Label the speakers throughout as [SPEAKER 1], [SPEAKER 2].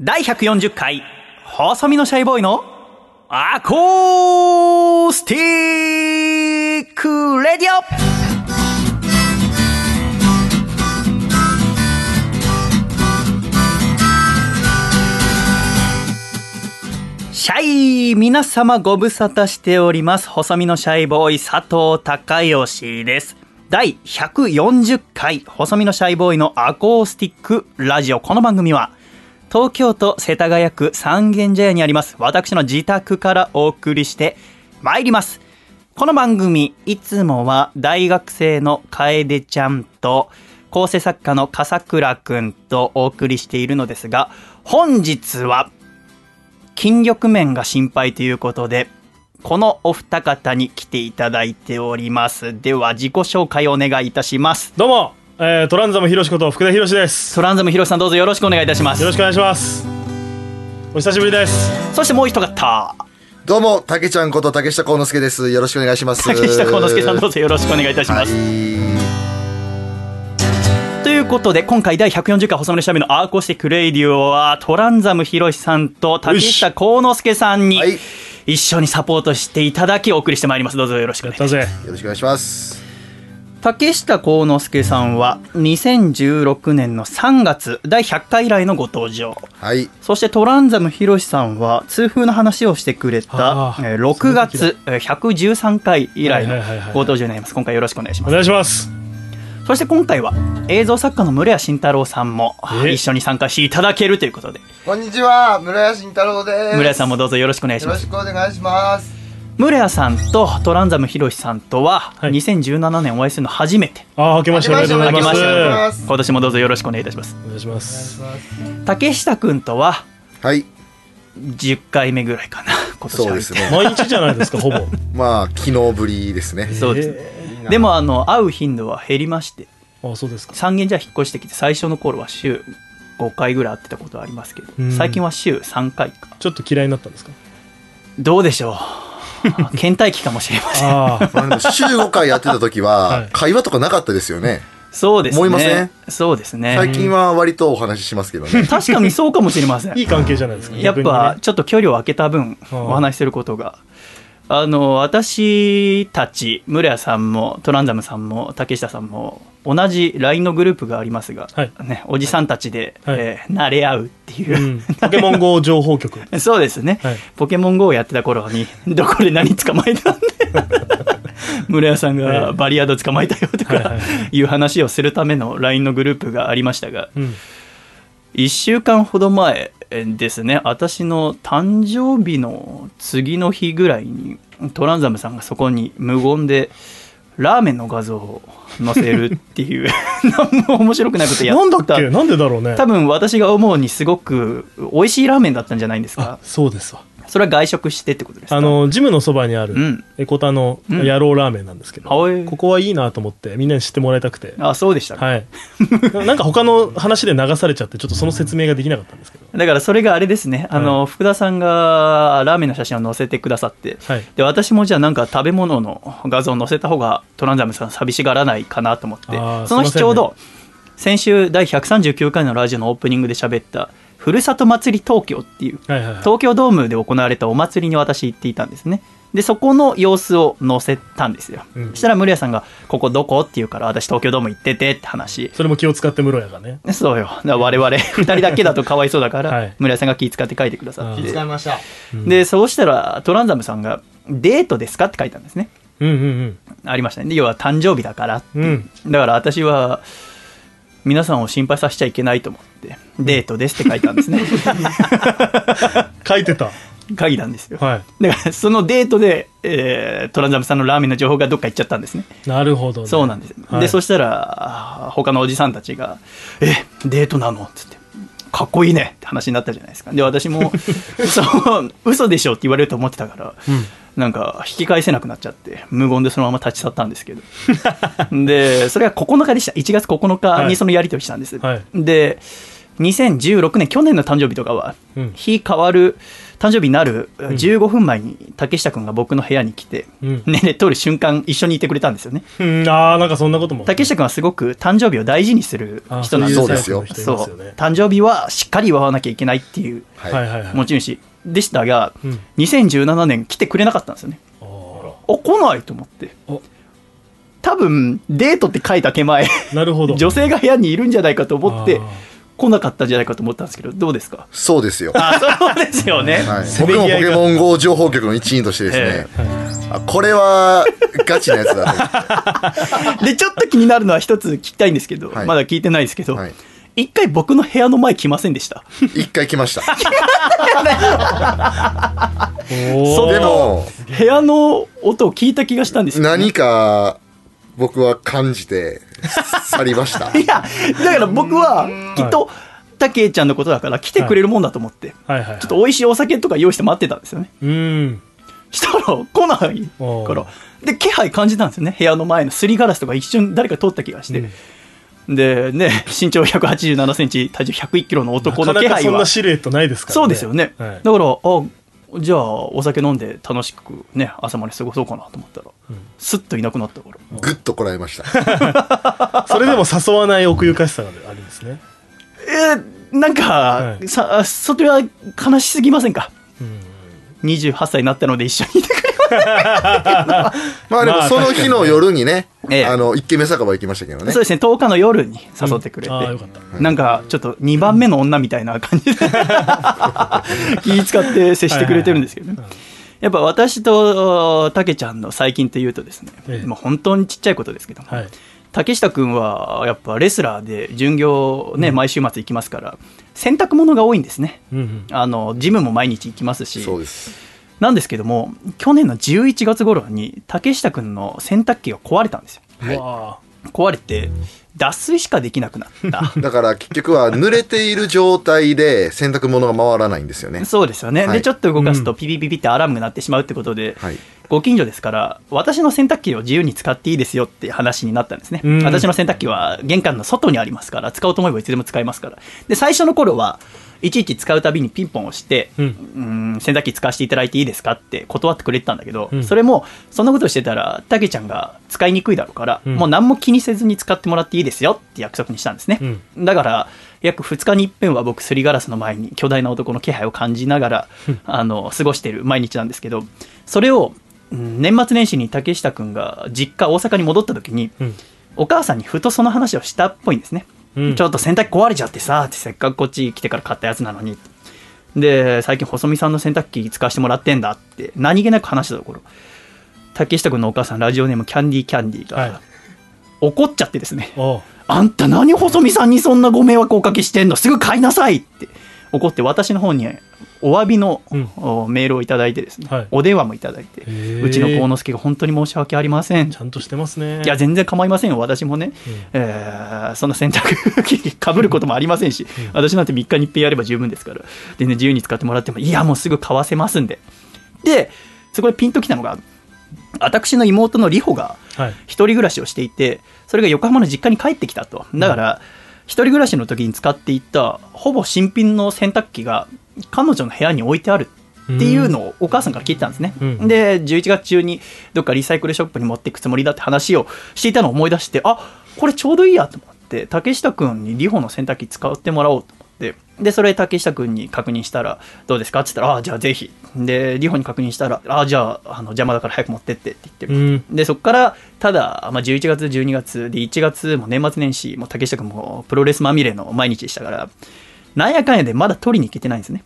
[SPEAKER 1] 第140回、細身のシャイボーイのアコースティックレディオシャイ皆様ご無沙汰しております。細身のシャイボーイ佐藤孝義です。第140回細身のシャイボーイのアコースティックラジオ。この番組は東京都世田谷区三軒茶屋にあります私の自宅からお送りしてまいります。この番組、いつもは大学生の楓ちゃんと、構成作家の笠倉くんとお送りしているのですが、本日は、筋力面が心配ということで、このお二方に来ていただいております。では、自己紹介お願いいたします。
[SPEAKER 2] どうも、えー、トランザムひろしこと福田ひろしです。
[SPEAKER 1] トランザムヒロシさんどうぞよろしくお願いいたしま
[SPEAKER 2] よ
[SPEAKER 1] す
[SPEAKER 2] ろ。しくお願いします。お久しぶりです。
[SPEAKER 1] そしてもう一方、
[SPEAKER 3] どうも、たけちゃんこと竹下幸之助です。よろしくお願いします。
[SPEAKER 1] 竹下幸之助さんどう
[SPEAKER 3] ぞ。
[SPEAKER 1] ぞよろしくお願いいたします。
[SPEAKER 3] は
[SPEAKER 1] ということで、今回第140回細身のしゃべのアーコースティックレイディオは、トランザムヒロシさんと竹下幸之助さんに
[SPEAKER 3] はい、
[SPEAKER 1] 一緒にサポートしていただき、お送りしてまいります。どうぞよろしくお願いしま
[SPEAKER 2] だぜ。
[SPEAKER 3] い。よろしくお願いします。
[SPEAKER 1] す。竹下幸之助さんは、2016年の3月、第100回以来のご登場。
[SPEAKER 3] はい。
[SPEAKER 1] そしてトランザムヒロシさんは、痛風の話をしてくれた
[SPEAKER 2] あ、ー
[SPEAKER 1] えー6月えー113回以来の
[SPEAKER 2] はいはいはいはい
[SPEAKER 1] ご登場になります。今回よろしくお願いします
[SPEAKER 2] お。願いします。
[SPEAKER 1] そして今回は映像作家の室谷慎太郎さんも
[SPEAKER 2] え
[SPEAKER 1] 一緒に参加していただけるということで
[SPEAKER 3] こんにちは、村屋慎太郎です。
[SPEAKER 1] 室谷さんもどうぞよろしくお願いします
[SPEAKER 3] くお願いします。
[SPEAKER 1] 室谷さんとトランザムヒロシさんとは
[SPEAKER 2] はい
[SPEAKER 1] 2017年お会いするの初めて
[SPEAKER 2] あー、明けましておめでとうございます。
[SPEAKER 1] 明けましておめでとうござ
[SPEAKER 3] います
[SPEAKER 1] 今年もどうぞよろしくお願いいたします
[SPEAKER 2] お願いします。
[SPEAKER 1] 竹下くんとは
[SPEAKER 3] はい。
[SPEAKER 1] 10回目ぐらいかな今年
[SPEAKER 3] そう
[SPEAKER 1] は
[SPEAKER 3] ですね。
[SPEAKER 2] 毎日じゃないですか、ほぼ。
[SPEAKER 3] まあ、昨日ぶりですね。
[SPEAKER 1] そうですね
[SPEAKER 2] え
[SPEAKER 1] でもあの会う頻度は減りまして
[SPEAKER 2] ーあ、そうですか。
[SPEAKER 1] 三軒茶屋引っ越してきて最初の頃は週5回ぐらい会ってたことはありますけど、
[SPEAKER 2] うん
[SPEAKER 1] 最近は週3回か
[SPEAKER 2] ちょっと嫌いになったんですか。
[SPEAKER 1] どうでしょう 倦怠期かもしれません
[SPEAKER 2] ああ、
[SPEAKER 3] まあでも週5回やってた時
[SPEAKER 2] は、
[SPEAKER 3] はい会話とかなかったですよね。
[SPEAKER 1] そうですね。
[SPEAKER 3] 思いません
[SPEAKER 1] そうです
[SPEAKER 3] 最
[SPEAKER 1] ね。
[SPEAKER 3] 近は割とお話ししますけどね。
[SPEAKER 1] 確かにそうかもしれません。
[SPEAKER 2] いい関係じゃないですか。
[SPEAKER 1] やっ
[SPEAKER 2] 逆に
[SPEAKER 1] ぱ
[SPEAKER 2] ね、
[SPEAKER 1] ちょっと距離を空けた分、
[SPEAKER 2] ああ
[SPEAKER 1] お話しすることが。あの、私たち、ムレアさんも、トランザムさんも、竹下さんも、同じ LINE のグループがありますが、
[SPEAKER 2] はい
[SPEAKER 1] ね、おじさんたちで、
[SPEAKER 2] はい
[SPEAKER 1] えー慣れ合うっていうう。
[SPEAKER 2] ん、ポケモン GO 情報局。
[SPEAKER 1] そうですね、
[SPEAKER 2] はい
[SPEAKER 1] ポケモン GO をやってた 頃に、どこで何捕まえたんで、村屋さん
[SPEAKER 2] は
[SPEAKER 1] が
[SPEAKER 2] い
[SPEAKER 1] バリアード捕まえたよと
[SPEAKER 2] はいは
[SPEAKER 1] か
[SPEAKER 2] い
[SPEAKER 1] いう話をするための LINE のグループがありましたが、
[SPEAKER 2] うん。
[SPEAKER 1] 1週間ほど前ですね私の誕生日の次の日ぐらいにトランザムさんがそこに無言でラーメンの画像を載せるっていう 何も面白くないことやっ
[SPEAKER 2] な
[SPEAKER 1] た
[SPEAKER 2] んだっけ、なんでだろうね。
[SPEAKER 1] 多分私が思うにすごく美味しいラーメンだったんじゃないです
[SPEAKER 2] あ
[SPEAKER 1] か、
[SPEAKER 2] そうですわ。
[SPEAKER 1] それは外食してってことですか
[SPEAKER 2] あのジムのそばにあ
[SPEAKER 1] う
[SPEAKER 2] る
[SPEAKER 1] ん
[SPEAKER 2] エコタの野郎ラーメンなんですけど、
[SPEAKER 1] はい
[SPEAKER 2] ここはいいなと思ってみんなに知ってもらいたくて、
[SPEAKER 1] あそうでしたか、
[SPEAKER 2] はい、ななんか他の話で流されちゃってちょっとその説明ができなかったんですけど、
[SPEAKER 1] だからそれがあれですね、あの、福田さんがラーメンの写真を載せてくださって、
[SPEAKER 2] はい
[SPEAKER 1] で、私もじゃあなんか食べ物の画像を載せた方がトランザムさん寂しがらないかなと思って
[SPEAKER 2] あー、
[SPEAKER 1] その日
[SPEAKER 2] す
[SPEAKER 1] ち
[SPEAKER 2] いませんね
[SPEAKER 1] ょうど、先週第139回のラジオのオープニングで喋った、ふるさと祭り東京っていう、
[SPEAKER 2] はいはいはい
[SPEAKER 1] 東京ドームで行われたお祭りに私行っていたんですね。で、そこの様子を載せたんですよ。
[SPEAKER 2] うん
[SPEAKER 1] そしたら、ムリさんが、ここどこって言うから、私東京ドーム行っててって話。
[SPEAKER 2] それも気を使って室屋がね
[SPEAKER 1] そうよ。だから我々、二人だけだとかわいそうだから、
[SPEAKER 2] はい
[SPEAKER 1] 村井さんが気使って書いてくださっ
[SPEAKER 2] あ
[SPEAKER 1] て。
[SPEAKER 2] ー
[SPEAKER 3] いました。
[SPEAKER 1] で、そうしたら、トランザムさんが、デートですかって書いたんですね。
[SPEAKER 2] うんうん
[SPEAKER 1] ありましたね。で要は、誕生日だから。
[SPEAKER 2] うんうん
[SPEAKER 1] だから私は、皆さんを心配させちゃいけないと思って、デートですって書いたんですね。
[SPEAKER 2] 書いてた
[SPEAKER 1] 書いたんですよ。
[SPEAKER 2] は
[SPEAKER 1] だから、そのデートで、えートランザムさんのラーメンの情報がどっか行っちゃったんですね。
[SPEAKER 2] いなるほど、ね、
[SPEAKER 1] そうなんです。
[SPEAKER 2] はい
[SPEAKER 1] で、そしたら、あー他のおじさんたちが、え、デートなのっつって、かっこいいねって話になったじゃないですか。で、私も、そう、嘘でしょって言われると思ってたから、なんか、引き返せなくなっちゃって、無言でそのまま立ち去ったんです けど。で、それが9日でした。1月9日
[SPEAKER 2] は
[SPEAKER 1] に
[SPEAKER 2] い
[SPEAKER 1] そのやり取りしたんです。
[SPEAKER 2] はい
[SPEAKER 1] で、 2016年去年の誕生日とかは、
[SPEAKER 2] うん
[SPEAKER 1] 日変わる誕生日になる15分前に竹下くんが僕の部屋に来て、
[SPEAKER 2] うん
[SPEAKER 1] ねで通る瞬間一緒にいてくれたんですよね
[SPEAKER 2] うん、ああ、なんかそんなことも。
[SPEAKER 1] 竹下くんはすごく誕生日を大事にする
[SPEAKER 2] あー
[SPEAKER 1] 人なんです
[SPEAKER 3] そ
[SPEAKER 1] よ
[SPEAKER 3] うですよ
[SPEAKER 2] タイプの人
[SPEAKER 1] そ
[SPEAKER 2] いうますよね
[SPEAKER 1] 誕生日はしっかり祝わなきゃいけないっていう
[SPEAKER 3] はい
[SPEAKER 2] はいはいはい。
[SPEAKER 1] 持ち主でしたが、
[SPEAKER 2] うん
[SPEAKER 1] 2017年来てくれなかったんですよね
[SPEAKER 2] あー
[SPEAKER 1] あ来ないと思って
[SPEAKER 2] お
[SPEAKER 1] 多分デートって書いた手前
[SPEAKER 2] なるほど。
[SPEAKER 1] 女性が部屋にいるんじゃないかと思って
[SPEAKER 2] あー
[SPEAKER 1] 来なかったんじゃないかと思ったんですけどどうですか
[SPEAKER 3] そうですよ。
[SPEAKER 1] あそうですよ ね、
[SPEAKER 3] はい、
[SPEAKER 2] せめ
[SPEAKER 3] 僕
[SPEAKER 2] ぎ合
[SPEAKER 3] も
[SPEAKER 2] いが
[SPEAKER 3] ポケモン GO 情報局の一員としてですね、あこれはガチなやつだ
[SPEAKER 1] でちょっと気になるのは一つ聞きたいんですけど、
[SPEAKER 3] はい
[SPEAKER 1] まだ聞いてないですけど、
[SPEAKER 3] はい
[SPEAKER 1] 一回僕の部屋の前来ませんでした
[SPEAKER 3] と一回来ました
[SPEAKER 2] お
[SPEAKER 1] そう
[SPEAKER 2] ー
[SPEAKER 3] でも
[SPEAKER 1] 部屋の音を聞いた気がしたんですよね、
[SPEAKER 3] 何か僕は感じて去りました
[SPEAKER 1] いやだから僕はきっとたけちゃんのことだから来てくれるもんだと思って、
[SPEAKER 2] はいはいはい。
[SPEAKER 1] ちょっと美味しいお酒とか用意して待ってたんですよね
[SPEAKER 2] うん。
[SPEAKER 1] したら来ない
[SPEAKER 2] お
[SPEAKER 1] から
[SPEAKER 2] ー
[SPEAKER 1] で気配感じたんですよね部屋の前のすりガラスとか一瞬誰か通った気がして、でね身長1 8 7ンチ体重1 0 1キロの男の
[SPEAKER 2] なか
[SPEAKER 1] 気
[SPEAKER 2] なか
[SPEAKER 1] 配
[SPEAKER 2] そん
[SPEAKER 1] は
[SPEAKER 2] なシルエットないですからね。
[SPEAKER 1] そうですよね、
[SPEAKER 2] はい
[SPEAKER 1] だからあじゃあお酒飲んで楽しくね朝まで過ごそうかなと思ったら、すっスッといなくなったから
[SPEAKER 3] ぐっとこらえました
[SPEAKER 2] それでも誘わない奥ゆかしさがあるんですね。
[SPEAKER 1] えーなんか、
[SPEAKER 2] はい
[SPEAKER 1] さそれは悲しすぎませんか
[SPEAKER 2] うん。
[SPEAKER 1] 28歳になったので一緒にいてくれ
[SPEAKER 3] まあでも
[SPEAKER 2] まあ
[SPEAKER 3] その日の夜にね、
[SPEAKER 1] ええ
[SPEAKER 3] あの一軒目酒場行きましたけどね
[SPEAKER 1] そうですね10日の夜に誘ってくれて、
[SPEAKER 2] ああ、よかった。
[SPEAKER 1] なんかちょっと2番目の女みたいな 感じで気使って接してくれてるんですけどね
[SPEAKER 2] はいはいはい
[SPEAKER 1] やっぱ私とたけちゃんの最近っていうとですね、
[SPEAKER 2] ええ
[SPEAKER 1] もう本当にちっちゃいことですけども、
[SPEAKER 2] はい。
[SPEAKER 1] 竹下君はやっぱレスラーで巡業ね、毎週末行きますから洗濯物が多いんですね
[SPEAKER 2] うんうん。
[SPEAKER 1] あのジムも毎日行きますし
[SPEAKER 3] そうです
[SPEAKER 1] なんですけども去年の11月頃に竹下君の洗濯機が壊れたんですよ
[SPEAKER 3] はいう
[SPEAKER 2] わ
[SPEAKER 1] 壊れて脱水しかできなくなった
[SPEAKER 3] だから結局は濡れている状態で洗濯物が回らないんですよね
[SPEAKER 1] そうですよね、
[SPEAKER 3] は
[SPEAKER 1] で
[SPEAKER 3] い
[SPEAKER 1] ちょっと動かすと
[SPEAKER 2] うん
[SPEAKER 1] ピピピピってアラームが鳴ってしまうってことで、
[SPEAKER 3] はい
[SPEAKER 1] ご近所ですから私の洗濯機を自由に使っていいですよって話になったんですね、
[SPEAKER 2] うん
[SPEAKER 1] 私の洗濯機は玄関の外にありますから使おうと思えばいつでも使えますからで最初の頃はいちいち使うたびにピンポン押して、
[SPEAKER 2] うん
[SPEAKER 1] うん洗濯機使わせていただいていいですかって断ってくれてたんだけど、
[SPEAKER 2] うん
[SPEAKER 1] それもそんなことしてたらたけちゃんが使いにくいだろうから、
[SPEAKER 2] うん
[SPEAKER 1] もう何も気にせずに使ってもらっていいですよって約束にしたんですね、だから約2日に一遍は僕すりガラスの前に巨大な男の気配を感じながらあの過ごしている毎日なんですけどそれをうん年末年始に竹下くんが実家大阪に戻った時に
[SPEAKER 2] うん。
[SPEAKER 1] お母さんにふとその話をしたっぽいんですね、
[SPEAKER 2] うん
[SPEAKER 1] ちょっと洗濯機壊れちゃってさってせっかくこっち来てから買ったやつなのにで最近細見さんの洗濯機使わせてもらってんだって何気なく話したところ竹下くんのお母さんラジオネームキャンディーキャンディーが、
[SPEAKER 2] はい
[SPEAKER 1] 怒っちゃってですね
[SPEAKER 2] おう
[SPEAKER 1] あんた何細見さんにそんなご迷惑をおかけしてんのすぐ買いなさいって怒って私の方にお詫びの、
[SPEAKER 2] うん
[SPEAKER 1] おメールをいただいてですね、
[SPEAKER 2] はい
[SPEAKER 1] お電話もいただいて
[SPEAKER 2] へー
[SPEAKER 1] うちの幸之助が本当に申し訳ありません
[SPEAKER 2] ちゃんとしてますね。
[SPEAKER 1] いや全然構いませんよ私もね、えーそんな洗 濯機かぶることもありませんし、私なんて3日に1遍やれば十分ですから全然自由に使ってもらってもいやもうすぐ買わせますんででそこでピンときたのが私の妹のリホが
[SPEAKER 2] はい。
[SPEAKER 1] 一人暮らしをしていてそれが横浜の実家に帰ってきたとだから、一人暮らしの時に使っていたほぼ新品の洗濯機が彼女の部屋に置いてあるっていうのをお母さんから聞いてたんですね、
[SPEAKER 2] うん
[SPEAKER 1] で11月中にどっかリサイクルショップに持っていくつもりだって話をしていたのを思い出してあこれちょうどいいやと思って竹下くんにリホの洗濯機使ってもらおうと思ってでそれ竹下くんに確認したらどうですかって言ったらあじゃあぜひでリホに確認したらあじゃああの邪魔だから早く持ってってって言って
[SPEAKER 2] うん。
[SPEAKER 1] でそこからただ、まあ、11月12月で1月も年末年始もう竹下君もプロレスまみれの毎日でしたからなんやかんやでまだ取りに行けてないんですね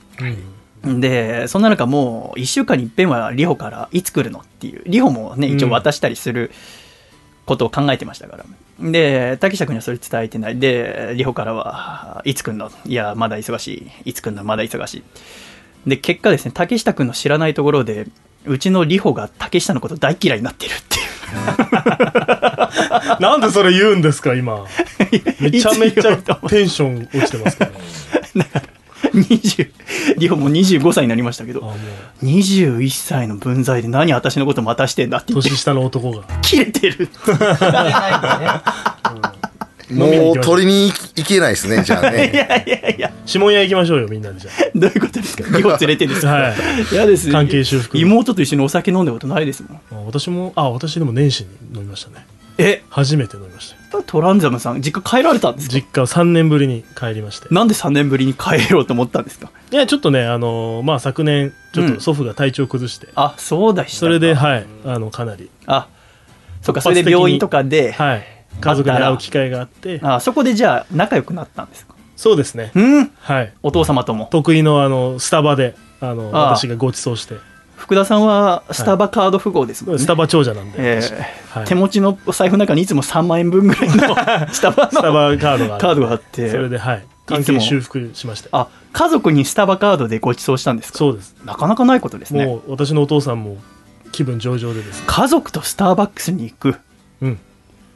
[SPEAKER 1] でそんな中もう1週間に一遍はリホからいつ来るのっていうリホもね一応渡したりすることを考えてましたから、で竹下君にはそれ伝えてないでリホからはいつ来るのいやまだ忙しいいつ来るのまだ忙しいで結果ですね竹下君の知らないところでうちのリホが竹下のこと大嫌いになってるっていう
[SPEAKER 2] なんでそれ言うんですか、今。めちゃめちゃ
[SPEAKER 1] いつ言おうと思っ
[SPEAKER 2] テンション落ちてますけ ど。
[SPEAKER 1] 20リオも25歳になりましたけ
[SPEAKER 2] あ
[SPEAKER 1] ど
[SPEAKER 2] もう
[SPEAKER 1] 21歳の分際で何私のことま たしてんだって言って
[SPEAKER 2] 年下の男が。
[SPEAKER 1] 切れてる
[SPEAKER 3] も
[SPEAKER 2] 飲み
[SPEAKER 3] う
[SPEAKER 2] に行きましょう
[SPEAKER 3] 取りに行けないですね、じゃあ
[SPEAKER 1] い
[SPEAKER 3] ね。
[SPEAKER 1] やいやいや、
[SPEAKER 2] 指紋屋行きましょうよ、みんなでじゃ
[SPEAKER 1] どういうことですか今日連れてです
[SPEAKER 2] あ。
[SPEAKER 1] か、
[SPEAKER 2] はい。
[SPEAKER 1] い、やです
[SPEAKER 2] 関係修復
[SPEAKER 1] 妹と一緒にお酒飲んだことないですもん。
[SPEAKER 2] あ私も、あ、私でも年始に飲みましたね。
[SPEAKER 1] え、
[SPEAKER 2] 初めて飲みましたよ。
[SPEAKER 1] トランザムさん、実家帰られたんですか
[SPEAKER 2] 実家を3年ぶりに帰りまして。
[SPEAKER 1] なんで3年ぶりに帰ろうと思ったんですか
[SPEAKER 2] いや、ちょっとね、あのーまあ、昨年、ちょっ
[SPEAKER 1] うん
[SPEAKER 2] と祖父が体調崩して、
[SPEAKER 1] あ、そうだしたか
[SPEAKER 2] それで、、はい、あの、かなり、
[SPEAKER 1] あ、そっか、
[SPEAKER 2] 突発
[SPEAKER 1] そ
[SPEAKER 2] 的に
[SPEAKER 1] れで病院とかで、
[SPEAKER 2] はい、家族に会う機会があって、
[SPEAKER 1] あそこでじゃあ仲良くなったんですか
[SPEAKER 2] そうですね。
[SPEAKER 1] うん
[SPEAKER 2] はい。
[SPEAKER 1] お父様とも。
[SPEAKER 2] 得意の、あの、スタバで、あの、
[SPEAKER 1] ああ
[SPEAKER 2] 私がご馳走して、
[SPEAKER 1] 福田さんはスタバカード富豪ですもんね。
[SPEAKER 2] スタバ長者なんで、
[SPEAKER 1] え
[SPEAKER 2] 私
[SPEAKER 1] え
[SPEAKER 2] はい
[SPEAKER 1] 手持ちのお財布の中にいつも3万円分ぐら いのスタバ
[SPEAKER 2] スタバ
[SPEAKER 1] の
[SPEAKER 2] カードがあって
[SPEAKER 1] カードがあって
[SPEAKER 2] それで、はい、関係修復しました。
[SPEAKER 1] あ家族にスタバカードでご馳走したんですか
[SPEAKER 2] そうです。
[SPEAKER 1] なかなかないことですね
[SPEAKER 2] もう、私のお父さんも気分上々でですね。
[SPEAKER 1] 家族とスターバックスに行く
[SPEAKER 2] うん。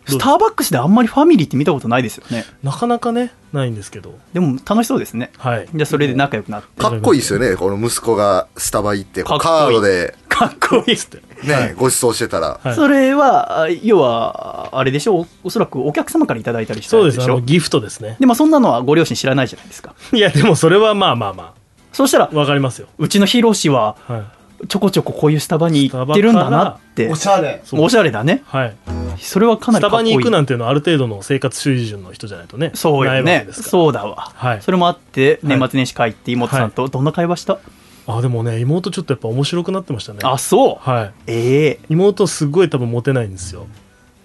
[SPEAKER 2] どうで
[SPEAKER 1] ス
[SPEAKER 2] す
[SPEAKER 1] ターバックスであんまりファミリーって見たことないですよね
[SPEAKER 2] なかなかね、ないんですけど、
[SPEAKER 1] でも楽しそうですね
[SPEAKER 2] はい。
[SPEAKER 1] じゃあそれで仲良くなって
[SPEAKER 3] かっこいいですよね、この息子がスタバ行って、
[SPEAKER 1] か
[SPEAKER 3] カ
[SPEAKER 1] っこ
[SPEAKER 3] ー
[SPEAKER 1] いい
[SPEAKER 3] ドで、
[SPEAKER 1] かっこいいっ
[SPEAKER 2] つって。
[SPEAKER 3] ね、ご馳走してたら。
[SPEAKER 2] はい
[SPEAKER 1] それはあ要はあれでしょうおそらくお客様からいただいたりした
[SPEAKER 2] そ
[SPEAKER 1] や
[SPEAKER 2] う
[SPEAKER 1] つ
[SPEAKER 2] で、
[SPEAKER 1] です
[SPEAKER 2] あ
[SPEAKER 1] しょ
[SPEAKER 2] の、ギフトですね。
[SPEAKER 1] でもそんなのはご両親知らないじゃないですか
[SPEAKER 2] いや、でもそれはまあまあま
[SPEAKER 1] そうしたら
[SPEAKER 2] あ、わかりますよ。
[SPEAKER 1] うちのヒロシは
[SPEAKER 2] は
[SPEAKER 1] ちょこちょここういうスタバに行ってるんだなって
[SPEAKER 4] おしゃれ。
[SPEAKER 2] ら
[SPEAKER 1] おしゃれだね
[SPEAKER 2] い。はい。
[SPEAKER 1] それはかな
[SPEAKER 2] ス
[SPEAKER 1] りか
[SPEAKER 2] タ
[SPEAKER 1] っこ
[SPEAKER 2] バ
[SPEAKER 1] い
[SPEAKER 2] に
[SPEAKER 1] い
[SPEAKER 2] 行くなんていうのはある程度の生活水準の人じゃないとね。
[SPEAKER 1] そうよ
[SPEAKER 2] ないわけ
[SPEAKER 1] ね
[SPEAKER 2] ですから
[SPEAKER 1] そうだわ、
[SPEAKER 2] はい
[SPEAKER 1] それもあって年末年始帰って妹さんとどんな会話した、
[SPEAKER 2] あ、でもね、妹ちょっとやっぱ面白くなってましたね。
[SPEAKER 1] あそう
[SPEAKER 2] はい。
[SPEAKER 1] ええ
[SPEAKER 2] 妹すごい多分モテないんですよ。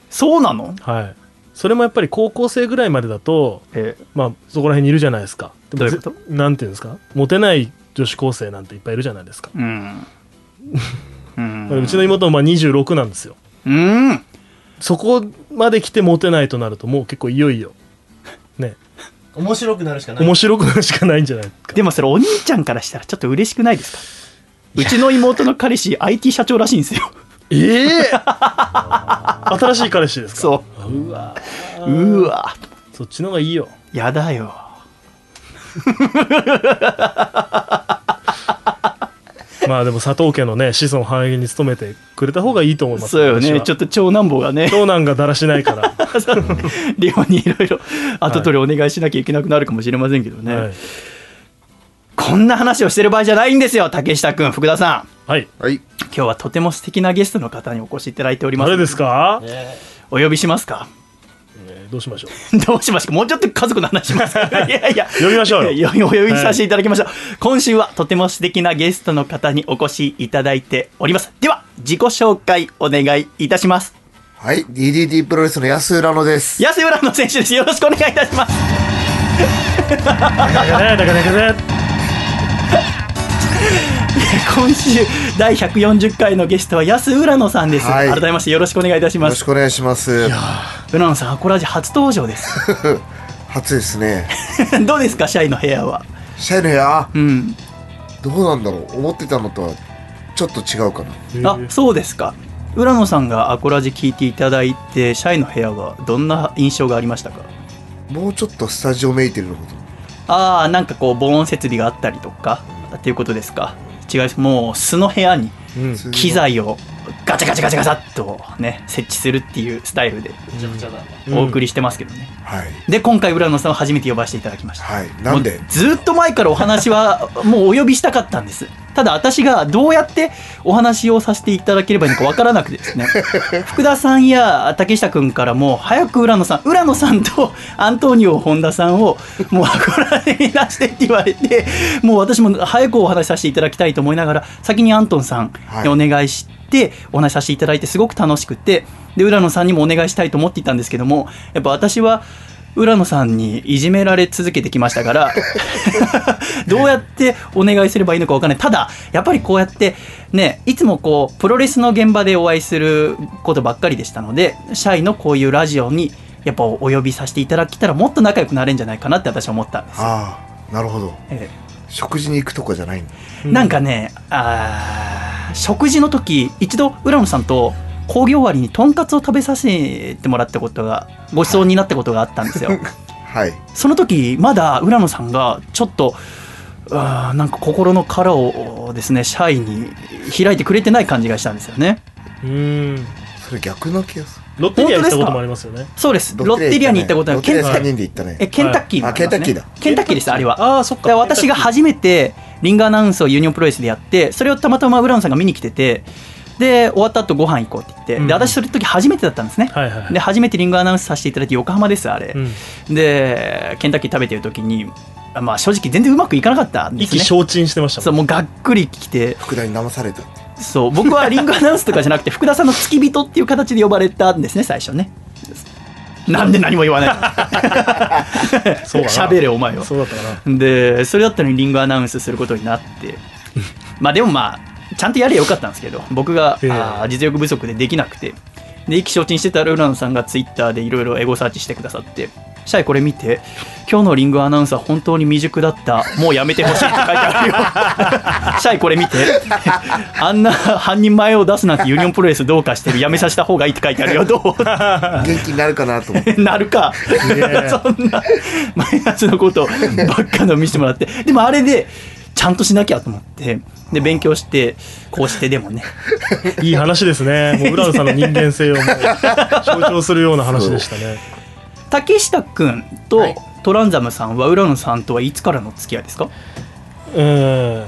[SPEAKER 1] そうなの
[SPEAKER 2] はい。それもやっぱり高校生ぐらいまでだと、
[SPEAKER 1] ええ
[SPEAKER 2] まあ、そこら辺にいるじゃないですか。でも
[SPEAKER 1] どういうこと
[SPEAKER 2] ぜなんていうんですかモテない女子高生なんていっぱいいるじゃないですか。
[SPEAKER 1] うん。うん
[SPEAKER 2] うちの妹もまあ26なんですよ。
[SPEAKER 1] うん。
[SPEAKER 2] そこまで来てモテないとなるともう結構いよいよね
[SPEAKER 4] 面白くなるしかない。
[SPEAKER 2] 面白くなるしかないんじゃないか
[SPEAKER 1] でもそれお兄ちゃんからしたらちょっと嬉しくないですかうちの妹の彼氏 IT 社長らしいんで すよ。
[SPEAKER 2] ええ新しい彼氏ですか
[SPEAKER 1] そう
[SPEAKER 2] うわ
[SPEAKER 1] うーわ。
[SPEAKER 2] そっちの方がいいよ
[SPEAKER 1] やだよ。
[SPEAKER 2] まあでも佐藤家のね子孫繁栄に努めてくれた方がいいと思います
[SPEAKER 1] そうよね。ちょ
[SPEAKER 2] っ
[SPEAKER 1] っと長男坊がね、
[SPEAKER 2] 長男がだらしないから、
[SPEAKER 1] リオにいろいろ後取りお願いしなきゃいけなくなるかもしれませんけど ね。
[SPEAKER 2] はい、
[SPEAKER 1] こんな話をしてる場合じゃないんですよ、竹下くん、福田さん。
[SPEAKER 2] はい、
[SPEAKER 3] はい。
[SPEAKER 1] 今日はとても素敵なゲストの方にお越しいただいております。
[SPEAKER 2] 誰ですか、
[SPEAKER 4] え
[SPEAKER 1] お呼びしますか
[SPEAKER 2] えーどうしましょう
[SPEAKER 1] どうしますかもうちょっと家族の話 しますかいやいや。
[SPEAKER 2] 呼びましょうよ
[SPEAKER 1] よお呼びさせていただきましょう、今週はとても素敵なゲストの方にお越しいただいておりますでは自己紹介お願いいたします
[SPEAKER 3] はい、DDT プロレスの安浦野です。
[SPEAKER 1] 安浦野選手ですよろしくお願いいたします
[SPEAKER 2] だからねだからねだからね
[SPEAKER 1] 今週第140回のゲストは安浦野さんです、
[SPEAKER 3] はい
[SPEAKER 1] 改めましてよろしくお願いいたし
[SPEAKER 3] よ
[SPEAKER 1] ま
[SPEAKER 3] ろし
[SPEAKER 1] す
[SPEAKER 3] くお願いします。
[SPEAKER 1] 浦野さんアコラジ初登場です
[SPEAKER 3] 初ですね。
[SPEAKER 1] どうですかシャイの部屋は
[SPEAKER 3] シャイの部屋、
[SPEAKER 1] うん
[SPEAKER 3] どうなんだろう思ってたのとはちょっと違うかな。
[SPEAKER 1] あそうですか浦野さんがアコラジ聞いていただいてシャイの部屋はどんな印象がありましたか
[SPEAKER 3] もうちょっとスタジオメイテルのこと。
[SPEAKER 1] ああなんかこう防音設備があったりとかっていうことですか違いますもう素の部屋に
[SPEAKER 2] うん
[SPEAKER 3] 普通の
[SPEAKER 1] 機材をガチャガチャガチャガチャっとね設置するっていうスタイルで
[SPEAKER 4] ーめちゃくちゃだ。
[SPEAKER 1] お送りしてますけどね、
[SPEAKER 3] はい。
[SPEAKER 1] で今回浦野さんを初めて呼ばせていただきました、
[SPEAKER 3] はい。なんで
[SPEAKER 1] もうずっと前からお話はもうお呼びしたかったんですただ私がどうやってお話をさせていただければいいのかわからなく てですね福田さんや竹下君からも早く浦野さん浦野さんとアントニオ本田さんをもうこらに出してって言われてもう私も早くお話しさせていただきたいと思いながら先にアントンさん
[SPEAKER 3] はい
[SPEAKER 1] にお願いしてお話しさせていただいてすごく楽しくてで浦野さんにもお願いしたいと思っていたんですけどもやっぱ私は浦野さんにいじめられ続けてきましたからどうやってお願いすればいいのかわかんないただやっぱりこうやってねいつもこうプロレスの現場でお会いすることばっかりでしたのでシャイのこういうラジオにやっぱお呼びさせていただけたらもっと仲良くなれるんじゃないかなって私は思ったんです、
[SPEAKER 3] ああ、なるほど。
[SPEAKER 1] え
[SPEAKER 3] 食事に行くとかじゃないんだ。
[SPEAKER 1] えなんかねあー食事の時一度浦野さんと講義終わりにとんかつを食べさせてもらったことがご馳走になったことがあったん ですよ
[SPEAKER 3] はい。
[SPEAKER 1] その時まだ浦野さんがちょっとあーなんか心の殻をですねシャイに開いてくれてない感じがしたんですよね
[SPEAKER 2] うん
[SPEAKER 3] それ逆な気がする。
[SPEAKER 2] ロッテリア行ったこともありますよね。
[SPEAKER 1] そうです。ロッテリアに行ったこと
[SPEAKER 3] ロ
[SPEAKER 1] は
[SPEAKER 3] ッテ
[SPEAKER 1] ケ
[SPEAKER 3] リ
[SPEAKER 1] ン
[SPEAKER 3] ア3人で行ったね
[SPEAKER 1] えケンタッキーの
[SPEAKER 3] あケンタッキーだ
[SPEAKER 1] ケンタッキーですあれは。
[SPEAKER 2] ああ、そっ
[SPEAKER 1] で
[SPEAKER 2] か。
[SPEAKER 1] 私が初めてリンガーアナウンスをユニオンプロレスでやってそれをたまたま浦野さんが見に来ててで終わった後ご飯行こうって言って、
[SPEAKER 2] うん
[SPEAKER 1] で私その時初めてだったんですね、
[SPEAKER 2] はいはいはい
[SPEAKER 1] で初めてリンガーアナウンスさせていただいて横浜ですあれ、
[SPEAKER 2] うん
[SPEAKER 1] でケンタッキー食べてる時にまあ正直全然うまくいかなかったんで
[SPEAKER 2] 意
[SPEAKER 1] すね
[SPEAKER 2] 気消沈してました
[SPEAKER 1] そう
[SPEAKER 2] もん。
[SPEAKER 1] もうがっくりきて
[SPEAKER 3] 福田に騙されたって
[SPEAKER 1] そう僕はリングアナウンスとかじゃなくて福田さんの付き人っていう形で呼ばれたんですね最初ねなんで何も言わない
[SPEAKER 2] そうだな
[SPEAKER 1] 喋れお前は
[SPEAKER 2] そうだったかな。
[SPEAKER 1] でそれだったのにリングアナウンスすることに なってまあでもまあちゃんとやればよかったんですけど僕が、
[SPEAKER 2] ええ
[SPEAKER 1] あー実力不足でできなくてで意気消沈してたら浦野さんがツイッターでいろいろエゴサーチしてくださって「シャイこれ見て今日のリングアナウンサー本当に未熟だったもうやめてほしい」って書いてあるよ 「シャイこれ見てあんな半人前を出すなんてユニオンプロレスどうかしてるやめさせた方がいい」って書いてあるよどう
[SPEAKER 3] 元気になるかなと思って
[SPEAKER 1] なるか、 そんなマイナスのことばっかの見せてもらってでもあれでちゃんとしなきゃと思ってで勉強してこうしてでもね
[SPEAKER 2] いい話ですね。もう浦野さんの人間性をもう象徴するような話でしたね。
[SPEAKER 1] 竹下くん
[SPEAKER 3] は
[SPEAKER 1] と
[SPEAKER 3] い
[SPEAKER 1] トランザムさんは浦野さんとはいつからの付き合いですか
[SPEAKER 2] うーん。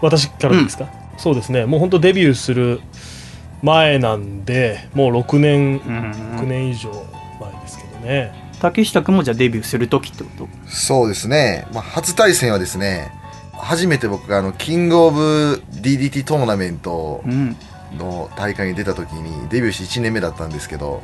[SPEAKER 2] 私からですか。そうですね。もう本当デビューする前なんで、もう6年、9年以上前ですけどね。
[SPEAKER 1] 竹下くんもじゃあデビューする時ってこ
[SPEAKER 3] そうですね、まあ、初対戦はですね初めて僕があのキングオブ DDT トーナメント
[SPEAKER 1] とうん
[SPEAKER 3] の大会に出た時にデビューして1年目だったんですけど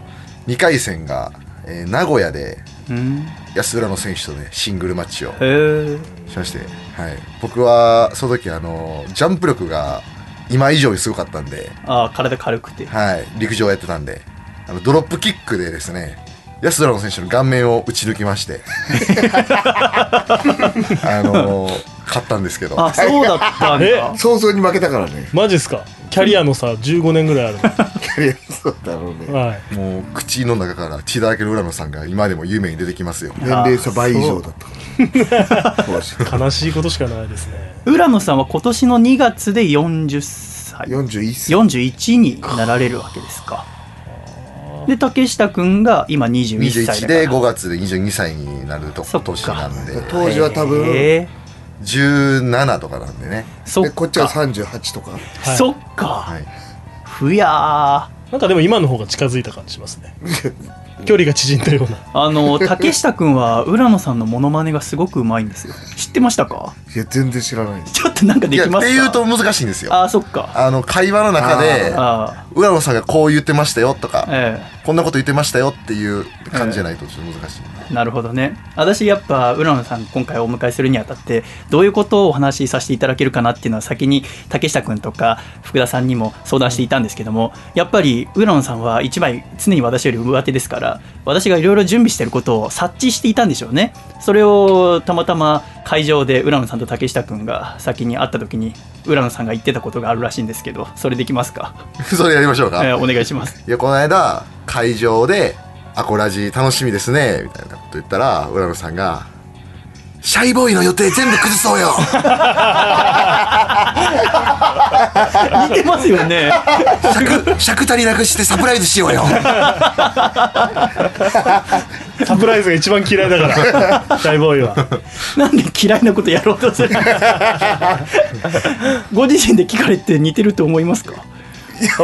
[SPEAKER 3] 2回戦が、えー名古屋で
[SPEAKER 1] うん
[SPEAKER 3] 安浦の選手とねシングルマッチを
[SPEAKER 1] へえ
[SPEAKER 3] しまして、はい、僕はその時あのジャンプ力が今以上にすごかったんで、
[SPEAKER 1] ああ体軽くて
[SPEAKER 3] はい、陸上やってたんであのドロップキックでですね安田の選手の顔面を打ち抜きましてあの勝ったんですけど
[SPEAKER 1] あそうだったん
[SPEAKER 2] え
[SPEAKER 1] だ
[SPEAKER 3] 想像に負けたからね
[SPEAKER 2] マジっすか。キャリアのさ、15年ぐらいある
[SPEAKER 3] いやそうだろうね
[SPEAKER 2] の。はい。
[SPEAKER 3] もう口の中から血だらけの浦野さんが今でも有名に出てきますよ
[SPEAKER 5] 年齢差倍以上だったから当時
[SPEAKER 2] 悲しいことしかないですね。
[SPEAKER 1] 浦野さんは今年の2月で40歳
[SPEAKER 5] 41歳
[SPEAKER 1] 41になられるわけですかで竹下くんが今21
[SPEAKER 3] 21
[SPEAKER 1] 歳だから
[SPEAKER 3] で5月で22歳になると
[SPEAKER 1] そっか
[SPEAKER 3] 年なんで
[SPEAKER 5] 当時は多分
[SPEAKER 1] へえ
[SPEAKER 3] 17とかなんでね
[SPEAKER 1] そ
[SPEAKER 5] で
[SPEAKER 1] っ
[SPEAKER 5] こっち
[SPEAKER 1] か
[SPEAKER 5] は38とか
[SPEAKER 2] はい
[SPEAKER 1] そっか
[SPEAKER 3] はい
[SPEAKER 1] ふやー
[SPEAKER 2] なんかでも今の方が近づいた感じしますね。距離が縮んだような。
[SPEAKER 1] あ の竹下くんは浦野さんのモノマネがすごくうまいんですよ知ってましたか
[SPEAKER 5] いや全然知らないです
[SPEAKER 1] ちょっとなんか
[SPEAKER 3] い
[SPEAKER 1] で
[SPEAKER 3] や
[SPEAKER 1] き
[SPEAKER 3] っ
[SPEAKER 1] ますか
[SPEAKER 3] ていうと難しいんですよ
[SPEAKER 1] あーそっか
[SPEAKER 3] あの会話の中で
[SPEAKER 1] あ
[SPEAKER 3] 浦野さんがこう言ってましたよと
[SPEAKER 1] ー
[SPEAKER 3] か
[SPEAKER 1] え
[SPEAKER 3] こんなこと言ってましたよっていう感じじゃないとちょっと難しい、
[SPEAKER 1] えなるほどね私やっぱ浦野さん今回お迎えするにあたってどういうことをお話しさせていただけるかなっていうのは先に竹下くんとか福田さんにも相談していたんですけどもやっぱり浦野さんは一枚常に私より上手ですから私がいろいろ準備してることを察知していたんでしょうねそれをたまたま会場で浦野さんと竹下くんが先に会った時に浦野さんが言ってたことがあるらしいんですけどそれできますか、
[SPEAKER 3] それやりましょうか、
[SPEAKER 1] えーお願いします
[SPEAKER 3] いやこの間会場で「アコラジ楽しみですね」みたいなこと言ったら浦野さんが「シャイボーイの予定全部崩そう よ
[SPEAKER 1] 似てますよね
[SPEAKER 3] 尺尺足りなくしてサプライズしよ うよ」
[SPEAKER 2] サプライズが一番嫌いだから、シャイボーイは。
[SPEAKER 1] なんで嫌いなことやろうとす るんですかご自身で聞かれて似てると思いますか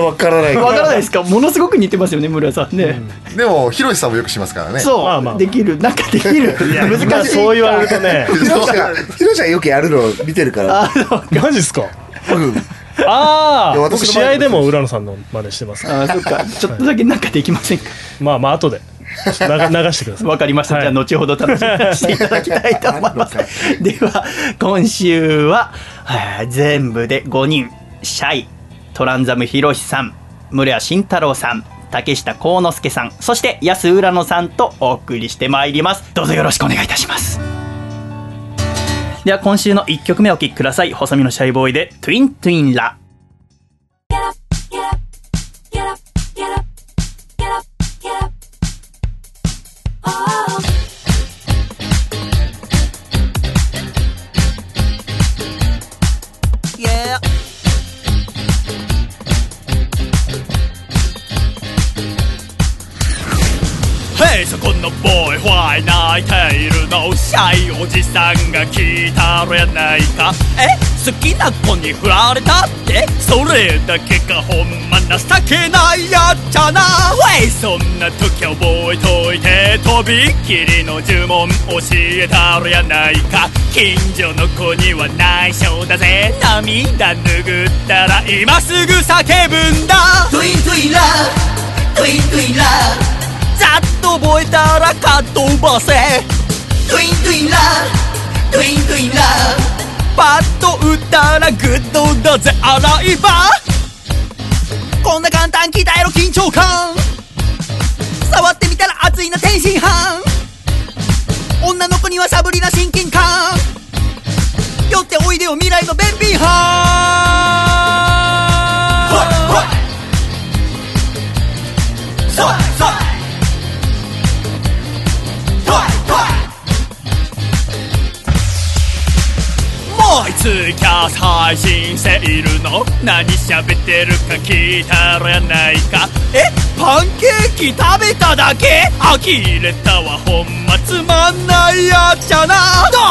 [SPEAKER 5] わからない
[SPEAKER 1] わからないですかものすごく似てますよね村さんね、
[SPEAKER 3] でもヒロシさんもよくしますからね
[SPEAKER 1] そう、
[SPEAKER 2] まあまあ
[SPEAKER 1] できるなんかできる難しい
[SPEAKER 2] そう言われると ね、
[SPEAKER 5] ヒロシがヒロシがよくやるのを見てるから
[SPEAKER 1] あそう
[SPEAKER 2] マジっすか。
[SPEAKER 5] 僕
[SPEAKER 2] あ
[SPEAKER 5] い
[SPEAKER 2] あ、
[SPEAKER 5] や
[SPEAKER 2] 僕
[SPEAKER 5] 私の
[SPEAKER 2] 試合でも浦野さんの真似してますから。
[SPEAKER 1] あそっかちょっとだけなんかできませんか
[SPEAKER 2] まあまあ、後で。ちょっと流 流してください。
[SPEAKER 1] わかりました、
[SPEAKER 2] はい
[SPEAKER 1] じゃあ後ほど楽しみにしていただきたいと思います では今週はあー全部で5人シャイトランザムヒロシさん村屋慎太郎さん竹下幸之助さんそして安浦野さんとお送りしてまいりますどうぞよろしくお願いいたしますでは今週の1曲目をお聴きください細身のシャイボーイで「トゥイントゥインラ」
[SPEAKER 6] Get up, get up, get up, get up. Oh.
[SPEAKER 7] Yeah.
[SPEAKER 8] へいそこのボーイホワイ泣いているのシャイおじさんが聞いたろやないかえ好きな子に振られたってそれだけがほんま情けないやっちゃなウェイそんな時は覚えといてとびっきりの呪文教えたろやないか近所の子には内緒だぜ涙拭ったら今すぐ叫ぶんだ
[SPEAKER 9] トゥイントゥインラブトゥイントゥインラ
[SPEAKER 8] ざっと覚えたらカットばせ
[SPEAKER 9] ブトゥイントゥインラブトゥイントゥインラ
[SPEAKER 8] パッと打ったらグッドだぜ洗い場こんな簡単鍛えろ緊張感触ってみたら熱いな天津飯女の子にはサブリな親近感酔っておいでよ未来の便秘派
[SPEAKER 9] ブほいほいそいそいほいほい
[SPEAKER 8] もうツイキャス配信しているの何喋ってるか聞いたらやないかえパンケーキ食べただけ呆れたわほんまつまんないやっちゃな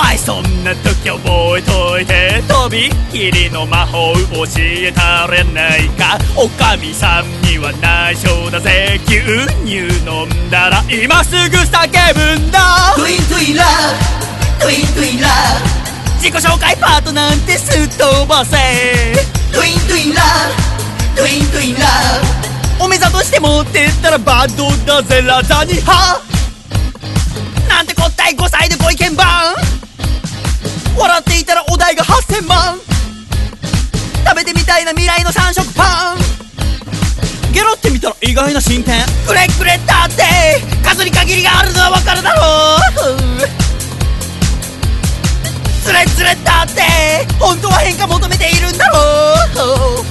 [SPEAKER 8] おいそんな時覚えといてとびっきりの魔法教えたらやないかおかみさんには内緒だぜ牛乳飲んだら今すぐ叫ぶんだ
[SPEAKER 9] トゥイントゥインラブトゥイントゥインラ
[SPEAKER 8] 自己紹介パートなんてすっ飛ばせ
[SPEAKER 9] ブトゥイントゥインラブトゥイントゥインラ
[SPEAKER 8] お目ざとして持ってったらバッドだぜラザニハなんてこったい5歳でご意見番笑っていたらお題が8000万食べてみたいな未来の3色パンゲロってみたら意外な進展くれくれだって数に限りがあるのはわかるだろうつれつれだって本当は変化求めているんだろう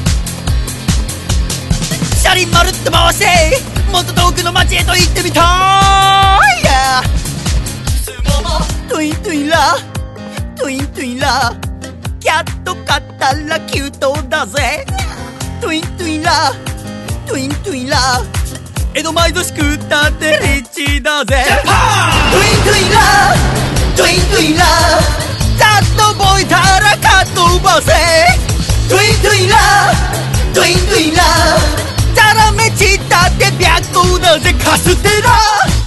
[SPEAKER 8] 車輪まるっと回してもっと遠くの街へと行ってみたいやトゥイントゥインラトゥイントゥインラキャット買ったらキュートだぜトゥイントゥインラトゥイントゥインラ江戸前寿司食ったってリッチだぜ
[SPEAKER 9] ブトゥイントゥインラブトゥイントゥインラ
[SPEAKER 8] ざっと覚えたらカットばせ
[SPEAKER 9] ブトゥイントゥインラブトゥイントゥインラ
[SPEAKER 8] ザラメ散ったって白行だぜカステラ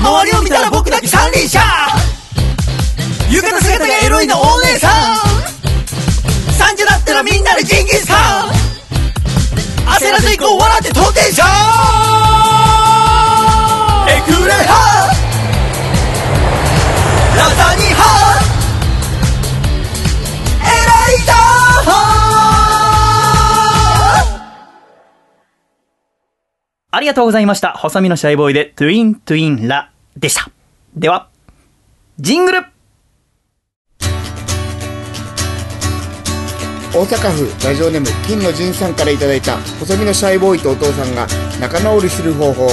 [SPEAKER 8] 周りを見たら僕だけ三輪車浴衣姿がエロいのお姉さん30だったらみんなでジンギスカン焦らず行こう笑って当店者エクレハラザニハエライザー
[SPEAKER 1] ありがとうございました。細身のシャイボーイで、トゥイントゥインラでした。では、ジングル
[SPEAKER 5] 大阪府ラジオネーム金の仁さんからいただいた細身のシャイボーイとお父さんが仲直りする方法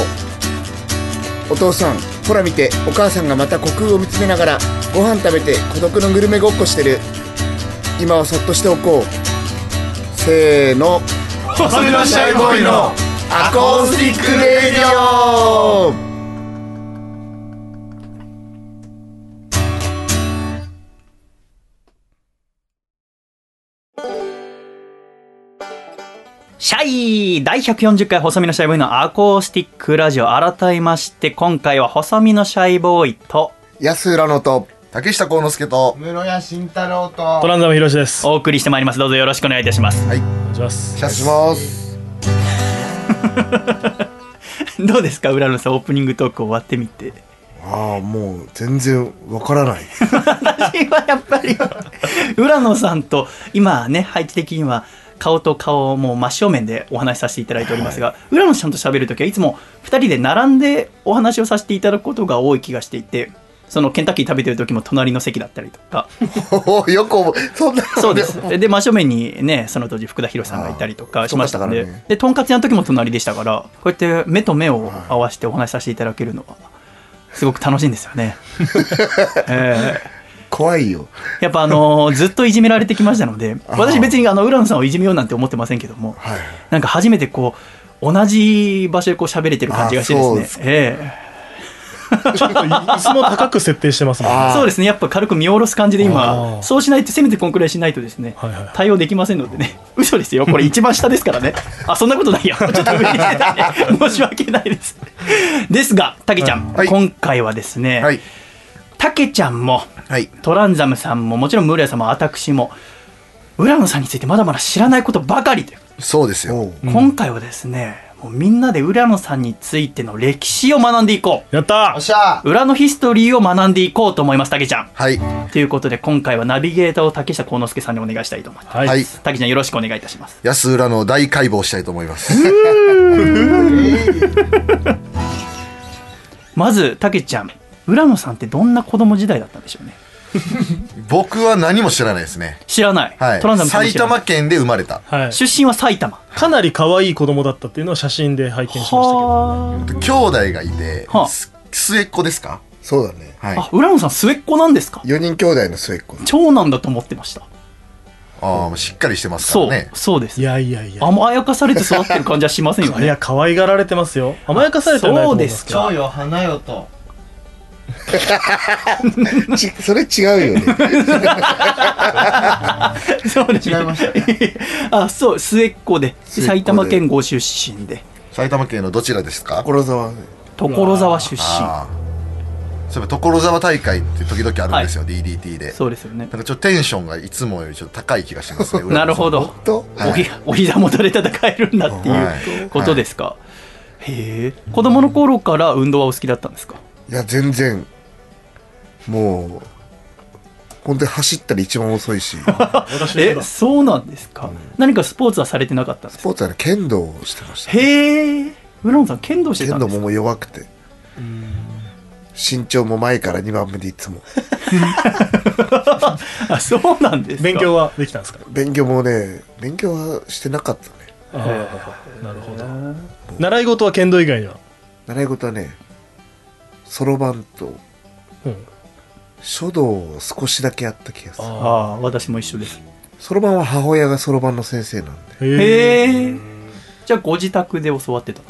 [SPEAKER 5] お父さんほら見てお母さんがまた虚空を見つめながらご飯食べて孤独のグルメごっこしてる今はそっとしておこうせーの
[SPEAKER 4] 細身のシャイボーイの
[SPEAKER 5] アコースティックレディオ
[SPEAKER 1] シャイ第140回細身のシャイボーイのアコースティックラジオ改めまして、今回は細身のシャイボーイと
[SPEAKER 5] 安浦のと
[SPEAKER 4] 竹下幸之助と
[SPEAKER 3] 室谷慎太郎と
[SPEAKER 10] トランザムヒロシです。お
[SPEAKER 1] お送りしてまいります。どうぞよろしくお願いいたします。
[SPEAKER 10] 願いします。
[SPEAKER 4] シャ
[SPEAKER 5] お願いします
[SPEAKER 1] どうですか浦野さん、オープニングトーク終わってみて。
[SPEAKER 5] ああもう全然わからない
[SPEAKER 1] 私はやっぱり、浦野さんと、今ね、配置的には、顔と顔をもう真正面でお話しさせていただいておりますが、浦野さんと喋るときはいつも2人で並んでお話をさせていただくことが多い気がしていて、そのケンタッキー食べてる時も隣の席だったりとか、
[SPEAKER 5] おおよく覚えそんな
[SPEAKER 1] そうです。で、真正面にね、その当時福田博さんがいたりと
[SPEAKER 5] あ
[SPEAKER 1] か
[SPEAKER 5] ー
[SPEAKER 1] しましたので、
[SPEAKER 5] そうだったからね
[SPEAKER 1] で、とんかつ屋の時も隣でしたから、こうやって目と目を合わせてお話しさせていただけるのは、すごく楽しいんですよ ね。ええ
[SPEAKER 5] 怖いよ
[SPEAKER 1] やっぱあのーずっといじめられてきましたので、私別にあの、浦野さんをいじめようなんて思ってませんけども、
[SPEAKER 5] はい
[SPEAKER 1] なんか初めてこう、同じ場所でこう喋れてる感じがして
[SPEAKER 5] あそう
[SPEAKER 1] で
[SPEAKER 5] ですす
[SPEAKER 1] ね、ええ
[SPEAKER 2] 椅子も高く設定してますもんね。
[SPEAKER 3] あー
[SPEAKER 1] そうですねやっぱ軽く見下ろす感じで
[SPEAKER 2] あー
[SPEAKER 1] 今そうしないとせめてこんくらいしないとですね、
[SPEAKER 2] はいはい
[SPEAKER 1] 対応できませんのでね嘘ですよこれ一番下ですからねあそんなことないやちょっと上に出たね申し訳ないですですがたけちゃん、
[SPEAKER 3] はい
[SPEAKER 1] 今回はですね、
[SPEAKER 3] はい
[SPEAKER 1] たけちゃんも
[SPEAKER 3] はい
[SPEAKER 1] トランザムさんももちろんムーレさんも私も浦野さんについてまだまだ知らないことばかりという
[SPEAKER 3] そうですよ
[SPEAKER 1] 今回はですねもうみんなで浦野さんについての歴史を学んでいこ
[SPEAKER 2] やった
[SPEAKER 4] っしゃ
[SPEAKER 1] う裏のヒストリーを学んでいこうと思いますたけちゃん
[SPEAKER 3] はい
[SPEAKER 1] ということで今回はナビゲーターを竹下幸之助さんにお願いしたいと思います
[SPEAKER 2] はい。
[SPEAKER 3] はい
[SPEAKER 1] たけちゃんよろしくお願いいたします
[SPEAKER 3] 安浦の大解剖したいと思います
[SPEAKER 1] まずたけちゃん浦野さんってどんな子供時代だったんでしょうね
[SPEAKER 3] 僕は何も知らないですね
[SPEAKER 1] 知らない、
[SPEAKER 3] はい
[SPEAKER 1] トランザムさんも
[SPEAKER 3] 埼
[SPEAKER 1] 知らない
[SPEAKER 3] 玉県で生まれた
[SPEAKER 2] はい。
[SPEAKER 1] 出身は埼玉
[SPEAKER 2] かなり可愛い子供だったっていうのは写真で拝見しましたけど。
[SPEAKER 1] は
[SPEAKER 3] 兄弟がいて
[SPEAKER 1] はあ
[SPEAKER 3] す末っ子ですか
[SPEAKER 5] そうだね。
[SPEAKER 3] はい
[SPEAKER 1] ああ浦野さん末っ子なんですか
[SPEAKER 5] 4人兄弟の末っ子。
[SPEAKER 1] 長男だと思ってました
[SPEAKER 3] ああしっかりしてますか
[SPEAKER 1] そ
[SPEAKER 3] ら
[SPEAKER 1] う、
[SPEAKER 3] ね
[SPEAKER 1] そうです
[SPEAKER 2] いやいやいや。
[SPEAKER 1] 甘やかされて育ってる感じはしませんよ
[SPEAKER 2] いや
[SPEAKER 1] ね
[SPEAKER 2] 可愛がられてますよ。甘やかされてはないと思いますけど。
[SPEAKER 4] 蝶よ、花よと。
[SPEAKER 5] ちそれ違うよね。
[SPEAKER 1] そうですね
[SPEAKER 4] 違いました
[SPEAKER 1] あそう末っ子でで
[SPEAKER 3] 末っ子で
[SPEAKER 1] 埼玉県ご出身で
[SPEAKER 3] 埼玉県のどちらですか
[SPEAKER 5] 所沢。
[SPEAKER 1] 所沢出身
[SPEAKER 3] ああそういえば所沢大会って時々あるんですよ、DDT で
[SPEAKER 1] そうですよね
[SPEAKER 3] なんかちょっとテンションがいつもよりちょっと高い気がしますね
[SPEAKER 1] なるほど
[SPEAKER 5] と、
[SPEAKER 1] おひお膝元で戦えるんだっていうことですか、へえ子供の頃から運動はお好きだったんですか
[SPEAKER 5] いや、全然、もう、本当に走ったら一番遅い し、ス
[SPEAKER 2] 私の
[SPEAKER 1] え
[SPEAKER 2] 方だ
[SPEAKER 1] そうなんですか、何かスポーツはされてなかったんですか
[SPEAKER 5] ポーツはね、剣道をしてました。
[SPEAKER 1] へえ浦野さん剣道してた
[SPEAKER 5] 剣
[SPEAKER 1] んで
[SPEAKER 5] 道
[SPEAKER 1] す
[SPEAKER 5] も
[SPEAKER 1] か
[SPEAKER 5] もう弱くて。身長も前から2番目でいつも。
[SPEAKER 1] あそうなんですか
[SPEAKER 2] 勉強はできたんですか。
[SPEAKER 5] 勉強もね、勉強はしてなかったね。
[SPEAKER 2] あーなるほど。習い事は剣道以外には。
[SPEAKER 5] 習い事はね、そろばんと
[SPEAKER 2] うん。
[SPEAKER 5] 書道を少しだけやった気がする。
[SPEAKER 1] あ
[SPEAKER 2] あ
[SPEAKER 1] あ私も一緒です
[SPEAKER 5] そろばんは母親がそろばんの先生なんで、
[SPEAKER 2] ーへえ。
[SPEAKER 1] へえじゃあご自宅で教わってた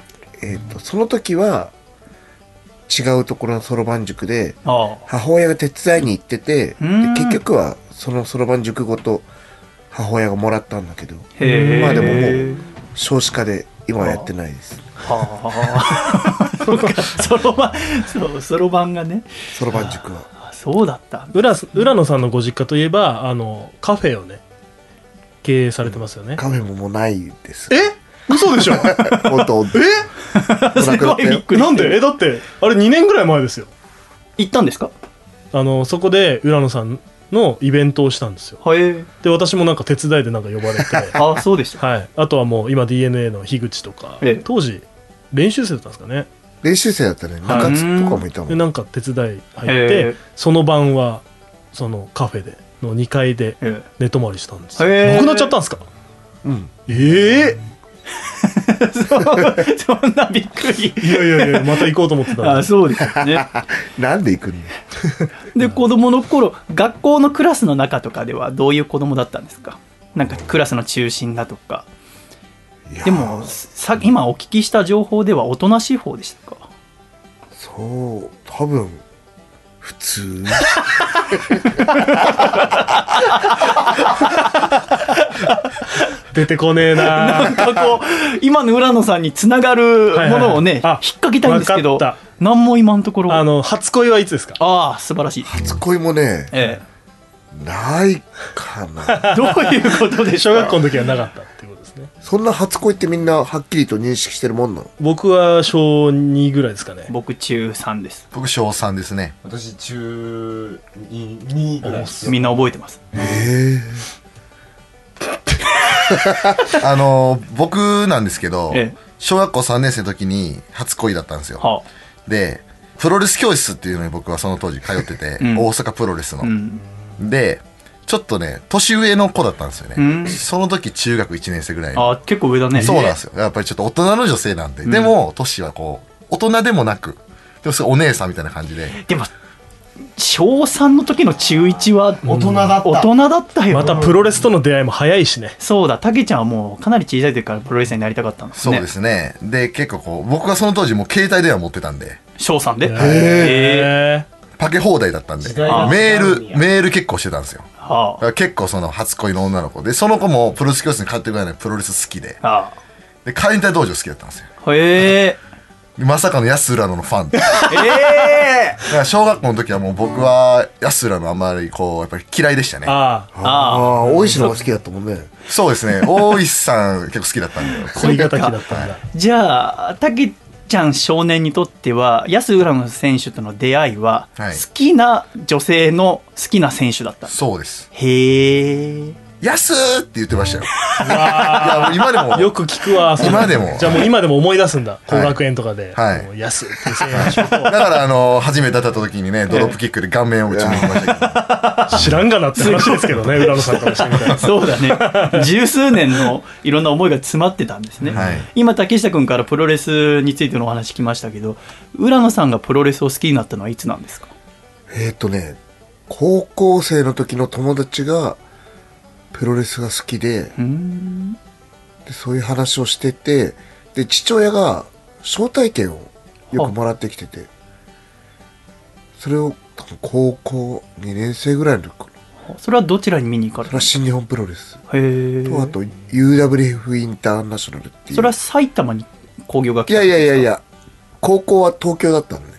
[SPEAKER 5] えー、とその時は違うところのそろばん塾で
[SPEAKER 1] ああ
[SPEAKER 5] 母親が手伝いに行っててで
[SPEAKER 1] うん
[SPEAKER 5] 結局はそのそろばん塾ごと母親がもらったんだけど
[SPEAKER 1] へえ
[SPEAKER 5] まあでももう少子化で今はやってないです
[SPEAKER 1] はあ そうかそろばんそうそろばんがね
[SPEAKER 5] そろばん塾は
[SPEAKER 1] あそうだった
[SPEAKER 2] 浦す浦野さんのご実家といえばあのカフェをね経営されてますよね。
[SPEAKER 5] カフェももうないです
[SPEAKER 2] え嘘 でしょ。
[SPEAKER 5] ほんとほんと
[SPEAKER 1] す
[SPEAKER 5] なくなっ
[SPEAKER 1] ご
[SPEAKER 5] た
[SPEAKER 1] い
[SPEAKER 5] よ
[SPEAKER 1] びっくり
[SPEAKER 2] なんでえだってあれ2年ぐらい前ですよ
[SPEAKER 1] 行ったんですか
[SPEAKER 2] あのそこで浦野さんのイベントをしたんですよ
[SPEAKER 1] はい、
[SPEAKER 2] で私もなんか手伝いでなんか呼ばれては
[SPEAKER 1] あそうでした
[SPEAKER 2] いあとはもう今 d n a の樋口とか、
[SPEAKER 1] ええ
[SPEAKER 2] 当時練習生だったんですかね
[SPEAKER 5] 練習生だったね中津とかもいたも
[SPEAKER 2] で
[SPEAKER 5] ん
[SPEAKER 2] なんか手伝い入っ
[SPEAKER 1] え
[SPEAKER 2] て
[SPEAKER 1] え
[SPEAKER 2] その晩はそのカフェでの2階で
[SPEAKER 1] え
[SPEAKER 2] 寝泊まりしたんですよ、
[SPEAKER 1] へえ
[SPEAKER 2] なくなっちゃったんですか
[SPEAKER 5] うん
[SPEAKER 2] え
[SPEAKER 1] え そうそんなびっくり
[SPEAKER 2] えいやいやいやまた行こうと思ってたん
[SPEAKER 1] あ
[SPEAKER 2] です
[SPEAKER 1] そうですよね
[SPEAKER 5] なんで行くんだよ
[SPEAKER 1] で子供の頃学校のクラスの中とかではどういう子供だったんですかなんかクラスの中心だとか
[SPEAKER 5] いや
[SPEAKER 1] でもさ今お聞きした情報ではおとなしい方でしたか
[SPEAKER 5] そう多分普通
[SPEAKER 2] 出てこねえな
[SPEAKER 1] なんかこう今の浦野さんにつながるものをね、
[SPEAKER 2] はいはいはいあ
[SPEAKER 1] 引っ掛けたいんですけど
[SPEAKER 2] わかっ
[SPEAKER 1] 何も今のところ
[SPEAKER 2] あ
[SPEAKER 1] あ
[SPEAKER 2] の初恋はいつですか
[SPEAKER 1] あ素晴らしい、
[SPEAKER 5] 初恋もね
[SPEAKER 1] え
[SPEAKER 5] ないかな
[SPEAKER 1] え、どういうことでしょ
[SPEAKER 2] 小
[SPEAKER 1] う
[SPEAKER 2] 学校の時はなかったっていうことですね
[SPEAKER 5] そんな初恋ってみんなはっきりと認識してるもんなの
[SPEAKER 2] 僕は小2ぐらいですかね
[SPEAKER 1] 僕中3です
[SPEAKER 3] 僕小3ですね
[SPEAKER 4] 私、中2ぐらいですよ。
[SPEAKER 1] みんな覚えてます
[SPEAKER 5] え
[SPEAKER 3] あのー僕なんですけど、
[SPEAKER 1] ええ
[SPEAKER 3] 小学校3年生の時に初恋だったんですよ、
[SPEAKER 1] は
[SPEAKER 3] でプロレス教室っていうのに僕はその当時通ってて、
[SPEAKER 1] ん
[SPEAKER 3] 大阪プロレスの、
[SPEAKER 1] あうん
[SPEAKER 3] でちょっとね年上の子だったんですよね、
[SPEAKER 1] うん
[SPEAKER 3] その時中学1年生ぐらいの
[SPEAKER 1] あ結構上だね
[SPEAKER 3] そうなんですよやっぱりちょっと大人の女性なんで、でも年はこう大人でもなくでもすごいお姉さんみたいな感じで
[SPEAKER 1] でも小3の時の中1は
[SPEAKER 4] 大人だった
[SPEAKER 1] 大人だったよ
[SPEAKER 2] またプロレスとの出会いも早いしね
[SPEAKER 1] そうだたけちゃんはもうかなり小さい時からプロレスラーになりたかったんです
[SPEAKER 3] そう
[SPEAKER 1] ね
[SPEAKER 3] ですねで結構こう僕はその当時もう携帯電話持ってたんで
[SPEAKER 1] 翔さんで。え。
[SPEAKER 2] へえ。
[SPEAKER 3] パケ放題だったんで、
[SPEAKER 4] 代が違うんや
[SPEAKER 3] メール、メール結構してたんですよ。
[SPEAKER 1] は
[SPEAKER 3] 結構その初恋の女の子で、その子もプロレス教室に通ってくれないプロレス好きで、
[SPEAKER 1] あ。は
[SPEAKER 3] で、海隊道場好きだったんですよ。
[SPEAKER 1] あ。へえ。
[SPEAKER 3] でまさかの安浦野のファンで。だか
[SPEAKER 1] ええ。
[SPEAKER 3] ら小学校の時はもう僕は安浦野あんまりこう、やっぱり嫌いでしたね。
[SPEAKER 2] ああ。
[SPEAKER 1] あ
[SPEAKER 5] あ
[SPEAKER 1] あ。
[SPEAKER 5] あ、大石の方が好きだったもんね。
[SPEAKER 3] そうですね。大石さん結構好きだったんで。
[SPEAKER 2] 恋敵だったんだ。
[SPEAKER 1] じゃあ、たけちゃん少年にとっては、安浦野選手との出会いは、
[SPEAKER 3] はい
[SPEAKER 1] 好きな女性の好きな選手だった。
[SPEAKER 3] そうです。
[SPEAKER 1] へえ。
[SPEAKER 3] 安ーって言っ てましたよ。 いや、もう今でも。
[SPEAKER 2] よく聞くわ。それ
[SPEAKER 3] 今でも
[SPEAKER 2] じゃあもう今でも思い出すんだ。
[SPEAKER 3] はい
[SPEAKER 2] 後楽園とかで。
[SPEAKER 3] はい
[SPEAKER 2] もう安いって千円ショ
[SPEAKER 3] だからあの、初めて会った時にね、ドロップキックで顔面を打ち抜きましたけど。
[SPEAKER 2] ップ知らんがなって話ですけど ね、浦野さんからしてみたら。
[SPEAKER 1] そうだ ね。十数年のいろんな思いが詰まってたんですね。
[SPEAKER 3] はい
[SPEAKER 1] 今、竹下君からプロレスについてのお話聞きましたけど、浦野さんがプロレスを好きになったのはいつなんですか
[SPEAKER 5] えっ、とね、高校生の時の友達がプロレスが好きで、
[SPEAKER 1] うん。
[SPEAKER 5] でそういう話をしてて、で、父親が招待券をよくもらってきてて、それを多分高校2年生ぐらいの時かな。
[SPEAKER 1] それはどちらに見に行かれ
[SPEAKER 5] そ
[SPEAKER 1] た
[SPEAKER 5] れ
[SPEAKER 1] ん
[SPEAKER 5] は
[SPEAKER 1] です
[SPEAKER 5] 新日本プロレス。
[SPEAKER 1] かへえ。
[SPEAKER 5] と、あと UWF インターナショナルっていう。
[SPEAKER 1] それは埼玉に工業が
[SPEAKER 5] いやいやいやいや、高校は東京だったのね。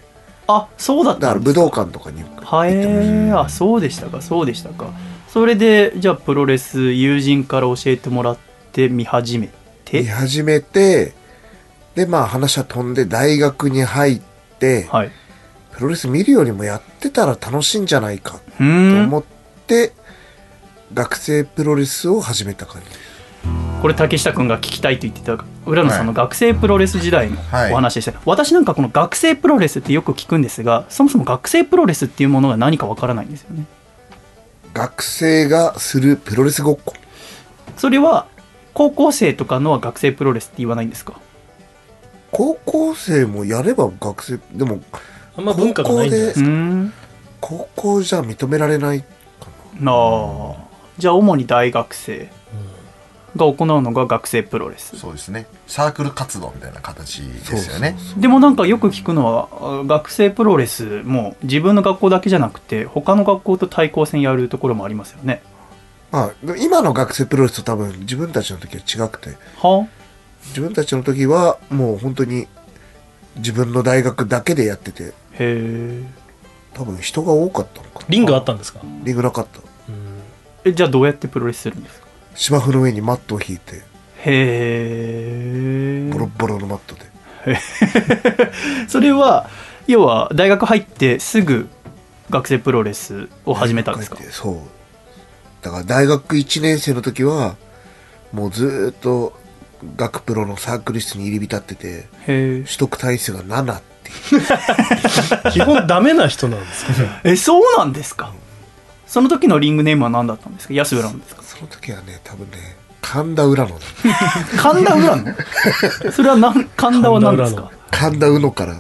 [SPEAKER 1] あ、そうだっ
[SPEAKER 5] だから
[SPEAKER 1] たん
[SPEAKER 5] 武道館とかに行く
[SPEAKER 1] はえー、あそうでしたかそうでしたかそれでじゃあプロレス友人から教えてもらって見始め
[SPEAKER 5] 見
[SPEAKER 1] て
[SPEAKER 5] 始めて、で、まあ話は飛んで大学に入って、
[SPEAKER 1] はい
[SPEAKER 5] プロレス見るよりもやってたら楽しいんじゃないか
[SPEAKER 1] う
[SPEAKER 5] と
[SPEAKER 1] ーん
[SPEAKER 5] 思って、学生プロレスを始めた感じ。
[SPEAKER 1] これ竹下君が聞きたいと言ってた浦野さんの学生プロレス時代の
[SPEAKER 3] はい
[SPEAKER 1] お話でした、私なんかこの学生プロレスってよく聞くんですがそもそも学生プロレスっていうものが何かわからないんですよね
[SPEAKER 5] 学生がするプロレスごっこ。
[SPEAKER 1] それは高校生とかのは学生プロレスって言わないんですか
[SPEAKER 5] 高校生もやれば学生、でも
[SPEAKER 2] あんま文化がないんじゃないで
[SPEAKER 1] う
[SPEAKER 2] す
[SPEAKER 1] ー
[SPEAKER 2] か。
[SPEAKER 1] ん
[SPEAKER 5] 高校じゃ認められない。
[SPEAKER 1] なあじゃあ主に大学生が行うのが学生プロレス
[SPEAKER 3] そうですね。サークル活動みたいな形ですよね。
[SPEAKER 1] でもなんかよく聞くのはあ学生プロレスも自分の学校だけじゃなくて他の学校と対抗戦やるところもありますよね。
[SPEAKER 5] まあ、でも今の学生プロレスと多分自分たちの時は違くて、
[SPEAKER 1] は
[SPEAKER 5] 自分たちの時はもう本当に自分の大学だけでやってて、
[SPEAKER 1] へえ
[SPEAKER 5] 多分人が多かったのかな。
[SPEAKER 2] リングあったんですか
[SPEAKER 5] リグなかった。
[SPEAKER 1] え。じゃあどうやってプロレスするんですか
[SPEAKER 5] 芝生の上にマットを引いて、
[SPEAKER 1] へ
[SPEAKER 5] ボロッボロのマットで。
[SPEAKER 1] え。 それは要は大学入ってすぐ学生プロレスを始めたんですか
[SPEAKER 5] 書いてそう。だから大学1年生の時は、もうずーっと学プロのサークル室に入り浸ってて、
[SPEAKER 1] へえ
[SPEAKER 5] 取得体数が7っていう。
[SPEAKER 2] 基本ダメな人なんですか ね。
[SPEAKER 1] えそうなんですかその時のリングネームは何だったんですか安浦な んですか
[SPEAKER 5] その時はね、多分ね、神田浦野だ。
[SPEAKER 1] 神田浦のそれは何神田は何ですか
[SPEAKER 5] 神田うのから、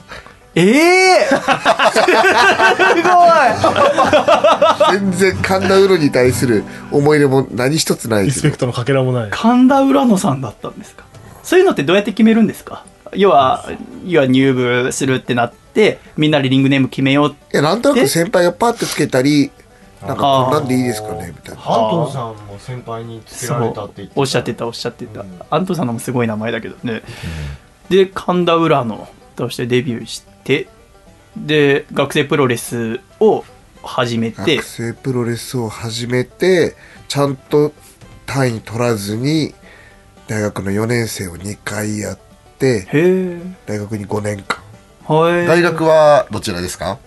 [SPEAKER 1] ええ すごい
[SPEAKER 5] 全然神田うのに対する思い入れも何一つない
[SPEAKER 2] リ
[SPEAKER 5] け
[SPEAKER 2] ス
[SPEAKER 5] ど
[SPEAKER 2] ペクトのかけらもない。
[SPEAKER 1] 神田浦野さんだったんですかそういうのってどうやって決めるんですか要は要は入部するってなってみんなでリングネーム決めよう
[SPEAKER 5] いや、なんとな
[SPEAKER 1] え
[SPEAKER 5] く先輩がパッてつけたり、なんか
[SPEAKER 1] あー
[SPEAKER 5] こんなんでいいですかねみたいな。
[SPEAKER 4] 安藤さんも先輩につけられたって言って
[SPEAKER 1] おっしゃってたおっしゃってた、安藤さんのもすごい名前だけどね、で神田浦野としてデビューしてで学生プロレスを始めて
[SPEAKER 5] 学生プロレスを始めて、ちゃんと単位取らずに、大学の4年生を2回やって、
[SPEAKER 1] へえ
[SPEAKER 5] 大学に5年間。
[SPEAKER 1] はい
[SPEAKER 3] 大学はどちらですか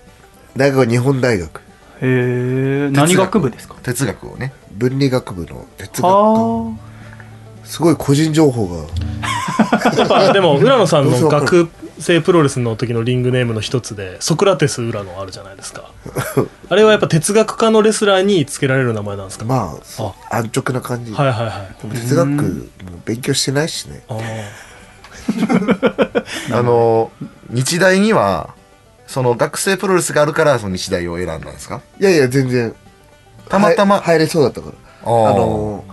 [SPEAKER 5] 大学は日本大学、
[SPEAKER 1] へえ何学部ですか
[SPEAKER 3] 哲学をね。
[SPEAKER 5] 文理学部の哲学科。
[SPEAKER 1] は
[SPEAKER 5] すごい個人情報が。
[SPEAKER 2] やっぱでも、浦野さんの学生プロレスの時のリングネームの一つで、ソクラテス浦野あるじゃないですか。あれはやっぱ哲学家のレスラーに付けられる名前なんですか
[SPEAKER 5] まあ、そう安直な感じ。
[SPEAKER 2] はいはいはい。
[SPEAKER 5] でも哲学も勉強してないしね。
[SPEAKER 2] あー
[SPEAKER 3] あの、日大には、その学生プロレスがあるから、その日大を選んだんですか
[SPEAKER 5] いやいや、全然。
[SPEAKER 3] たまたま
[SPEAKER 5] はい入れそうだったから。
[SPEAKER 3] あー
[SPEAKER 5] あの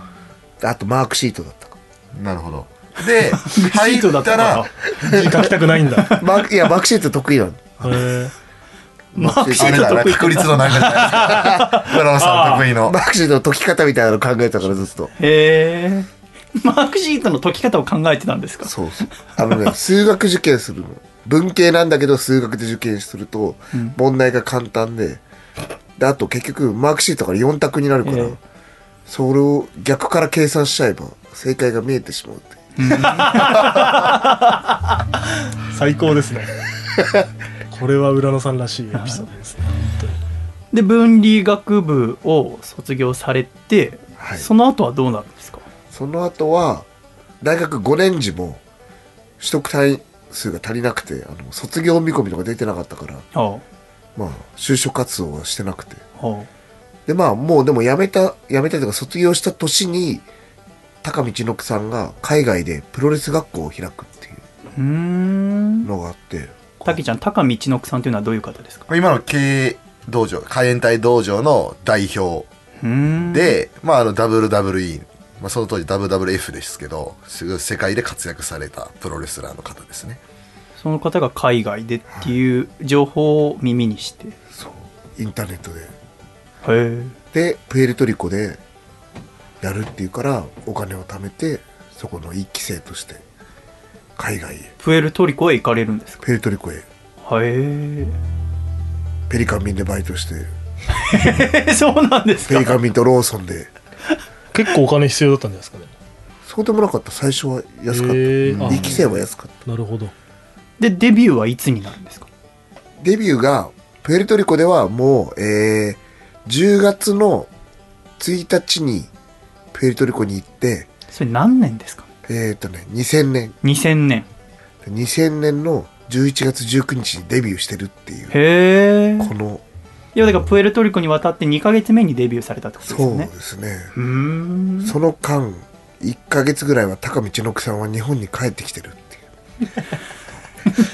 [SPEAKER 5] ー、あとマークシートだったか
[SPEAKER 3] なるほど。で、
[SPEAKER 1] シ
[SPEAKER 3] 入
[SPEAKER 1] ートだ
[SPEAKER 3] っ
[SPEAKER 1] った
[SPEAKER 3] た、
[SPEAKER 1] から
[SPEAKER 2] 字書きたくないんだ。
[SPEAKER 5] ら。マーク、いや、マークシート得意なの。
[SPEAKER 2] え
[SPEAKER 1] マークシ
[SPEAKER 3] あれ
[SPEAKER 1] ート
[SPEAKER 3] だな
[SPEAKER 1] 得意
[SPEAKER 3] 確率の流れじゃないですか浦野さん得意の
[SPEAKER 5] バクシーの解き方みたいなの考えたからずっと。
[SPEAKER 1] へ えマークシートの解き方を考えてたんですか
[SPEAKER 5] そうそう。あのね、数学受験するの。文系なんだけど数学で受験すると、問題が簡単で、で、あと結局マークシートから4択になるから、
[SPEAKER 2] ええ
[SPEAKER 5] それを逆から計算しちゃえば正解が見えてしまうって。
[SPEAKER 2] 最高です ねこれは浦野さんらしいエピソードですね
[SPEAKER 1] で分理学部を卒業されて、
[SPEAKER 5] はい
[SPEAKER 1] その後はどうなるんですか
[SPEAKER 5] その後は、大学5年時も取得単位数が足りなくて、あの卒業見込みとか出てなかったから、
[SPEAKER 1] あ
[SPEAKER 5] まあ、就職活動はしてなくて。
[SPEAKER 1] あああ
[SPEAKER 5] でまあもうでも辞めた辞めたというか卒業した年に高道のくさんが海外でプロレス学校を開くっていう
[SPEAKER 1] うーん
[SPEAKER 5] うのがあって
[SPEAKER 1] たけちゃん高道のくさんというのはどういう方ですか
[SPEAKER 3] これ今の経営道場海援隊道場の代表
[SPEAKER 1] うーん
[SPEAKER 3] で、まあ、あの WWE、まあ、その当時 WWF ですけどすごい世界で活躍されたプロレスラーの方ですね
[SPEAKER 1] その方が海外でっていう情報を耳にしてへ
[SPEAKER 5] そうインターネットで
[SPEAKER 1] え
[SPEAKER 5] でプエルトリコでやるっていうからお金を貯めてそこの一期生として海外へ
[SPEAKER 1] プエルトリコへ行かれるんですか
[SPEAKER 5] プエルトリコへ
[SPEAKER 1] へ
[SPEAKER 5] ペリカン便でバイトして
[SPEAKER 1] え そうなんです
[SPEAKER 5] ペリ
[SPEAKER 1] か
[SPEAKER 5] カン便とローソンで
[SPEAKER 2] 結構お金必要だったんじゃないですかね
[SPEAKER 5] そうでもなかった最初は安かった
[SPEAKER 2] へーあ
[SPEAKER 5] 2期生は安かった
[SPEAKER 2] なるほど
[SPEAKER 1] でデビューはいつになるんですか
[SPEAKER 5] デビューが、プエルトリコではもう、えー、10月の1日に、プエルトリコに行って、
[SPEAKER 1] それ何年ですか
[SPEAKER 5] えー、っとね、2000年、
[SPEAKER 1] 2000年
[SPEAKER 5] 2000年の11月19日にデビューしてるっていう、
[SPEAKER 1] へえ
[SPEAKER 5] この、
[SPEAKER 1] いやだからプエルトリコに渡って2ヶ月目にデビューされたってことです
[SPEAKER 5] そ
[SPEAKER 1] よ
[SPEAKER 5] うで
[SPEAKER 1] ね
[SPEAKER 5] すね。
[SPEAKER 1] うーん
[SPEAKER 5] その間、1ヶ月ぐらいは高道のくさんは日本に帰ってきてるっていう。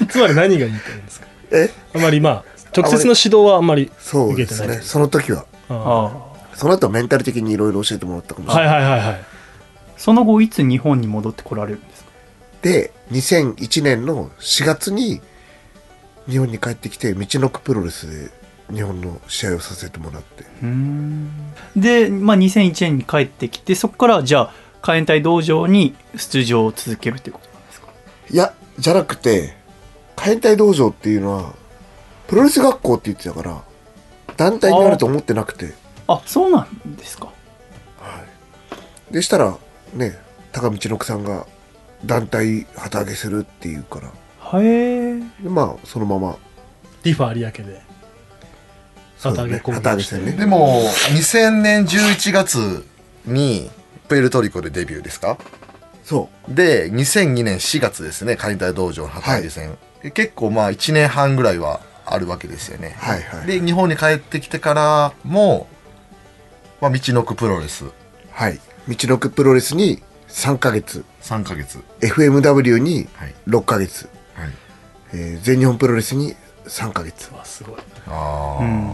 [SPEAKER 2] つまり何が言いたいんですか
[SPEAKER 5] え
[SPEAKER 2] あまりまあ直接の指導はあんまり
[SPEAKER 5] そう
[SPEAKER 2] 受
[SPEAKER 5] で
[SPEAKER 2] けて
[SPEAKER 5] す
[SPEAKER 2] ない
[SPEAKER 5] ね。その時は。
[SPEAKER 2] あ
[SPEAKER 1] ああ
[SPEAKER 5] その後はメンタル的にいろいろ教えてもらったかもしれない。
[SPEAKER 2] はいはいはいはい
[SPEAKER 1] その後いつ日本に戻ってこられるんですか
[SPEAKER 5] で、2001年の4月に日本に帰ってきて、道のくプロレスで日本の試合をさせてもらって。
[SPEAKER 1] うーんで、まあ、2001年に帰ってきてそこからじゃあ海援隊道場に出場を続けるってことなんですか
[SPEAKER 5] いや、じゃなくて、海隊道場っていうのは、プロレス学校って言ってたから、団体になると思ってなくて。
[SPEAKER 1] あそうなんですか
[SPEAKER 5] でしたら、ね、高道のくさんが団体旗揚げするっていうから、
[SPEAKER 1] へえ
[SPEAKER 5] でまあ、そのまま、
[SPEAKER 2] リファ有明で
[SPEAKER 5] そうだね
[SPEAKER 2] 旗揚げ
[SPEAKER 5] 旗揚げしてね。
[SPEAKER 3] でも2000年11月にプエルトリコでデビューですか
[SPEAKER 5] そ
[SPEAKER 3] で2002年4月ですね海援隊道場の旗揚げ戦、で結構まあ1年半ぐらいはあるわけですよね
[SPEAKER 5] う。はいはい。
[SPEAKER 3] で日本に帰ってきてからも、まあ、道のくプロレス
[SPEAKER 5] はい。道のくプロレスに3ヶ月。
[SPEAKER 3] 3ヶ月
[SPEAKER 5] FMW に
[SPEAKER 3] はい
[SPEAKER 5] 6ヶ月、
[SPEAKER 3] はい
[SPEAKER 5] えー全日本プロレスに3ヶ月
[SPEAKER 2] わすごい
[SPEAKER 3] あ
[SPEAKER 1] う
[SPEAKER 3] あ、
[SPEAKER 1] ん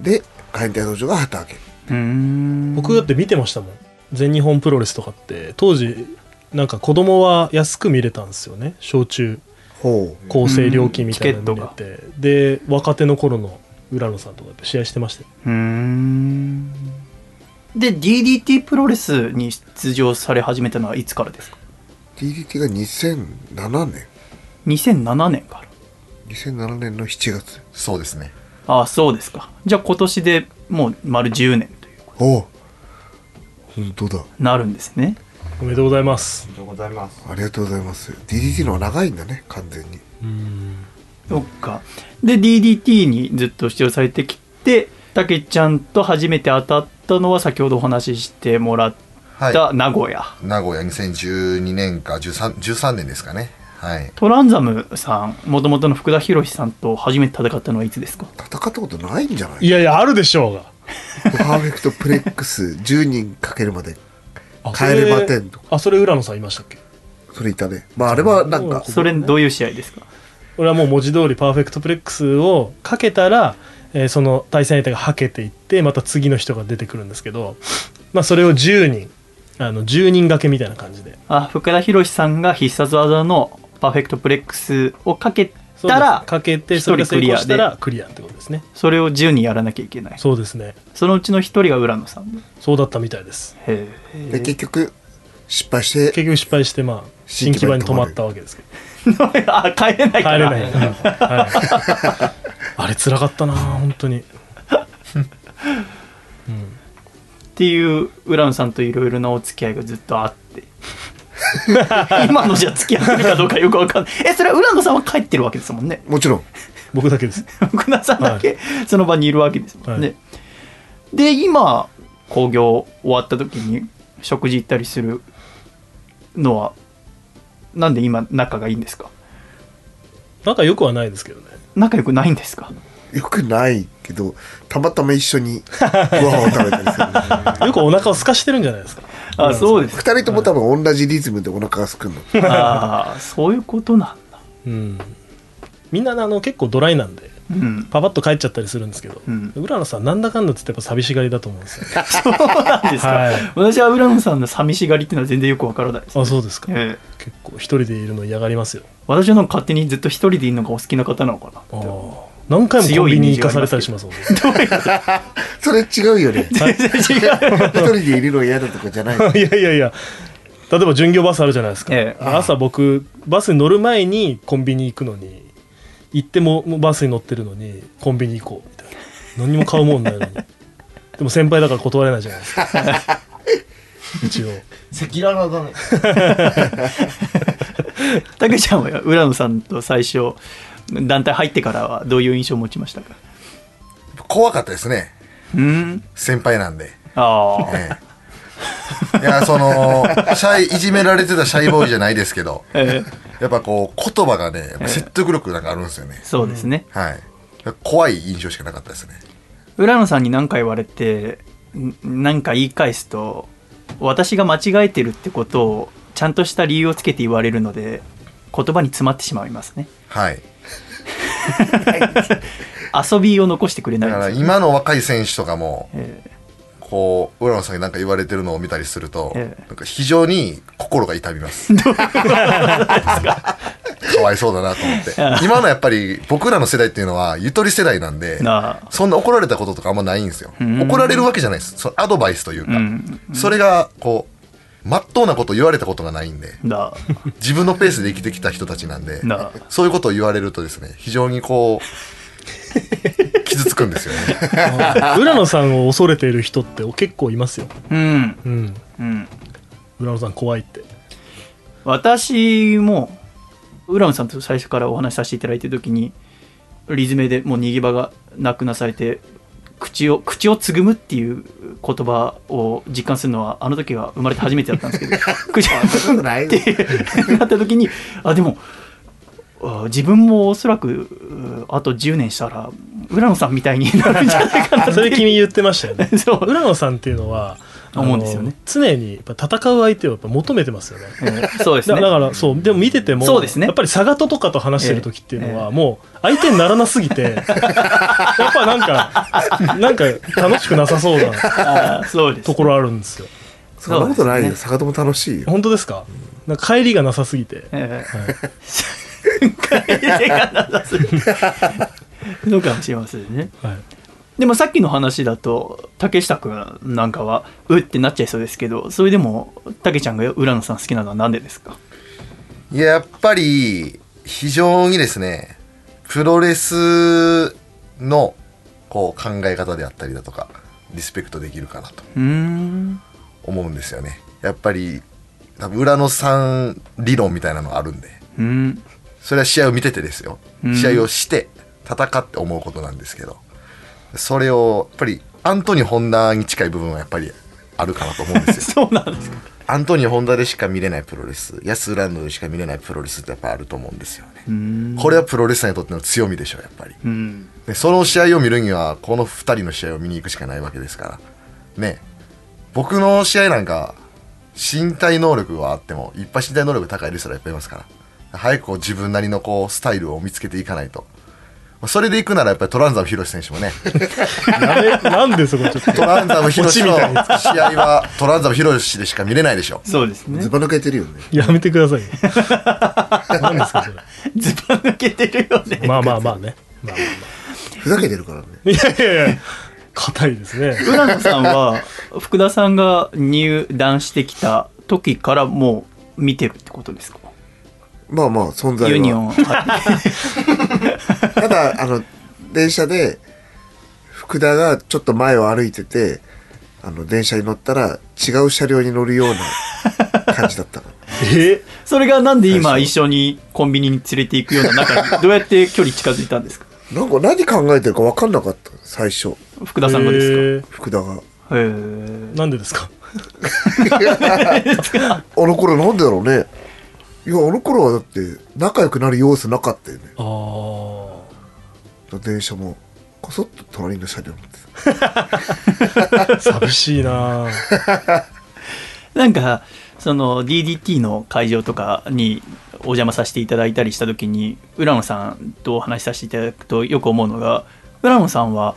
[SPEAKER 1] う
[SPEAKER 5] で海援隊道場が旗揚げ
[SPEAKER 1] ーん
[SPEAKER 2] 僕だって見てましたもん全日本プロレスとかって当時なんか子供は安く見れたんですよね小中
[SPEAKER 5] ほう
[SPEAKER 2] 構成料金みたいなの
[SPEAKER 1] うん
[SPEAKER 2] 見れてで若手の頃の浦野さんとかやっぱ試合してましたよ
[SPEAKER 1] うーんで DDT プロレスに出場され始めたのはいつからですか
[SPEAKER 5] DDT が2007年
[SPEAKER 1] 2007年から
[SPEAKER 5] 2007年の7月
[SPEAKER 3] そうですね
[SPEAKER 1] ああそうですかじゃあ今年でもう丸10年というこ
[SPEAKER 5] おう本当だ
[SPEAKER 1] とになるんですね
[SPEAKER 2] おめでとうございます
[SPEAKER 4] りがとうございます。
[SPEAKER 5] ありがとうございます DDT のは長いんだね完全に
[SPEAKER 1] そっかで DDT にずっと出場されてきてたけちゃんと初めて当たったのは先ほどお話ししてもらっ
[SPEAKER 3] はい
[SPEAKER 1] た名古屋、
[SPEAKER 3] 名古屋2012年か 13, 13年ですかねはい
[SPEAKER 1] トランザムさんもともとの福田博さんと初めて戦ったのはいつですか
[SPEAKER 5] 戦ったことないんじゃない
[SPEAKER 2] いやいやあるでしょうが
[SPEAKER 5] パーフェクトプレックス10人かけるまで
[SPEAKER 2] あ
[SPEAKER 5] 帰れば
[SPEAKER 2] それ
[SPEAKER 5] 天と
[SPEAKER 2] あそれ浦野さんいましたっけ
[SPEAKER 5] それいたねまああれはなんか
[SPEAKER 1] それどういう試合ですか
[SPEAKER 2] 俺はもう文字通りパーフェクトプレックスをかけたら、えーその対戦相手がはけていってまた次の人が出てくるんですけど、まあ、それを10人あの10人掛けみたいな感じで
[SPEAKER 1] あ福田博さんが必殺技のパーフェクトプレックスをかけたら
[SPEAKER 2] かけてそれが成功した
[SPEAKER 1] 一
[SPEAKER 2] らクリアってことですね
[SPEAKER 1] それを10にやらなきゃいけない
[SPEAKER 2] そうですね
[SPEAKER 1] そのうちの一人が浦野さんへ
[SPEAKER 2] そうだったみたいです
[SPEAKER 1] え
[SPEAKER 5] で結局失敗して
[SPEAKER 2] 結局失敗してまあ新木場に止まったわけですけど
[SPEAKER 1] あ帰れな
[SPEAKER 2] 帰
[SPEAKER 1] いか
[SPEAKER 2] れ
[SPEAKER 1] ら
[SPEAKER 2] ない、 はいあれ辛かったな本当に
[SPEAKER 1] っていう浦野さんといろいろなお付き合いがずっとあって 今のじゃ付き合ってるかどうかよくわかんないえそれは浦野さんは帰ってるわけですもんね
[SPEAKER 5] もちろん
[SPEAKER 2] 僕だけです
[SPEAKER 1] 福田さんだけその場にいるわけですもんね、
[SPEAKER 2] は
[SPEAKER 1] で今興行終わった時に食事行ったりするのはなんで今仲がいいんですか
[SPEAKER 2] なんかよくはないですけどね
[SPEAKER 1] 仲良くないんですか
[SPEAKER 5] よくないけどたまたま一緒にご飯を食べたりする、ね、
[SPEAKER 2] よくお腹を空かしてるんじゃないですか
[SPEAKER 1] あそうです
[SPEAKER 5] 2人とも多分同じリズムでお腹がすくの
[SPEAKER 1] ああそういうことなんだ
[SPEAKER 2] うんみんなあの結構ドライなんで
[SPEAKER 1] うん
[SPEAKER 2] パパッと帰っちゃったりするんですけど、
[SPEAKER 1] うん
[SPEAKER 2] 浦野さんなんだかんだっつってやっぱ寂しがりだと思うんですよ、 ね、
[SPEAKER 1] そうなんですか、
[SPEAKER 2] はい
[SPEAKER 1] 私は浦野さんの寂しがりっていうのは全然よくわからないです、
[SPEAKER 2] あそうですか
[SPEAKER 1] ええ
[SPEAKER 2] 結構一人でいるの嫌がりますよ
[SPEAKER 1] 私はなんか勝手にずっと一人でいるのがお好きな方なのかなって思
[SPEAKER 2] あ
[SPEAKER 1] う
[SPEAKER 2] ー何回もコンビニに行かされたりしますもんね
[SPEAKER 5] それ違う よね
[SPEAKER 1] 全然 違う
[SPEAKER 5] 一人でいるの嫌だとかじゃない
[SPEAKER 2] いやいやいや例えば巡業バスあるじゃないですか、
[SPEAKER 1] ええ
[SPEAKER 2] 朝僕バスに乗る前にコンビニ行くのに行ってももうバスに乗ってるのにコンビニ行こうみたいな何にも買うもんないのに でも先輩だから断れないじゃないですか 一応
[SPEAKER 4] 赤裸々だね。
[SPEAKER 1] たけちゃんは浦野さんと最初団体入ってからはどういう印象を持ちましたか
[SPEAKER 3] 怖かったですね
[SPEAKER 1] うん
[SPEAKER 3] 先輩なんで、
[SPEAKER 1] ああ
[SPEAKER 3] ええいやそのシャイいじめられてたシャイボーイじゃないですけど
[SPEAKER 1] えー
[SPEAKER 3] やっぱこう言葉がねやっぱ説得力なんかあるんですよね、
[SPEAKER 1] そうですね
[SPEAKER 3] はい怖い印象しかなかったですね
[SPEAKER 1] 浦野さんに何か言われてん何か言い返すと私が間違えてるってことをちゃんとした理由をつけて言われるので言葉に詰まってしまいますね
[SPEAKER 3] はい
[SPEAKER 1] 遊びを残してくれな
[SPEAKER 3] だか
[SPEAKER 1] い
[SPEAKER 3] ら
[SPEAKER 1] んですよ
[SPEAKER 3] 今の若い選手とかも
[SPEAKER 1] え
[SPEAKER 3] こう浦野さんに何か言われてるのを見たりすると、
[SPEAKER 1] ええ
[SPEAKER 3] なんか非常に心が痛みます かわいそうだなと思って今のやっぱり僕らの世代っていうのはゆとり世代なんで
[SPEAKER 1] ーなあ
[SPEAKER 3] そんな怒られたこととかあんまないんですよ
[SPEAKER 1] ん
[SPEAKER 3] 怒られるわけじゃないですそのアドバイスというか、
[SPEAKER 1] うん
[SPEAKER 3] それがこうまっとうなこと言われたことがないんで
[SPEAKER 1] な
[SPEAKER 3] 自分のペースで生きてきた人たちなんで
[SPEAKER 1] あなあ
[SPEAKER 3] そういうことを言われるとですね非常にこ う傷つくんですよね
[SPEAKER 2] 浦野さんを恐れている人って結構いますよ、
[SPEAKER 1] うん
[SPEAKER 2] うん、
[SPEAKER 1] うん
[SPEAKER 2] 浦野さん怖いって
[SPEAKER 1] 私も浦野さんと最初からお話しさせていただいてる時にリズメでもう逃げ場がなくなされて口を口をつぐむっていう言葉を実感するのはあの時は生まれて初めてだったんですけど口をつぐむ
[SPEAKER 5] ない
[SPEAKER 1] ってなった時にあでもあ自分もおそらくうあと10年したら浦野さんみたいになるんじゃ ないかなって
[SPEAKER 2] それ君言ってましたよ ね
[SPEAKER 1] そう
[SPEAKER 2] 浦野さんっていうのはあの
[SPEAKER 1] 思うんですよね
[SPEAKER 2] 常にやっぱ戦う相手をやっぱ求めてますよね
[SPEAKER 1] えーそうです
[SPEAKER 2] だ
[SPEAKER 1] ね
[SPEAKER 2] だからそうでも見てても
[SPEAKER 1] そうですね
[SPEAKER 2] やっぱり佐賀ととかと話してる時っていうの
[SPEAKER 1] え
[SPEAKER 2] はもう相手にならなすぎて やっぱなんかなんか楽しくなさそうな
[SPEAKER 1] あーそうです
[SPEAKER 2] ところあるんですよ
[SPEAKER 5] そんなことない
[SPEAKER 1] そう
[SPEAKER 5] よ
[SPEAKER 1] です
[SPEAKER 5] 坂戸も楽しいよ
[SPEAKER 2] 本当ですかなんか帰りがなさすぎて
[SPEAKER 1] え え。手が長すぎるのかもしれませんね。
[SPEAKER 2] はい
[SPEAKER 1] でもさっきの話だと竹下くんなんかはうってなっちゃいそうですけどそれでも竹ちゃんが浦野さん好きなのは何でですか
[SPEAKER 3] いややっぱり非常にですねプロレスのこう考え方であったりだとかリスペクトできるかなと
[SPEAKER 1] うーん
[SPEAKER 3] 思うんですよねやっぱり多分裏野さん理論みたいなのがあるんで
[SPEAKER 1] うん
[SPEAKER 3] それは試合を見ててですよ
[SPEAKER 1] うん
[SPEAKER 3] 試合をして戦って思うことなんですけどそれをやっぱりアントニー・ホンダに近い部分はやっぱりあるかなと思うん ですよ
[SPEAKER 1] そうなんですか
[SPEAKER 3] アントニー・ホンダでしか見れないプロレス、安浦野でしか見れないプロレスってやっぱあると思うんですよ
[SPEAKER 1] うー
[SPEAKER 3] ね。
[SPEAKER 1] ん
[SPEAKER 3] これはプロレスラーにとっての強みでしょう、やっぱり。
[SPEAKER 1] うん
[SPEAKER 3] でその試合を見るには、この2人の試合を見に行くしかないわけですから。ね僕の試合なんか、身体能力はあっても、いっぱい身体能力高いレスラーいっぱいいますから。早くこう自分なりのこうスタイルを見つけていかないと、あそれで行くならやっぱりトランザム広志選手もね、
[SPEAKER 2] やめなんでそこちょっと
[SPEAKER 3] トランザム広志の
[SPEAKER 2] オ
[SPEAKER 3] 試
[SPEAKER 2] チみ
[SPEAKER 3] 合はトランザム広志でしか見れないでしょ。
[SPEAKER 1] そうですね
[SPEAKER 5] ズ。バ抜けてるよね。
[SPEAKER 2] やめてくださいよ何ですかそれ
[SPEAKER 1] ズバ抜けてるよね。
[SPEAKER 2] まあまあまあねまあまあ
[SPEAKER 5] ふざけてるからね。
[SPEAKER 2] いやいやいや、硬いですね。
[SPEAKER 1] うなこさんは、福田さんが入団してきた時からもう見てるってことですか
[SPEAKER 5] まあまあ、存在は。
[SPEAKER 1] ユニオン。
[SPEAKER 5] ただ、あの、電車で、福田がちょっと前を歩いてて、あの、電車に乗ったら、違う車両に乗るよう な感じだったの。
[SPEAKER 2] え
[SPEAKER 1] それがなんで今一緒にコンビニに連れて行くような中 に、どうやって距離近づいたんですか
[SPEAKER 5] なんか何考えてるか分かんなかった、最初。
[SPEAKER 1] 福田さんがです
[SPEAKER 2] え
[SPEAKER 5] 福田が。
[SPEAKER 1] かへー
[SPEAKER 2] ーなんでですか
[SPEAKER 5] あの頃なんでだろうね。いや、あの頃はだって、仲良くなる要素なかったよね。
[SPEAKER 2] ああ。
[SPEAKER 5] 電車も、こそっと隣の車両乗ってた。
[SPEAKER 2] 寂しいな
[SPEAKER 1] なんか、その DDT の会場とかにお邪魔させていただいたりした時に、浦野さんとお話しさせていただくとよく思うのが、浦野さんは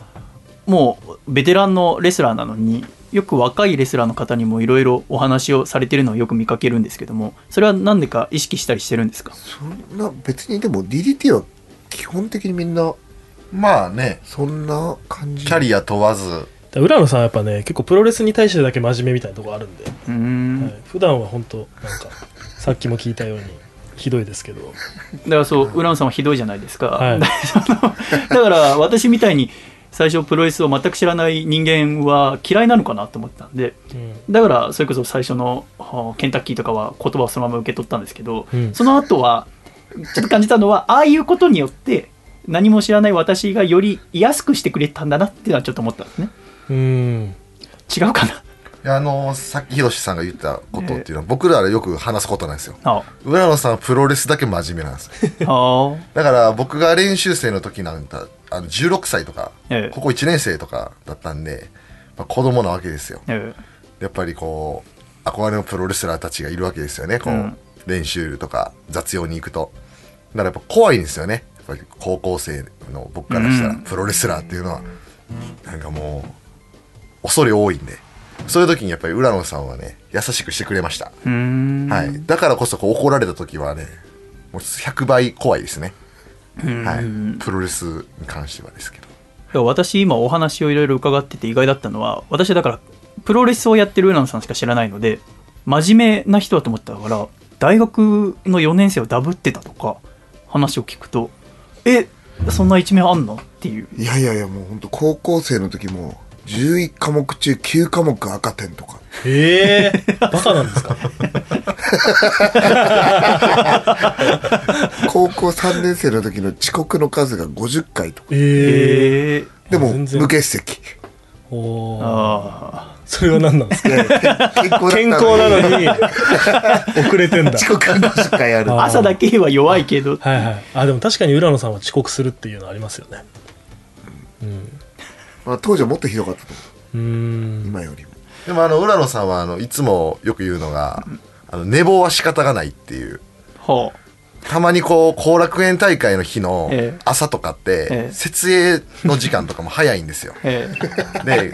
[SPEAKER 1] もうベテランのレスラーなのに、よく若いレスラーの方にもいろいろお話をされてるのをよく見かけるんですけども、それは何でか意識したりしてるんですか
[SPEAKER 5] そんな、別にでも DDT は基本的にみんな、
[SPEAKER 3] まあね、
[SPEAKER 5] そんな感じ。
[SPEAKER 3] キャリア問わず、
[SPEAKER 2] あ。浦野さんはやっぱね、結構プロレスに対してだけ真面目みたいなとこあるんで、
[SPEAKER 1] うー
[SPEAKER 2] は
[SPEAKER 1] ん。
[SPEAKER 2] い、普段は本当なんか、さっきも聞いたように、ひどいですけど、
[SPEAKER 1] だからそう、浦野さんはひどいじゃないですか。
[SPEAKER 2] はい
[SPEAKER 1] そのだから私みたいに最初プロレスを全く知らない人間は嫌いなのかなと思ってたんで、
[SPEAKER 2] うん
[SPEAKER 1] だからそれこそ最初のはあケンタッキーとかは言葉をそのまま受け取ったんですけど、
[SPEAKER 2] うん
[SPEAKER 1] その後はちょっと感じたのはああいうことによって何も知らない私がより安くしてくれたんだなっていうのはちょっと思ったんですね
[SPEAKER 2] うん。
[SPEAKER 1] 違うかない
[SPEAKER 3] やあのさっき広志さんが言ったことっていうのは、僕らはよく話すことなんですよ。
[SPEAKER 1] あ
[SPEAKER 3] 浦野さんはプロレスだけ真面目なんですよ。
[SPEAKER 1] あ
[SPEAKER 3] だから僕が練習生の時なんだあの16歳とか、
[SPEAKER 1] ええ
[SPEAKER 3] ここ1年生とかだったんで、まあ、子供なわけですよ
[SPEAKER 1] え
[SPEAKER 3] やっぱりこう憧れのプロレスラーたちがいるわけですよねこう、
[SPEAKER 1] うん
[SPEAKER 3] 練習とか雑用に行くとだからやっぱ怖いんですよねやっぱり高校生の僕からしたら、
[SPEAKER 1] うん
[SPEAKER 3] プロレスラーっていうのはなんかもう恐れ多いんでそういう時にやっぱり浦野さんはね優しくしてくれました、
[SPEAKER 1] えうーん
[SPEAKER 3] はい、だからこそこう怒られた時はねもう100倍怖いですねはい、プロレスに関してはですけど
[SPEAKER 1] いや私今お話をいろいろ伺ってて意外だったのは私だからプロレスをやってる浦野さんしか知らないので真面目な人だと思ったから大学の4年生をダブってたとか話を聞くとえそんな一面あんのっていう
[SPEAKER 5] いやいやいや、もう本当高校生の時も、11科目中9科目赤点とか。
[SPEAKER 2] ええ ー、バカなんですか
[SPEAKER 5] 高校3年生の時の遅刻の数が50回とか。
[SPEAKER 2] ええ
[SPEAKER 1] えー、
[SPEAKER 5] でも、
[SPEAKER 2] 全然
[SPEAKER 5] 無欠席。
[SPEAKER 2] ー。おー
[SPEAKER 1] ああ
[SPEAKER 2] それは何なん ですか
[SPEAKER 5] 健康だったのに
[SPEAKER 2] 健康なのに、 遅れてんだ。
[SPEAKER 5] 遅刻が50回ある。
[SPEAKER 2] あ
[SPEAKER 1] 朝だけは弱いけど
[SPEAKER 2] はいはい。あ、でも確かに浦野さんは遅刻するっていうのありますよね。
[SPEAKER 5] まあ、当時はもっとひどかったと思
[SPEAKER 2] うーん
[SPEAKER 5] う。。今よりも。
[SPEAKER 3] でもあの浦野さんはあのいつもよく言うのがあの寝坊は仕方がないっていう
[SPEAKER 1] はあ
[SPEAKER 3] たまにこう後楽園大会の日の
[SPEAKER 1] ええ
[SPEAKER 3] 朝とかって
[SPEAKER 1] ええ
[SPEAKER 3] 設営の時間とかも早いんですよ
[SPEAKER 1] え ー
[SPEAKER 3] で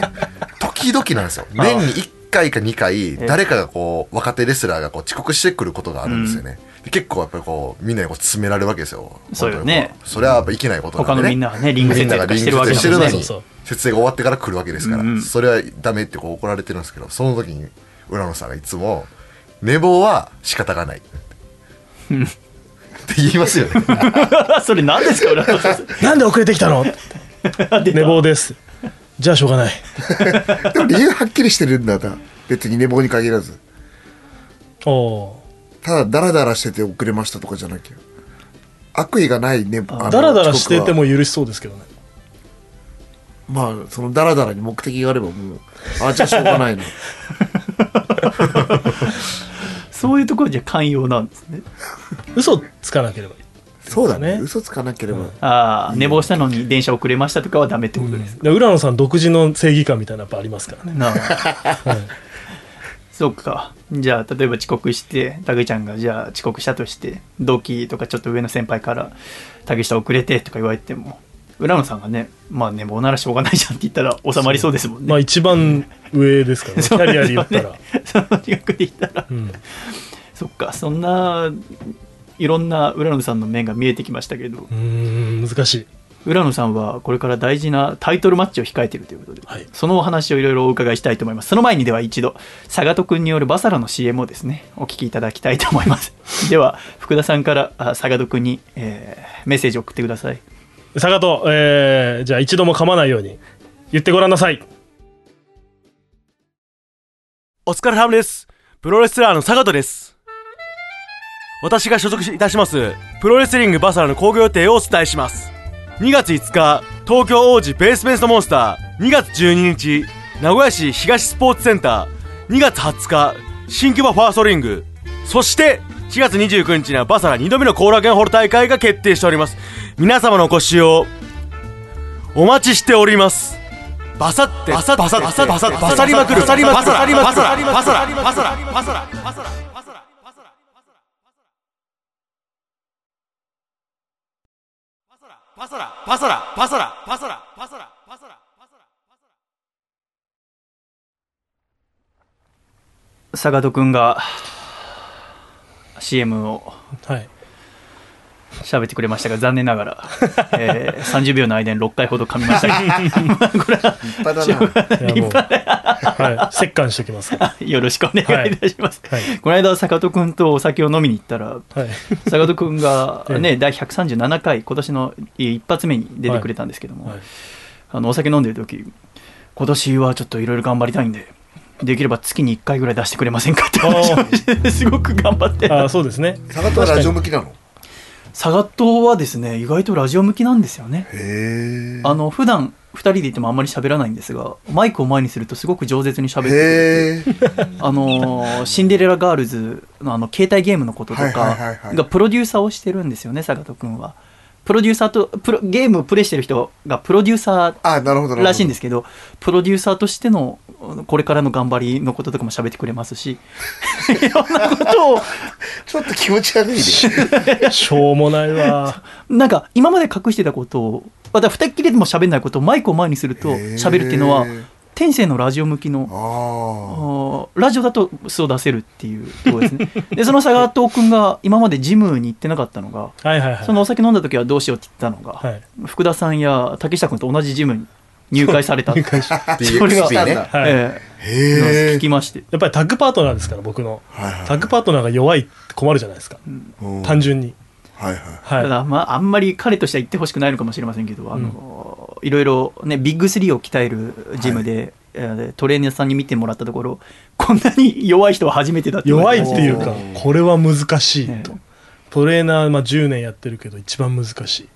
[SPEAKER 3] 時々なんですよ年に1回か2回誰かがこう若手レスラーがこう遅刻してくることがあるんですよね、で結構やっぱりこうみんなにこう詰められるわけですよ
[SPEAKER 1] そうよ
[SPEAKER 3] 本当に
[SPEAKER 1] ね
[SPEAKER 3] こうそれはやっぱいけないことなんで、
[SPEAKER 1] 他
[SPEAKER 3] ね、
[SPEAKER 1] のみんながねリング設定とかしてるわけ
[SPEAKER 3] み
[SPEAKER 1] だ
[SPEAKER 3] んながリング設定して
[SPEAKER 1] も
[SPEAKER 3] る
[SPEAKER 1] ん
[SPEAKER 3] の
[SPEAKER 1] ね
[SPEAKER 2] そう
[SPEAKER 3] に
[SPEAKER 2] そう
[SPEAKER 3] 設営が終わってから来るわけですから、
[SPEAKER 1] うんうん
[SPEAKER 3] それはダメってこう怒られてるんですけどその時に浦野さんがいつも「寝坊は仕方がない」って言いますよね
[SPEAKER 1] それ何ですか浦野さん
[SPEAKER 2] なんで遅れてきたの寝坊です。じゃあしょうがない。
[SPEAKER 5] でも理由はっきりしてるんだな。別に寝坊に限らず。
[SPEAKER 2] おお
[SPEAKER 5] ただ、ダラダラしてて遅れましたとかじゃなきゃ。悪意がない寝坊。あ
[SPEAKER 2] ー。
[SPEAKER 5] の
[SPEAKER 2] だらだらしてて。
[SPEAKER 5] 遅刻は
[SPEAKER 2] も許しそうですけどね。
[SPEAKER 5] まあ、そのダラダラに目的があればもう、あ、じゃあしょうがないの。
[SPEAKER 1] そういうところじゃ寛容なんですね
[SPEAKER 2] 嘘つかなければいい。
[SPEAKER 5] そうだね。
[SPEAKER 2] ね
[SPEAKER 5] 嘘つかなければ。
[SPEAKER 1] ああ寝坊したのに電車遅れましたとかはダメってことです
[SPEAKER 2] で浦野さん独自の正義感みたいなのやっぱありますからね。
[SPEAKER 1] なあ、そうかじゃあ例えば遅刻してタゲちゃんがじゃあ遅刻したとして同期とかちょっと上の先輩から「タゲした遅れて」とか言われても浦野さんがね、まあ寝坊ならしょうがないじゃんって言ったら収まりそうですもんね。
[SPEAKER 2] まあ一番上です からね、キャリアで言ったら。
[SPEAKER 1] その近くで言ったら、
[SPEAKER 2] うん
[SPEAKER 1] そっか、そんないろんな浦野さんの面が見えてきましたけど
[SPEAKER 2] う、ーん、難しい。
[SPEAKER 1] 浦野さんはこれから大事なタイトルマッチを控えているということで、
[SPEAKER 2] はい
[SPEAKER 1] そのお話をいろいろお伺いしたいと思います。その前にでは一度、佐賀君によるバサラの CM をですね、お聞きいただきたいと思 います。では、福田さんからあ佐賀君に、えーメッセージを送ってください。
[SPEAKER 2] 坂戸、えー、じゃあ一度も噛まないように言ってごらんなさい。
[SPEAKER 11] お疲れ様です。プロレスラーの坂戸です。私が所属いたします、プロレスリングバサラの興行予定をお伝えします。2月5日、東京王子ベースメントモンスター。2月12日、名古屋市東スポーツセンター。2月20日、新木場ファーストリング。そして、4月29日にはバサラ2度目の後楽園ホール大会が決定しております。皆様のご使用、お待ちしております。バサって、バサって、バサって、バサって、バサりまくる、バサりまくる、バサりまくる、バサラ、バサラ、バサラ、バサラ。パサラパサラパサラパサラパサラパサラ
[SPEAKER 1] 佐賀君が CM を
[SPEAKER 2] はい。
[SPEAKER 1] 喋ってくれましたが残念なが ら、えー30秒の間に6回ほど噛みましたが
[SPEAKER 3] 立派 だな。
[SPEAKER 2] いやもう、はい。折檻しておき ます。は
[SPEAKER 1] よろしくお願いいたします、
[SPEAKER 2] はいは
[SPEAKER 1] この間坂戸君とお酒を飲みに行ったら
[SPEAKER 2] い。
[SPEAKER 1] 坂戸君が
[SPEAKER 2] ええ
[SPEAKER 1] ね第137回今年の一発目に出てくれたんですけども、
[SPEAKER 2] はい
[SPEAKER 1] あのお酒飲んでる時今年はちょっといろいろ頑張りたいんでできれば月に1回ぐらい出してくれませんかって話をしてすごく頑張って
[SPEAKER 2] ああ、そうですね。
[SPEAKER 3] 佐賀とはラジオ向きなの
[SPEAKER 1] 佐賀党はですね意外とラジオ向きなんですよね
[SPEAKER 3] へえ。
[SPEAKER 1] あの普段2人でいてもあんまり喋らないんですがマイクを前にするとすごく饒舌に喋って
[SPEAKER 3] へえ。
[SPEAKER 1] あのーシンデレラガールズのあの携帯ゲームのことと
[SPEAKER 3] はいはいはい
[SPEAKER 1] か
[SPEAKER 3] はい
[SPEAKER 1] がプロデューサーをしてるんですよね坂戸君はプロデューサーとプロゲームをプレイしてる人がプロデューサ
[SPEAKER 3] あ、なるほどなるほ
[SPEAKER 1] ー
[SPEAKER 3] ど。
[SPEAKER 1] らしいんですけどプロデューサーとしてのこれからの頑張りのこととかも喋ってくれますし いろんなことを
[SPEAKER 3] ちょっと気持ち悪いね。
[SPEAKER 2] しょうもない わ。
[SPEAKER 1] なんか今まで隠してたことをまた二っきりでも喋んないことをマイクを前にすると喋るっていうのは
[SPEAKER 3] へー
[SPEAKER 1] 天性のラジオ向きの
[SPEAKER 3] ああ。
[SPEAKER 1] あーラジオだと素を出せるっていうところ ですねでその佐川藤君が今までジムに行ってなかったのが
[SPEAKER 2] はいはいはい。
[SPEAKER 1] そのお酒飲んだ時はどうしようって言ってたのが、
[SPEAKER 2] はい
[SPEAKER 1] 福田さんや竹下君と同じジムに入会されたって それが
[SPEAKER 3] DXP ね。
[SPEAKER 2] はい
[SPEAKER 1] ええ
[SPEAKER 3] へ
[SPEAKER 1] 聞
[SPEAKER 3] え。
[SPEAKER 1] きまして
[SPEAKER 2] やっぱりタッグパートナーですから、僕の。
[SPEAKER 3] はいはい
[SPEAKER 2] タッグパートナーが弱いって困るじゃないですか。
[SPEAKER 3] うん
[SPEAKER 2] 単純に。
[SPEAKER 3] はいは
[SPEAKER 2] は
[SPEAKER 1] た
[SPEAKER 2] い。
[SPEAKER 1] だ、まあ、あんまり彼としては言ってほしくないのかもしれませんけど、あのいろいろ、ね、ビッグスリーを鍛えるジムで、えートレーナーさんに見てもらったところこんなに弱い人は初めてだって言
[SPEAKER 2] 弱
[SPEAKER 1] わ
[SPEAKER 2] い
[SPEAKER 1] れ
[SPEAKER 2] ってていうか、これは難しい
[SPEAKER 1] え
[SPEAKER 2] と。トレーナー、まあ、10年やってるけど、一番難しい。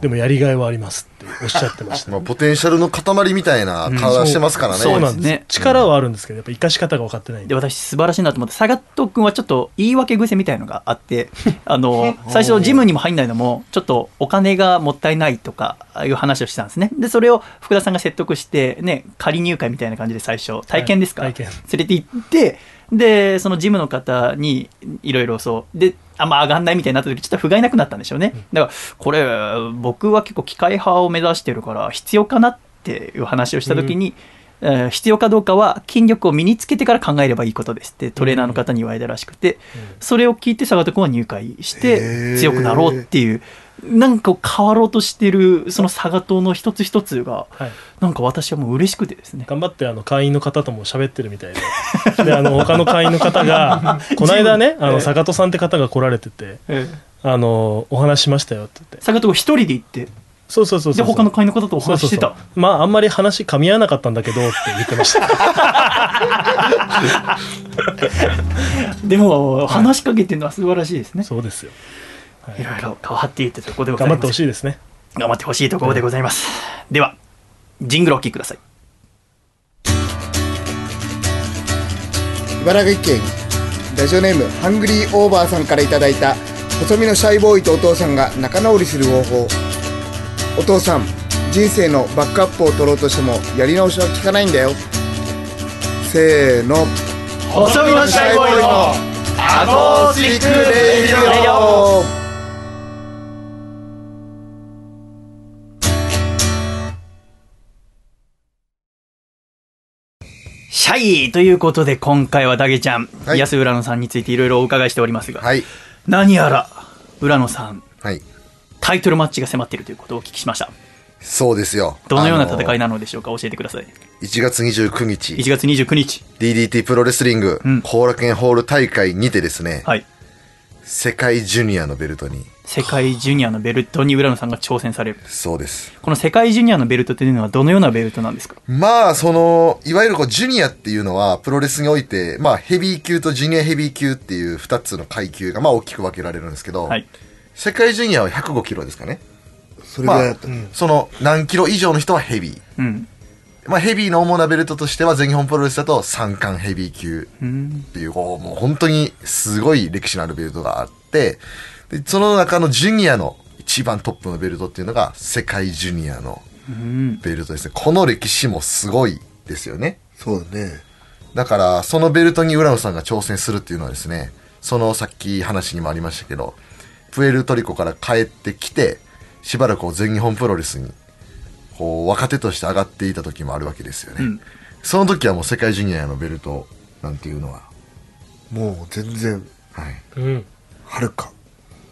[SPEAKER 2] でもやりがいはありますっておっしゃってまし
[SPEAKER 3] い。
[SPEAKER 2] た。
[SPEAKER 3] まあ、ポテンシャルの塊みたいな体してますからね。
[SPEAKER 1] そう
[SPEAKER 2] そう
[SPEAKER 1] で
[SPEAKER 2] な
[SPEAKER 1] す
[SPEAKER 2] ん
[SPEAKER 1] ね
[SPEAKER 2] です。力はあるんですけど、やっぱ生かし方が分かってないん
[SPEAKER 1] で
[SPEAKER 2] で。
[SPEAKER 1] 私素晴らしいなと思ってサガット君はちょっと言い訳癖みたいのがあって あの最初ジムにも入んないのもちょっとお金がもったいないとかああいう話をしてたんですねでそれを福田さんが説得してね仮入会みたいな感じで最初体験ですか、
[SPEAKER 2] 体験
[SPEAKER 1] 連れて行ってでそのジムの方にいろいろそうであんま上がんないみたいになった時ちょっと不甲斐なくなったんでしょうねだからこれ僕は結構機械派を目指してるから必要かなっていう話をした時に、えー必要かどうかは筋力を身につけてから考えればいいことですってトレーナーの方に言われたらしくて、それを聞いて坂戸君は入会して強くなろうっていうなんか変わろうとしてるその佐賀党の一つ一つが、
[SPEAKER 2] はい。
[SPEAKER 1] なんか私はもう嬉しくてですね
[SPEAKER 2] 頑張ってあの会員の方とも喋ってるみたい でであの他の会員の方 がこの間ねあ
[SPEAKER 1] ええ
[SPEAKER 2] の坂戸さんって方が来られてて
[SPEAKER 1] ええ
[SPEAKER 2] あのお話しましたよって言って
[SPEAKER 1] 坂戸君一人で行って
[SPEAKER 2] そうそうそう
[SPEAKER 1] で
[SPEAKER 2] そう
[SPEAKER 1] 他の会員の方とお
[SPEAKER 2] そうそ
[SPEAKER 1] 話し
[SPEAKER 2] う
[SPEAKER 1] して
[SPEAKER 2] そ
[SPEAKER 1] た
[SPEAKER 2] うまああんまり話噛み合わなかったんだけどって言ってま した
[SPEAKER 1] でも話しかけてるのは素晴らしいですね、
[SPEAKER 2] そうですよ
[SPEAKER 1] い、ろいろ変わっていってところでござい
[SPEAKER 2] 頑張っ
[SPEAKER 1] ます
[SPEAKER 2] てほしいですね
[SPEAKER 1] 頑張ってほしいところでございます、ではジングルをお聴きください
[SPEAKER 5] 茨城県ラジオネームハングリーオーバーさんからいただいた細身のシャイボーイとお父さんが仲直りする方法お父さん人生のバックアップを取ろうとしてもやり直しは効かないんだよせーの
[SPEAKER 1] 細身のシャイボーイの
[SPEAKER 5] アコースティックレイディオ
[SPEAKER 1] シャイということで今回はダゲちゃん、
[SPEAKER 3] はい
[SPEAKER 1] 安浦野さんについていろいろお伺いしておりますが、
[SPEAKER 3] はい。
[SPEAKER 1] 何やら浦野さん
[SPEAKER 3] はい。
[SPEAKER 1] タイトルマッチが迫っているということをお聞きしました
[SPEAKER 3] そうですよ。
[SPEAKER 1] どのよう
[SPEAKER 3] あ
[SPEAKER 1] な戦いなのでしょうか教えてください
[SPEAKER 3] ?1 月29日。
[SPEAKER 1] 1月29日
[SPEAKER 3] DDT プロレスリング
[SPEAKER 1] うん
[SPEAKER 3] 後楽園ホール大会にてですね、
[SPEAKER 1] はい
[SPEAKER 3] 世界ジュニアのベルトに
[SPEAKER 1] 世界ジュニアのベルトに浦野さんが挑戦される
[SPEAKER 3] そうです
[SPEAKER 1] この世界ジュニアのベルトというのはどのようなベルトなんですか
[SPEAKER 3] まあそのいわゆるこうジュニアっていうのはプロレスにおいて、まあ、ヘビー級とジュニアヘビー級っていう2つの階級がまあ大きく分けられるんですけど、
[SPEAKER 1] はい
[SPEAKER 3] 世界ジュニアは105キロですかね、
[SPEAKER 5] それぐらいだった。
[SPEAKER 3] まあその何キロ以上の人はヘビー、
[SPEAKER 1] うん
[SPEAKER 3] まあ、ヘビーの主なベルトとしては全日本プロレスだと三冠ヘビー級
[SPEAKER 1] うん
[SPEAKER 3] っていう、こう、もう本当にすごい歴史のあるベルトがあって、で、その中のジュニアの一番トップのベルトっていうのが世界ジュニアの
[SPEAKER 1] うん
[SPEAKER 3] ベルトですね。この歴史もすごいですよね。
[SPEAKER 5] そうだね。
[SPEAKER 3] だから、そのベルトに浦野さんが挑戦するっていうのはですね、そのさっき話にもありましたけど、プエルトリコから帰ってきて、しばらくこう全日本プロレスに、こう、若手として上がっていた時もあるわけですよね。
[SPEAKER 1] うん
[SPEAKER 3] その時はもう世界ジュニアのベルトなんていうのは、
[SPEAKER 5] もう全然、
[SPEAKER 3] はい。
[SPEAKER 2] うん。
[SPEAKER 5] はるか、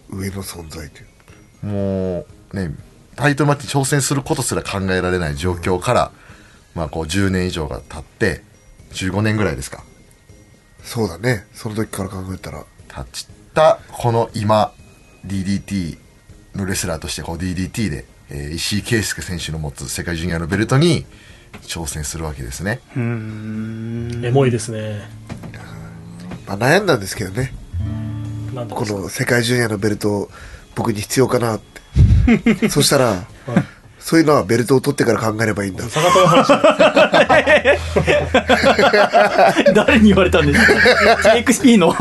[SPEAKER 5] 上の存在という。
[SPEAKER 3] もうね、タイトルマッチに挑戦することすら考えられない状況から、まあこう10年以上が経って、15年ぐらいですか、
[SPEAKER 5] そうだね。その時から考えたら、
[SPEAKER 3] 経ったこの今、DDT のレスラーとして、こう DDT で、えー石井圭介選手の持つ世界ジュニアのベルトに挑戦するわけですね。
[SPEAKER 2] エモいですね。
[SPEAKER 5] まあ、悩んだんですけどね。
[SPEAKER 2] なんだ
[SPEAKER 5] この世界ジュニアのベルト、僕に必要かなっ て。そしたら、そういうのはベルトを取ってから考えればいいんだ。
[SPEAKER 1] 誰に言われたんですか ?JXP の。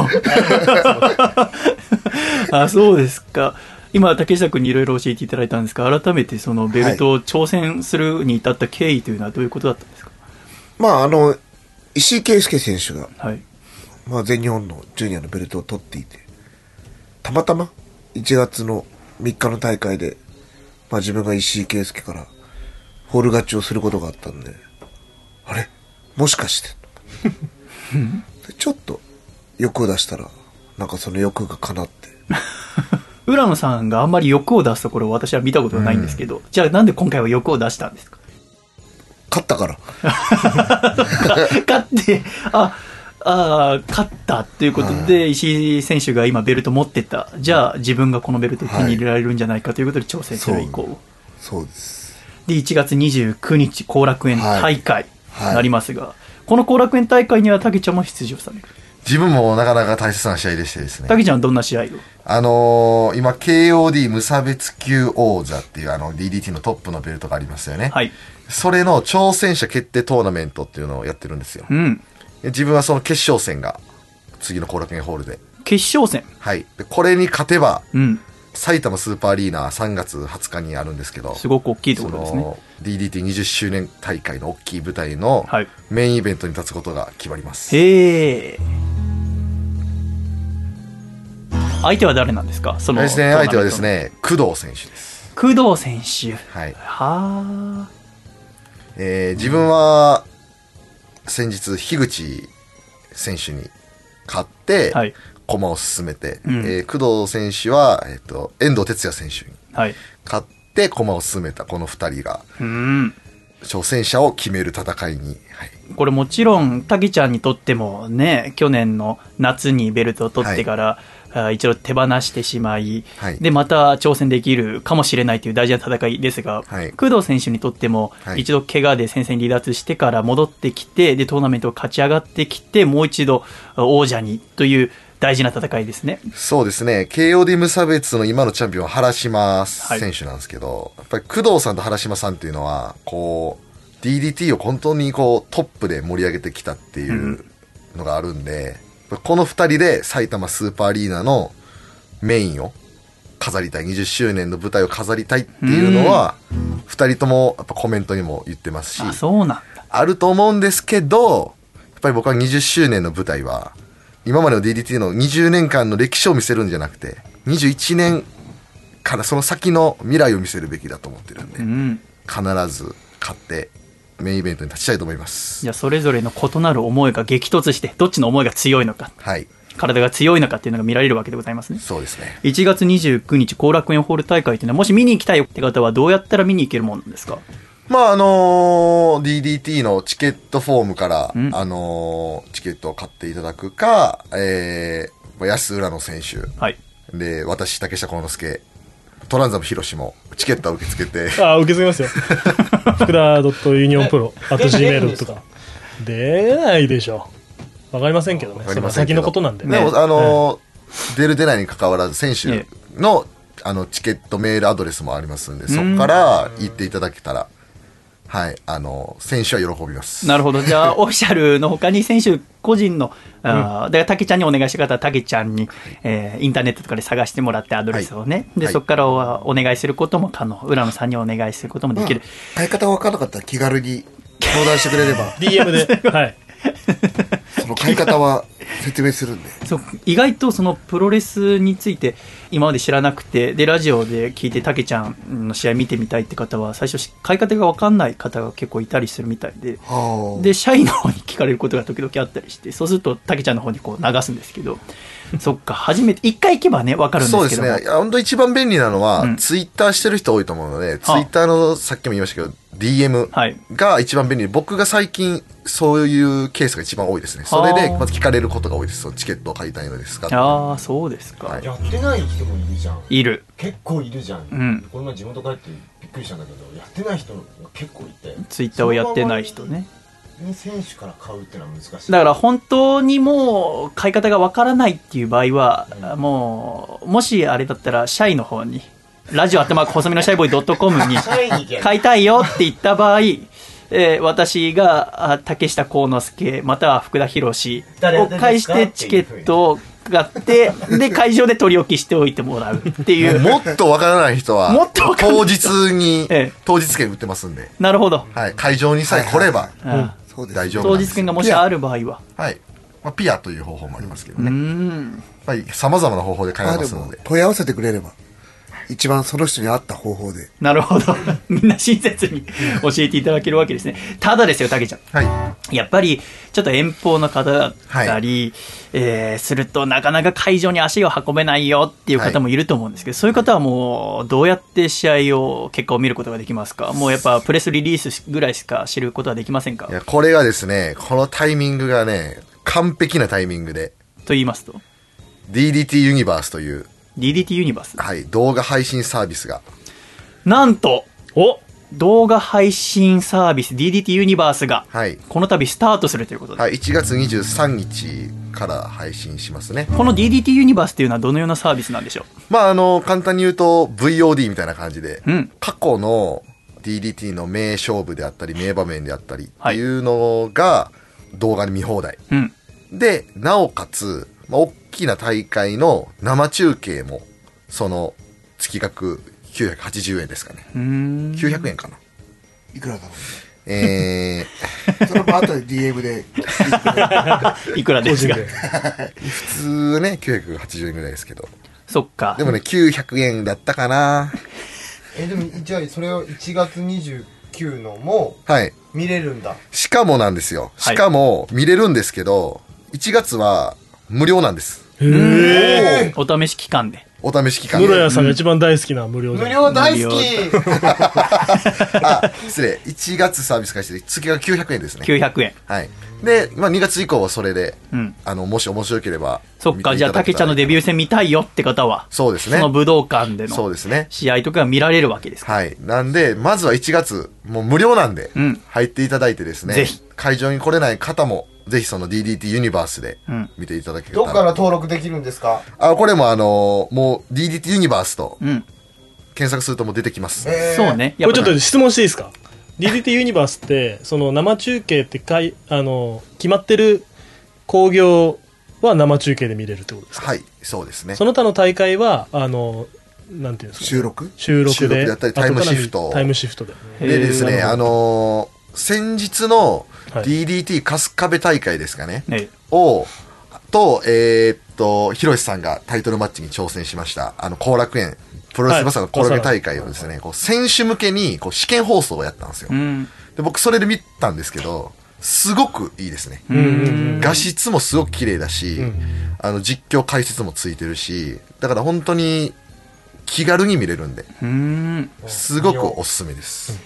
[SPEAKER 1] あ、そうですか。今、竹下君にいろいろ教えていただいたんですが、改めてそのベルトを挑戦するに至った経緯というのはどういうことだったんですか
[SPEAKER 5] まあ、あの、石井圭介選手が、
[SPEAKER 1] はい。
[SPEAKER 5] まあ、全日本のジュニアのベルトを取っていて、たまたま1月の3日の大会で、まあ、自分が石井圭介からホール勝ちをすることがあったんで、あれもしかして。でちょっと欲を出したら、なんかその欲が叶って、
[SPEAKER 1] 浦野さんがあんまり欲を出すところを私は見たことがないんですけど、じゃあなんで今回は欲を出したんですか
[SPEAKER 5] 勝ったから。
[SPEAKER 1] 勝って、あ、あー勝ったということで、石井選手が今ベルト持ってた。じゃあ自分がこのベルト手に入れられるんじゃないかということで挑戦する以降。
[SPEAKER 5] そうです。
[SPEAKER 1] で1月29日後楽園大会
[SPEAKER 5] い
[SPEAKER 1] なりますが、この後楽園大会には竹ちゃんも出場される
[SPEAKER 3] 自分もなかなか大切な試合でしてですね。
[SPEAKER 1] 竹ちゃんはどんな試合を
[SPEAKER 3] あのー今 KOD 無差別級王座っていうあの DDT のトップのベルトがありますよね。
[SPEAKER 1] はい
[SPEAKER 3] それの挑戦者決定トーナメントっていうのをやってるんですよ。
[SPEAKER 1] うん
[SPEAKER 3] で自分はその決勝戦が次の後楽園ホールで。
[SPEAKER 1] 決勝戦
[SPEAKER 3] はい。でこれに勝てば、
[SPEAKER 1] うん
[SPEAKER 3] 埼玉スーパーアリーナ3月20日にあるんですけど、
[SPEAKER 1] すごく大きいと
[SPEAKER 3] そ
[SPEAKER 1] ころですね
[SPEAKER 3] の DDT20 周年大会の大きい舞台の
[SPEAKER 1] はい
[SPEAKER 3] メインイベントに立つことが決まります。
[SPEAKER 1] へえ相手は誰なんですかその
[SPEAKER 3] 対戦相手はです
[SPEAKER 1] トーナメン
[SPEAKER 3] ね、工藤選手です。
[SPEAKER 1] トの工藤選手
[SPEAKER 3] はい。
[SPEAKER 1] はあ
[SPEAKER 3] えー自分は先日樋口選手に勝って
[SPEAKER 1] はい
[SPEAKER 3] 駒を進めて、
[SPEAKER 1] うん
[SPEAKER 3] えー工藤選手は、えー、と遠藤哲也選手に
[SPEAKER 1] はい
[SPEAKER 3] 勝って駒を進めたこの2人が
[SPEAKER 1] うん
[SPEAKER 3] 挑戦者を決める戦いに、はい
[SPEAKER 1] これもちろん、タギちゃんにとってもね、去年の夏にベルトを取ってから、あ一度手放してしまい、
[SPEAKER 3] はい
[SPEAKER 1] で、また挑戦できるかもしれないという大事な戦いですが、
[SPEAKER 3] はい
[SPEAKER 1] 工藤選手にとっても、
[SPEAKER 3] はい
[SPEAKER 1] 一度怪我で戦線離脱してから戻ってきて、で、トーナメントを勝ち上がってきて、もう一度王者にという大事な戦いですね。
[SPEAKER 3] そうですね KOD 無差別の今のチャンピオンは原島
[SPEAKER 1] はい
[SPEAKER 3] 選手なんですけど、やっぱり工藤さんと原島さんっていうのはこう DDT を本当にこうトップで盛り上げてきたっていうのがあるんで、この2人で埼玉スーパーアリーナのメインを飾りたい20周年の舞台を飾りたいっていうのは2人ともやっぱコメントにも言ってますし
[SPEAKER 1] あ、そうなんだ。
[SPEAKER 3] あると思うんですけど、やっぱり僕は20周年の舞台は、今までの DDT の20年間の歴史を見せるんじゃなくて、21年からその先の未来を見せるべきだと思ってるんで、
[SPEAKER 1] うん。
[SPEAKER 3] 必ず勝って、メインイベントに立ちたいと思います。
[SPEAKER 1] じゃあそれぞれの異なる思いが激突して、どっちの思いが強いのか、
[SPEAKER 3] はい。
[SPEAKER 1] 体が強いのかっていうのが見られるわけでございますね。
[SPEAKER 3] そうですね。
[SPEAKER 1] 1月29日、後楽園ホール大会っていうのは、もし見に行きたいよって方はどうやったら見に行けるもんなんですか
[SPEAKER 3] まあ、あのー DDT のチケットフォームから、
[SPEAKER 1] ん
[SPEAKER 3] あのーチケットを買っていただくか、えー、安浦野選手、
[SPEAKER 1] はい。
[SPEAKER 3] で、私、竹下幸之助、トランザム広志もチケットは受け付けて、
[SPEAKER 2] ああ、受け継ぎますよ。福田 .unionpro、あと gmail とか。出ないでしょ。わかりませんけどね。
[SPEAKER 3] わか
[SPEAKER 2] そ
[SPEAKER 3] り
[SPEAKER 2] の
[SPEAKER 3] ません
[SPEAKER 2] 先
[SPEAKER 3] けど
[SPEAKER 2] のことなんで
[SPEAKER 3] で
[SPEAKER 2] ね。
[SPEAKER 3] も、あのー出る出ないに関わらず、選手の、あの、チケットメールアドレスもありますんで、そこから行っていただけたら、はい、あのー選手は喜びます。
[SPEAKER 1] なるほど。じゃあ、オフィシャルの他に選手個人の、あーだから、竹ちゃんにお願いした方は、竹ちゃんに、えーインターネットとかで探してもらって、アドレスをね。で、
[SPEAKER 3] はい
[SPEAKER 1] そこからおお願いすることも可能。浦野さんにお願いすることもできる。
[SPEAKER 5] 買い方が分からなかったら気軽に相談してくれれば
[SPEAKER 2] DM で。はい。
[SPEAKER 5] その買い方は説明するんで
[SPEAKER 1] そう意外とそのプロレスについて今まで知らなくてでラジオで聞いてたけちゃんの試合見てみたいって方は最初し買い方が分かんない方が結構いたりするみたいでで社員の方に聞かれることが時々あったりしてそうするとたけちゃんの方にこう流すんですけどそっか初めて一回行けばね分かるんで
[SPEAKER 3] そう
[SPEAKER 1] す
[SPEAKER 3] で
[SPEAKER 1] け
[SPEAKER 3] す
[SPEAKER 1] ど
[SPEAKER 3] ね。いや本当一番便利なのは、ツイッターしてる人多いと思うので、ツイッターのさっきも言いましたけど、
[SPEAKER 1] はい
[SPEAKER 3] DM が一番便利で、僕が最近そういうケースが一番多いですね。それで、まず聞かれることが多いです。そのチケットを買いたいのですが。
[SPEAKER 1] ああそうですか、
[SPEAKER 3] はい
[SPEAKER 4] やってない人もいるじゃん
[SPEAKER 1] い、る
[SPEAKER 4] 結構いるじゃん、
[SPEAKER 1] ん
[SPEAKER 4] この前地元帰ってびっくりしたんだけどやってない人が結構いて
[SPEAKER 1] ツイッターをやってない人ね
[SPEAKER 4] そのままに選手から買うってのは難しい
[SPEAKER 1] だから本当にもう買い方がわからないっていう場合は、もう、もしあれだったら、シャイの方に、ラジオ頭細身のシャイボーイドットコムに、
[SPEAKER 4] 買いに行け
[SPEAKER 1] 買いたいよって言った場合、えー私があ竹下幸之助または福田博士
[SPEAKER 4] 誰
[SPEAKER 1] を
[SPEAKER 4] 々ですか
[SPEAKER 1] 介してチケットを買ってで会場で取り置きしておいてもらうっていう
[SPEAKER 3] もっとわからない人は、
[SPEAKER 1] もっとわからない
[SPEAKER 3] 当日に
[SPEAKER 1] ええ、
[SPEAKER 3] 当日券売ってますんで、
[SPEAKER 1] なるほど、
[SPEAKER 3] はい、会場にさえ来れば
[SPEAKER 1] うん
[SPEAKER 5] そうです
[SPEAKER 3] 大丈夫
[SPEAKER 1] 当
[SPEAKER 3] なんで
[SPEAKER 1] 日
[SPEAKER 3] すよ
[SPEAKER 1] 券がもしある場合は
[SPEAKER 3] はい。まあ、ピアという方法もありますけど
[SPEAKER 1] う
[SPEAKER 3] ね。
[SPEAKER 1] ん
[SPEAKER 3] まあ、様々な方法で買
[SPEAKER 5] ま
[SPEAKER 3] え
[SPEAKER 5] あ
[SPEAKER 3] ま
[SPEAKER 5] です
[SPEAKER 3] の
[SPEAKER 5] も
[SPEAKER 3] で。
[SPEAKER 5] 問い合わせてくれれば一番その人に合った方法で
[SPEAKER 1] なるほどみんな親切に教えていただけるわけですねただですよ竹ちゃん
[SPEAKER 3] はい。
[SPEAKER 1] やっぱりちょっと遠方の方だったり、えーするとなかなか会場に足を運べないよっていう方もいると思うんですけど、そういう方はもうどうやって試合を結果を見ることができますかもうやっぱプレスリリースぐらいしか知ることはできませんか
[SPEAKER 3] いや、これがですね、このタイミングがね、完璧なタイミングで、
[SPEAKER 1] と言いますと
[SPEAKER 3] DDT ユニバースという、
[SPEAKER 1] DDT ユニバース
[SPEAKER 3] はい、動画配信サービスが、
[SPEAKER 1] なんと
[SPEAKER 2] お
[SPEAKER 1] 動画配信サービス DDT ユニバースが
[SPEAKER 3] はい
[SPEAKER 1] この度スタートするということで、
[SPEAKER 3] はい、1月23日から配信しますね。
[SPEAKER 1] この DDT ユニバースというのはどのようなサービスなんでしょ
[SPEAKER 3] まあ、あの、簡単に言うと VOD みたいな感じで、
[SPEAKER 1] うん
[SPEAKER 3] 過去の DDT の名勝負であったり、名場面であったりっていうのが動画で見放題。
[SPEAKER 1] ううん
[SPEAKER 3] で、なおかつ、まあ、大きな大会の生中継も、その、月額980円ですかね。
[SPEAKER 1] うーん
[SPEAKER 3] 900円かな。
[SPEAKER 5] いくらだろ
[SPEAKER 3] え
[SPEAKER 5] うそれも後で DM で
[SPEAKER 1] いくらですが
[SPEAKER 3] ー、 普通ね、980円ぐらいですけど。
[SPEAKER 1] そっか
[SPEAKER 3] でもね、900円だったかな。
[SPEAKER 4] えでもじゃあそれを1月29のも
[SPEAKER 3] はい。
[SPEAKER 4] 見れるんだ
[SPEAKER 3] しかもなんですよ。
[SPEAKER 1] は
[SPEAKER 3] し
[SPEAKER 1] い
[SPEAKER 3] かも、見れるんですけど、1月は無料なんです。
[SPEAKER 1] お試し期間で
[SPEAKER 3] お試し期間
[SPEAKER 2] 室
[SPEAKER 3] で
[SPEAKER 2] 屋。さんが一番大好きな無料で。
[SPEAKER 4] 無料大好き
[SPEAKER 3] あ、失礼。1月サービス開始で、月が900円ですね。
[SPEAKER 1] 900円
[SPEAKER 3] はい。で、まあ2月以降はそれで、
[SPEAKER 1] うん
[SPEAKER 3] あの、もし面白ければ。
[SPEAKER 1] そっか、じゃあ、たけちゃんのデビュー戦見たいよって方は、
[SPEAKER 3] そうですね
[SPEAKER 1] その武道館で
[SPEAKER 3] そう
[SPEAKER 1] の
[SPEAKER 3] ですね。
[SPEAKER 1] 試合とかが見られるわけですか。
[SPEAKER 3] はい。なんで、まずは1月、もう無料なんで
[SPEAKER 1] うん、
[SPEAKER 3] 入っていただいてですね。
[SPEAKER 1] ぜひ
[SPEAKER 3] 会場に来れない方も、ぜひその DDT ユニバースで
[SPEAKER 1] うん
[SPEAKER 3] 見ていただけた
[SPEAKER 4] ど
[SPEAKER 3] ら。
[SPEAKER 4] こから登録できるんですか
[SPEAKER 3] あ、これもあのーもう DDT ユニバースと
[SPEAKER 1] うん。
[SPEAKER 3] 検索するともう出てきます。
[SPEAKER 4] えー
[SPEAKER 1] そうね。
[SPEAKER 2] こ
[SPEAKER 1] やっ
[SPEAKER 2] れ
[SPEAKER 1] ぱ
[SPEAKER 2] ちょっと質問していいですか ?DDT ユニバースって、その生中継ってかい、あの、決まってる興行は生中継で見れるってことですか
[SPEAKER 3] はい、そうですね
[SPEAKER 2] そ。の他の大会は、あの、なんていうんですか
[SPEAKER 5] 収録
[SPEAKER 2] 収録
[SPEAKER 3] 収録
[SPEAKER 2] で。
[SPEAKER 3] であったりタイムシフト
[SPEAKER 2] 後から見タイムシフトで。
[SPEAKER 3] でですね、あのー先日の
[SPEAKER 2] はい
[SPEAKER 3] DDT 春日部大会ですかね、
[SPEAKER 1] ね
[SPEAKER 3] を、と、えーっと、ひろしさんがタイトルマッチに挑戦しました、あの、後楽園、プロレスバスの後楽園大会をですね、こう選手向けにこう試験放送をやったんですよ。
[SPEAKER 1] うん。
[SPEAKER 3] で僕それで見たんですけどすごくいいですね、画質もすごく綺麗だし、あの実況解説もついてるしだから本当に気軽に見れるんで
[SPEAKER 1] うん
[SPEAKER 3] すごくおすすめです、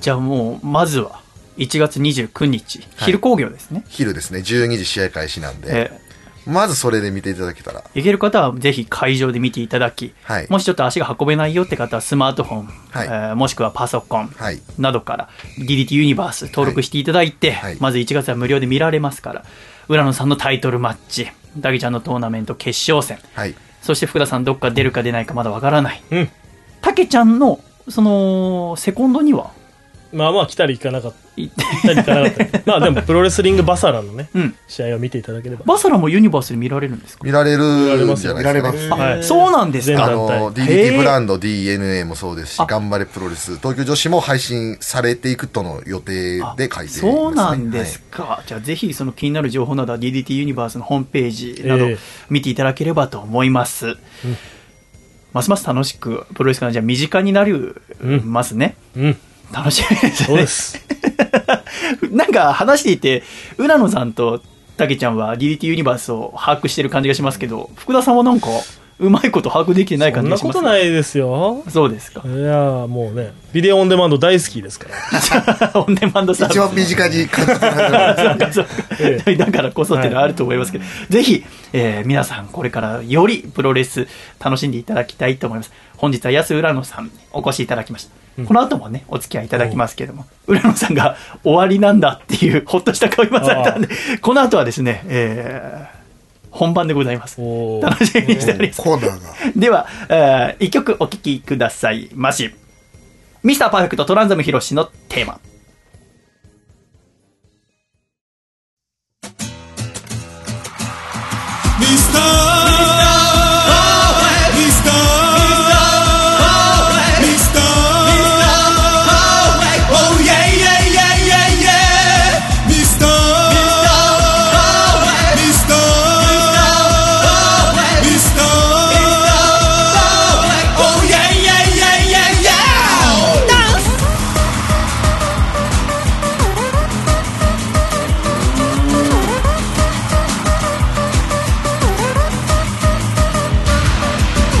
[SPEAKER 1] じゃあもうまずは1月29日、昼工業ですね、
[SPEAKER 3] 昼ですね12時試合開始なんで、
[SPEAKER 1] え
[SPEAKER 3] まずそれで見ていただけたら
[SPEAKER 1] ー行ける方はぜひ会場で見ていただき、
[SPEAKER 3] はい
[SPEAKER 1] もしちょっと足が運べないよって方はスマートフォン、
[SPEAKER 3] はい
[SPEAKER 1] えーもしくはパソコン
[SPEAKER 3] はい
[SPEAKER 1] などから DDT ユニバース登録していただいて、
[SPEAKER 3] はい
[SPEAKER 1] まず1月は無料で見られますから浦野さんのタイトルマッチダギちゃんのトーナメント決勝戦
[SPEAKER 3] はい
[SPEAKER 1] そして福田さんどっか出るか出ないかまだわからない
[SPEAKER 2] うん
[SPEAKER 1] たけ、ちゃんのそのセコンドには
[SPEAKER 2] まあまあ来たり行かなかった
[SPEAKER 1] 行って
[SPEAKER 2] 行ったり行かなかったりまあでもプロレスリングバサラのね、
[SPEAKER 1] うん
[SPEAKER 2] 試合を見ていただければ
[SPEAKER 1] バサラもユニバースで見られるんですか
[SPEAKER 3] 見られ
[SPEAKER 2] られ
[SPEAKER 3] るん
[SPEAKER 2] ま
[SPEAKER 3] じ
[SPEAKER 2] す
[SPEAKER 3] ゃ
[SPEAKER 2] よ
[SPEAKER 3] ないですかね
[SPEAKER 1] あ、
[SPEAKER 2] はい
[SPEAKER 1] そうなんです
[SPEAKER 2] 全
[SPEAKER 1] か
[SPEAKER 2] 部
[SPEAKER 3] あの
[SPEAKER 1] へー
[SPEAKER 3] DDT ブランド DNA もそうですし
[SPEAKER 1] あ
[SPEAKER 3] 頑張れプロレス東京女子も配信されていくとの予定で書いています、ね、
[SPEAKER 1] そうなんです
[SPEAKER 3] はい
[SPEAKER 1] か、じゃあぜひその気になる情報などは DDT ユニバースのホームページなど
[SPEAKER 2] ええ
[SPEAKER 1] 見ていただければと思います、ますます楽しくプロレスがじゃあ身近になりますね、
[SPEAKER 2] うん
[SPEAKER 1] 楽しみですね
[SPEAKER 2] そうです
[SPEAKER 1] なんか話していて浦野さんとたけちゃんは DDT ユニバースを把握してる感じがしますけど福田さんはなんかうまいこと把握できてない
[SPEAKER 2] そ
[SPEAKER 1] 感
[SPEAKER 2] ん
[SPEAKER 1] じ
[SPEAKER 2] な
[SPEAKER 1] がし
[SPEAKER 2] こ
[SPEAKER 1] ます
[SPEAKER 2] と
[SPEAKER 1] ね
[SPEAKER 2] ないですよ
[SPEAKER 1] そうですか
[SPEAKER 2] いやーもうねビデオオンデマンド大好きですから
[SPEAKER 1] オンデマンドサービス
[SPEAKER 3] 一番身近に感じて
[SPEAKER 1] そうかそうか
[SPEAKER 2] え
[SPEAKER 1] だからこそっていうのはあると思いますけど、ぜひ、えー皆さんこれからよりプロレス楽しんでいただきたいと思います本日は安浦野さんにお越しいただきました、この後もねお付き合いいただきますけれども浦野さんが終わりなんだっていうほっとした顔今されたんでこの後はですね、えー本番でございます
[SPEAKER 2] おー
[SPEAKER 1] 楽しみにしております
[SPEAKER 5] コーナーが。
[SPEAKER 1] では、えー一曲お聴きくださいましミスターパーフェクトトランザムヒロシのテーマ
[SPEAKER 7] ミスターミスターミスターオーイェイイェイイェイイェイイェイミスターミスターミスターオーイェイイェイイェイイェイイェイダンス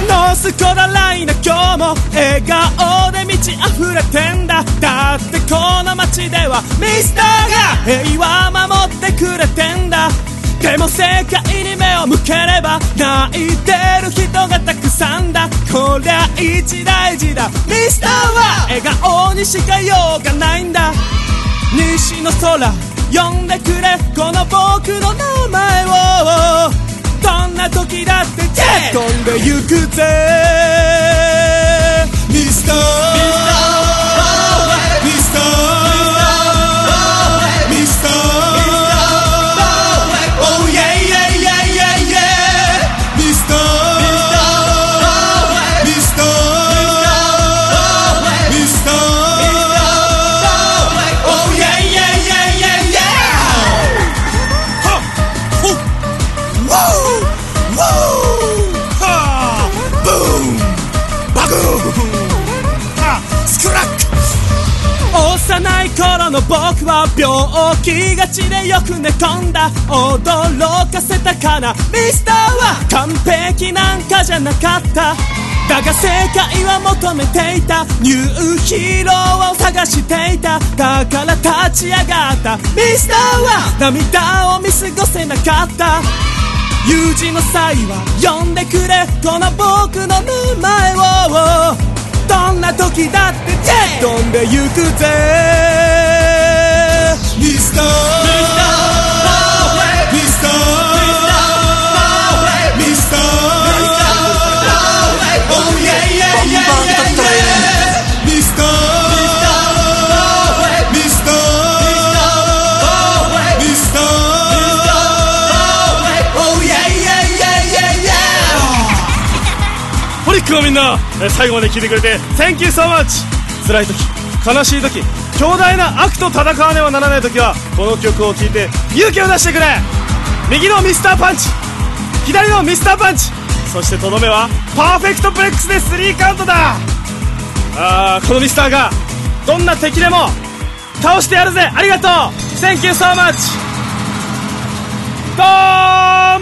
[SPEAKER 7] ノースコラライナ今日も笑顔で満ち溢れてんだだってこの街ではミスターが平和守ってくれてんだでも世界に目を向ければ泣いてる人がたくさんだこりゃ一大事だミスターは笑顔にしか用がないんだ西の空呼んでくれこの僕の名前をどんな時だって飛んでゆくぜミスターミスターミスターオーイェイイェイイェイイェイイェイミスターミスターミスターオーイェイイェイイェイイェイイェイはっほっ Woo! Woo! Ha! Boom! Bagoom! Ha! Scrack! 幼い頃の僕は病気がちでよく寝込んだ驚かせたかなミスターは完璧なんかじゃなかっただが世界は求めていたニューヒーローを探していただから立ち上がったミスターは涙を見過ごせなかった友人の際は呼んでくれこの僕の名前をどんな時だって飛んでゆくぜミスターミスターミスターオーイェイイェイイェイイェイイェイミスターミスターミスター Oh yeah yeah yeah yeah yeah ホリックのみんなえー最後まで聞いてくれて Thank you so much 辛い時悲しい時強大な悪と戦わねばならない時はこの曲を聴いて勇気を出してくれ右のミスターパンチ左のミスターパンチそしてとどめはパーフェクトブレックスでスリーカウントだあーこのミスターがどんな敵でも倒してやるぜありがとう Thank you so much! ド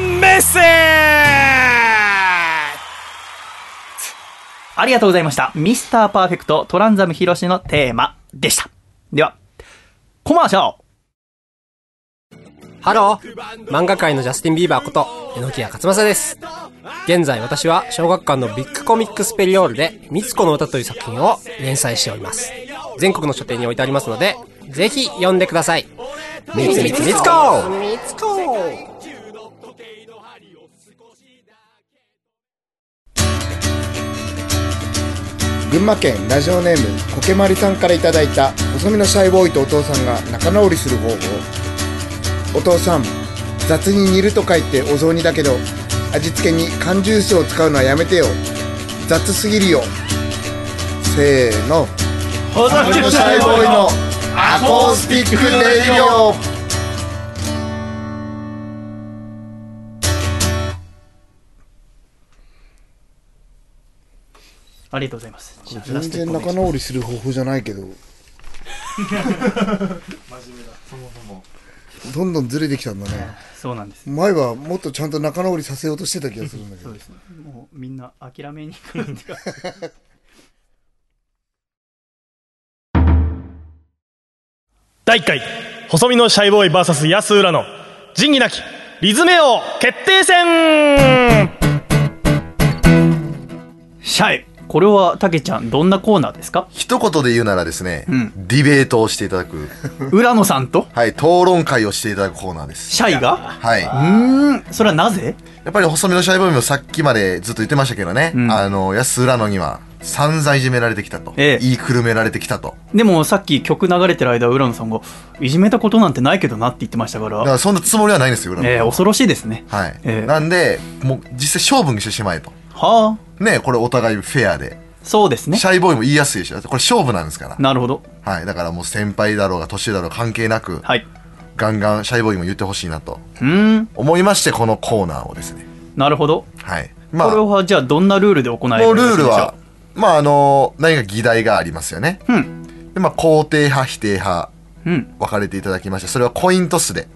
[SPEAKER 7] ーンメッセ
[SPEAKER 1] ありがとうございました。ミスターパーフェクトトランザムヒロシのテーマでした。では、コマーシャル
[SPEAKER 12] ハロー漫画界のジャスティン・ビーバーこと、榎谷勝正です。現在私は小学館のビッグコミックスペリオールで、みつこの歌という作品を連載しております。全国の書店に置いてありますので、ぜひ読んでください。みつみつみつこ
[SPEAKER 5] 群馬県ラジオネームコケマリさんからいただいた細身のシャイボーイとお父さんが仲直りする方法お父さん雑に煮ると書いてお雑煮だけど味付けに缶ジュースを使うのはやめてよ雑すぎるよせーの
[SPEAKER 3] 細身のシャイボーイのアコースティックレイディオ
[SPEAKER 1] ありがとうございます。
[SPEAKER 5] 全然仲直りする方法じゃないけど真面目だそもそもどんどんずれてきたんだね
[SPEAKER 1] そうなんです。
[SPEAKER 5] 前はもっとちゃんと仲直りさせようとしてた気がするんだけ
[SPEAKER 1] そ
[SPEAKER 5] ど
[SPEAKER 1] うですね。もうみんな諦めに来るんで。
[SPEAKER 2] 第1回細身のシャイボーイ VS 安浦の仁義なきリズメ王決定戦
[SPEAKER 1] シャイこれはたけちゃんどんなコーナーですか
[SPEAKER 3] 一言で言うならですね、
[SPEAKER 1] ん
[SPEAKER 3] ディベートをしていただく、
[SPEAKER 1] 浦野さんと
[SPEAKER 3] はい、討論会をしていただくコーナーです。
[SPEAKER 1] シャイが。
[SPEAKER 3] はいう
[SPEAKER 1] ーんそれはなぜ
[SPEAKER 3] やっぱり細身のシャイボーイもさっきまでずっと言ってましたけどね、
[SPEAKER 1] ん
[SPEAKER 3] あの、安浦野には散々いじめられてきたと、
[SPEAKER 1] ええ
[SPEAKER 3] 言いくるめられてきたと。
[SPEAKER 1] でもさっき曲流れてる間浦野さんが「いじめたことなんてないけどな」って言ってましたか、
[SPEAKER 3] だかららそんなつもりはないんですよ、浦野。
[SPEAKER 1] えー、恐ろしいですね
[SPEAKER 3] はい、
[SPEAKER 1] ええ
[SPEAKER 3] なんで、もう実際勝負にしてしまえと。
[SPEAKER 1] はあ
[SPEAKER 3] ね、これお互いフェアで。
[SPEAKER 1] そうですね
[SPEAKER 3] シャイボーイも言いやすいでしょ。だってこれ勝負なんですから。
[SPEAKER 1] なるほど
[SPEAKER 3] はい。だからもう先輩だろうが年だろうが関係なく、
[SPEAKER 1] はい
[SPEAKER 3] ガンガンシャイボーイにも言ってほしいなと
[SPEAKER 1] うーん
[SPEAKER 3] 思いまして、このコーナーをですね。
[SPEAKER 1] なるほど
[SPEAKER 3] はい。ま
[SPEAKER 1] こ
[SPEAKER 3] あ、
[SPEAKER 1] れ
[SPEAKER 3] も
[SPEAKER 1] はじゃあどんなルールで行える
[SPEAKER 3] うルール
[SPEAKER 1] んでしょ
[SPEAKER 3] は、まああの、何か議題がありますよね。
[SPEAKER 1] ううん
[SPEAKER 3] で、まあ、肯定派、否定派、
[SPEAKER 1] うん
[SPEAKER 3] 分かれていただきまして、それはコイントスで、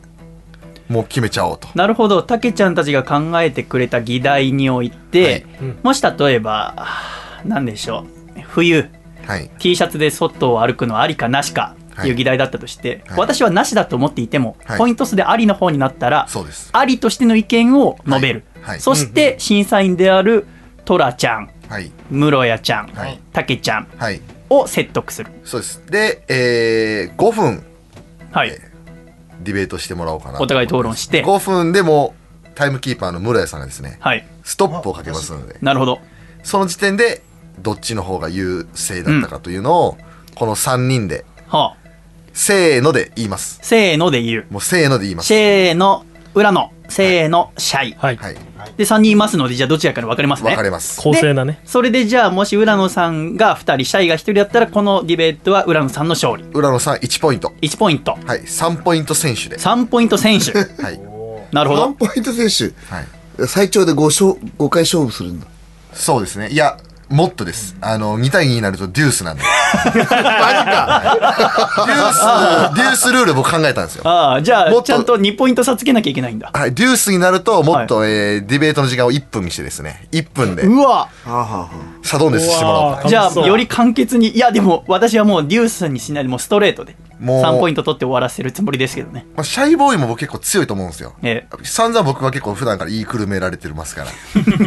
[SPEAKER 3] もう決めちゃおうと。
[SPEAKER 1] なるほどたけちゃんたちが考えてくれた議題において、もし例えばあー何でしょう冬
[SPEAKER 3] はい。
[SPEAKER 1] T シャツで外を歩くのはありかなしかっていう議題だったとして、
[SPEAKER 3] はい
[SPEAKER 1] 私はなしだと思っていても、
[SPEAKER 3] はい
[SPEAKER 1] コイントスでありの方になったら、
[SPEAKER 3] そうです。
[SPEAKER 1] ありとしての意見を述べる、
[SPEAKER 3] はいはい
[SPEAKER 1] そして審査員であるトラちゃん
[SPEAKER 3] はい。
[SPEAKER 1] ムロヤちゃん
[SPEAKER 3] はい
[SPEAKER 1] タケ、ちゃん
[SPEAKER 3] はい。
[SPEAKER 1] を説得する
[SPEAKER 3] そうです。で、えー、5分
[SPEAKER 1] はい、
[SPEAKER 3] ディベートしてもらおうかなと思ます。
[SPEAKER 1] お互い討論して
[SPEAKER 3] 5分でも、タイムキーパーの室屋さんがですね、
[SPEAKER 1] はい
[SPEAKER 3] ストップをかけますので、
[SPEAKER 1] なるほど
[SPEAKER 3] その時点で、どっちの方が優勢だったかというのを、この3人で、
[SPEAKER 1] はあ
[SPEAKER 3] せーので言います。
[SPEAKER 1] せーので言う
[SPEAKER 3] もうせーので言います。
[SPEAKER 1] せーの裏のせーのシャイ、
[SPEAKER 2] はい、
[SPEAKER 3] はい。
[SPEAKER 1] で3人いますのでじゃあどちらかに分かれますね
[SPEAKER 3] 分かれます。
[SPEAKER 2] 公正なね
[SPEAKER 1] それでじゃあもし浦野さんが2人シャイが1人だったらこのディベートは浦野さんの勝利
[SPEAKER 3] 浦野さん1ポイント。
[SPEAKER 1] 1ポイント
[SPEAKER 3] はい。3ポイント選手で。
[SPEAKER 1] 3ポイント 選手
[SPEAKER 3] はい。
[SPEAKER 1] なるほ
[SPEAKER 5] ワン
[SPEAKER 1] ど
[SPEAKER 5] ポイント選
[SPEAKER 3] はい。
[SPEAKER 5] 手最長で 5, 勝5回勝負するんだ
[SPEAKER 3] そうですね。いや、もっとです。あの、2対2になるとデュース なんで。マジか。デュース、デュースルール僕考えたんですよ。
[SPEAKER 1] ああじ
[SPEAKER 3] もっ
[SPEAKER 1] ゃあ
[SPEAKER 3] と
[SPEAKER 1] ちゃんと2ポイント差つけなきゃいけないんだ
[SPEAKER 3] はい、デュースになると、もっと、えーディベートの時間を1分にしてですね、1分で、
[SPEAKER 1] うわ
[SPEAKER 3] サドンデスしてもらおうか。
[SPEAKER 1] じゃ
[SPEAKER 2] 楽しそ
[SPEAKER 1] あ
[SPEAKER 2] う
[SPEAKER 1] より簡潔にいやでも私はもうデュースにしないでもうストレートで
[SPEAKER 3] もう
[SPEAKER 1] 3ポイント取って終わらせるつもりですけどね
[SPEAKER 3] まあ、シャイボーイも僕結構強いと思うんですよ。
[SPEAKER 1] え
[SPEAKER 3] 散々僕は結構普段から言いくるめられてますから。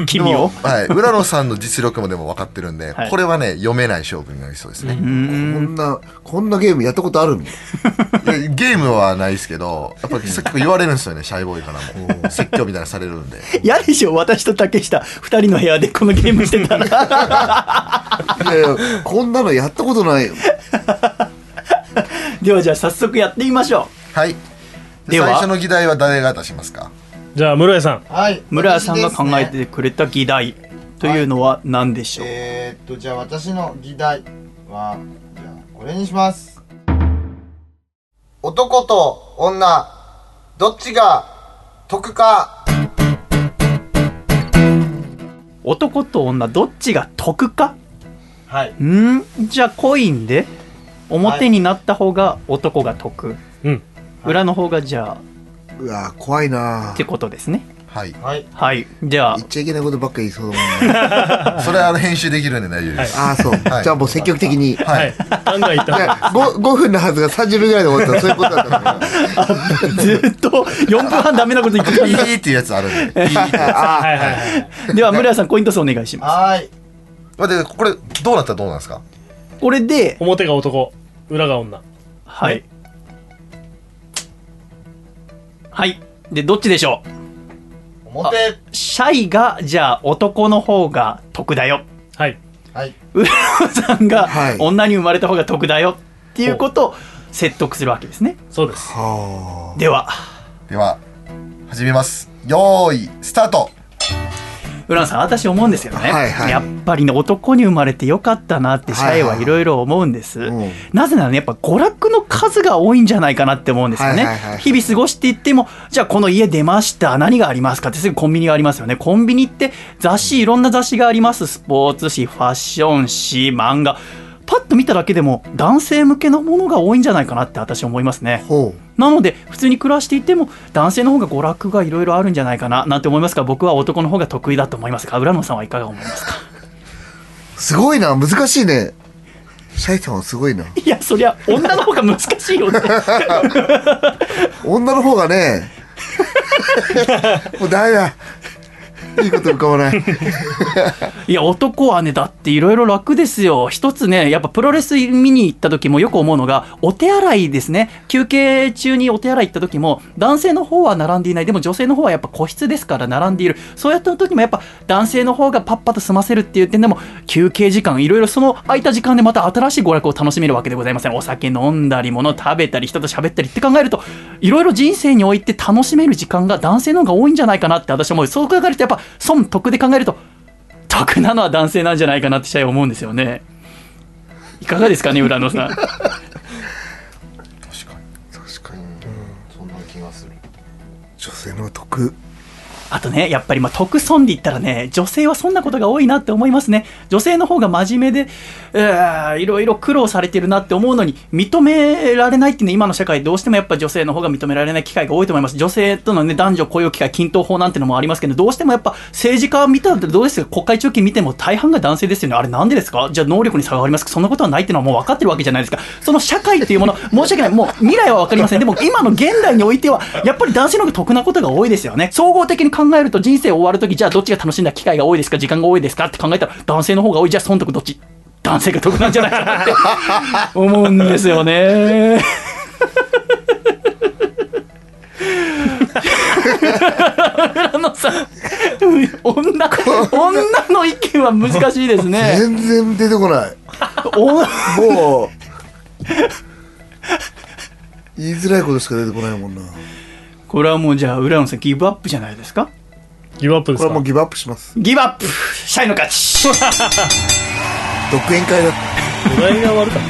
[SPEAKER 1] え君を
[SPEAKER 3] はい。浦野さんの実力もでも分かってるんで、
[SPEAKER 1] はい
[SPEAKER 3] これはね、読めない勝負になりそうですね。
[SPEAKER 5] こんなこんなゲームやったことある の
[SPEAKER 3] いやゲームはないですけど、やっぱり結構言われるんですよね、シャイボーイからも。説教みたいなのされるんで。
[SPEAKER 1] 嫌でしょ私と竹下2人の部屋でこのゲームしてたら
[SPEAKER 5] いやいやこんなのやったことないよ
[SPEAKER 1] ではじゃあ早速やってみましょ
[SPEAKER 3] はい。で
[SPEAKER 1] では
[SPEAKER 3] 最初の議題は誰が出しますか
[SPEAKER 2] じゃあ室屋さん
[SPEAKER 4] はい。
[SPEAKER 1] う村屋さんが考え
[SPEAKER 4] 私ですね
[SPEAKER 1] てくれた議題というのは何でしょう、
[SPEAKER 4] えー、っと、じゃあ私の議題は、じゃあこれにします。男と女、どっちが得か。
[SPEAKER 1] 男と女どっちが得か
[SPEAKER 4] はい。
[SPEAKER 1] んじゃあコインで表になった方が男が得、
[SPEAKER 2] うん
[SPEAKER 1] 裏の方がじゃ
[SPEAKER 13] うわ怖いな
[SPEAKER 1] あってことですね
[SPEAKER 3] はい
[SPEAKER 4] はい、
[SPEAKER 1] はい、じゃあ
[SPEAKER 13] 言っちゃいけないことばっかり言いそうだもん
[SPEAKER 3] それはあの編集できるんで大丈夫です。
[SPEAKER 13] ああそう、
[SPEAKER 3] はい
[SPEAKER 13] じゃあもう積極的 に、
[SPEAKER 3] はい。
[SPEAKER 2] ガンガン行った方が
[SPEAKER 13] 5, 分のはずが30分ぐらいで終わったそういうことだったのか
[SPEAKER 1] ずっと4分半ダメなこといく
[SPEAKER 3] い いっていうやつあるん で。いいってや
[SPEAKER 2] はいはいはい
[SPEAKER 1] では村屋さんコイントスお願いしま
[SPEAKER 4] はい
[SPEAKER 3] つまあで、これ、どうなったらどうなんですか
[SPEAKER 1] すこれで
[SPEAKER 2] 表が男裏が女
[SPEAKER 1] はいはいでどっちでしょ
[SPEAKER 4] 表
[SPEAKER 1] うシャイがじゃあ男の方が得だよ
[SPEAKER 2] はい
[SPEAKER 4] はい
[SPEAKER 1] 浦野さんが
[SPEAKER 13] はい
[SPEAKER 1] 女に生まれた方が得だよっていうことを説得するわけですね
[SPEAKER 2] そうです
[SPEAKER 13] は
[SPEAKER 1] では
[SPEAKER 3] では、始めます。よーい、スタート
[SPEAKER 1] 浦野さん私思うんですよね、
[SPEAKER 13] はいはい
[SPEAKER 1] やっぱりね男に生まれてよかったなってシャイはいろいろ思うんです、
[SPEAKER 13] あうん
[SPEAKER 1] なぜならねやっぱ娯楽の数が多いんじゃないかなって思うんですよね、
[SPEAKER 13] はいはいはい
[SPEAKER 1] 日々過ごしていってもじゃあこの家出ました何がありますかってすぐコンビニがありますよねコンビニって雑誌いろんな雑誌がありますスポーツ誌ファッション誌漫画パッと見ただけでも男性向けのものが多いんじゃないかなって私思いますね
[SPEAKER 13] ほ
[SPEAKER 1] なので普通に暮らしていても男性の方が娯楽がいろいろあるんじゃないかななんて思いますか僕は男の方が得意だと思いますが浦野さんはいかが思いますか
[SPEAKER 13] うすごいな難しいねシャイさんはすごいない
[SPEAKER 1] やそりゃ女の方が難しいよね
[SPEAKER 13] 女の方がね もうダメだいいこと浮かばない
[SPEAKER 1] いや男はねだっていろいろ楽ですよ一つねやっぱプロレス見に行った時もよく思うのがお手洗いですね休憩中にお手洗い行った時も男性の方は並んでいないでも女性の方はやっぱ個室ですから並んでいるそうやった時もやっぱ男性の方がパッパと済ませるっていう点でも休憩時間いろいろその空いた時間でまた新しい娯楽を楽しめるわけでございませんお酒飲んだり物食べたり人と喋ったりって考えるといろいろ人生において楽しめる時間が男性の方が多いんじゃないかなって私は思うそう考えるとやっぱ損得で考えると得なのは男性なんじゃないかなってシャイは思うんですよねいかがですかね浦野さん
[SPEAKER 3] 確かに。
[SPEAKER 13] 確かに
[SPEAKER 4] そんな気がする
[SPEAKER 13] 女性の得
[SPEAKER 1] あとねやっぱりまあ得損で言ったらね女性はそんなことが多いなって思いますね女性の方が真面目で、えーいろいろ苦労されてるなって思うのに認められないっていうね今の社会どうしてもやっぱ女性の方が認められない機会が多いと思います女性とのね男女雇用機会均等法なんてのもありますけどどうしてもやっぱ政治家見たらどうですか国会中期見ても大半が男性ですよねあれなんでですかじゃあ能力に差がありますかそんなことはないっていうのはもう分かってるわけじゃないですかその社会っていうもの 申し訳ないもう未来は分かりませんでも今の現代においてはやっぱり男性の方が得なことが多いですよね総合的に考えると人生終わる時じゃあどっちが楽しんだ機会が多いですか時間が多いですかって考えたら男性の方が多いじゃあ損得どっち男性が得なんじゃないかなって思うんですよね 浦野さん女女の意見は難しいですね
[SPEAKER 13] 全然出てこない
[SPEAKER 1] お
[SPEAKER 13] もう言いづらいことしか出てこないもんな
[SPEAKER 1] これはもうじゃあ浦野さんギブアップじゃないですか
[SPEAKER 2] ギブアップで
[SPEAKER 13] こ
[SPEAKER 2] す
[SPEAKER 13] れはも
[SPEAKER 2] か
[SPEAKER 13] うギブアップします
[SPEAKER 1] ギブアップシャイの勝ち
[SPEAKER 13] 独演会だ
[SPEAKER 2] お題が悪かっ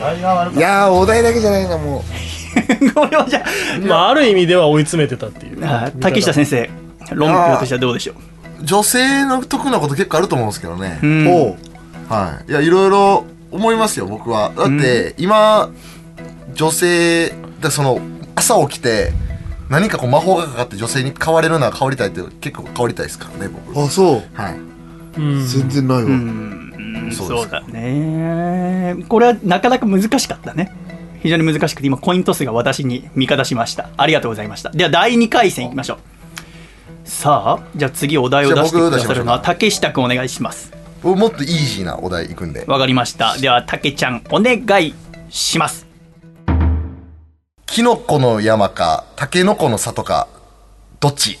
[SPEAKER 4] 題が悪か
[SPEAKER 13] いやーお題だけじゃないなもう
[SPEAKER 1] これはじゃ
[SPEAKER 2] たまあある意味では追い詰めてたっていう
[SPEAKER 1] ああ竹下先生論評としてはどうでしょ
[SPEAKER 3] 女性の得なこと結構あると思うんですけどね
[SPEAKER 1] う、う。ん
[SPEAKER 13] おう
[SPEAKER 3] はい。いや、いろいろ思いますよ、僕は。だって、今、女性、だその、朝起きて、何かこう魔法がかかって女性に変われるなら変わりたいって結構変わりたいですからね、僕。
[SPEAKER 13] あそう
[SPEAKER 3] はい。
[SPEAKER 2] うん
[SPEAKER 13] 全然ないわ、
[SPEAKER 1] うん
[SPEAKER 3] そう
[SPEAKER 1] そ
[SPEAKER 3] で
[SPEAKER 1] う
[SPEAKER 3] す
[SPEAKER 1] だねこれはなかなか難しかったね非常に難しくて今コイントスが私に味方しましたありがとうございましたでは第2回戦いきましょうさあじゃあ次お題を出して
[SPEAKER 3] じゃあ僕
[SPEAKER 1] くだ
[SPEAKER 3] 出し
[SPEAKER 1] さ
[SPEAKER 3] ましょ
[SPEAKER 1] る
[SPEAKER 3] う
[SPEAKER 1] のは竹下くんお願いします
[SPEAKER 3] 僕もっとイージーなお題いくんで。
[SPEAKER 1] わかりましたでは竹ちゃんお願いします
[SPEAKER 3] キノコの山か、タケノコの里か、どっち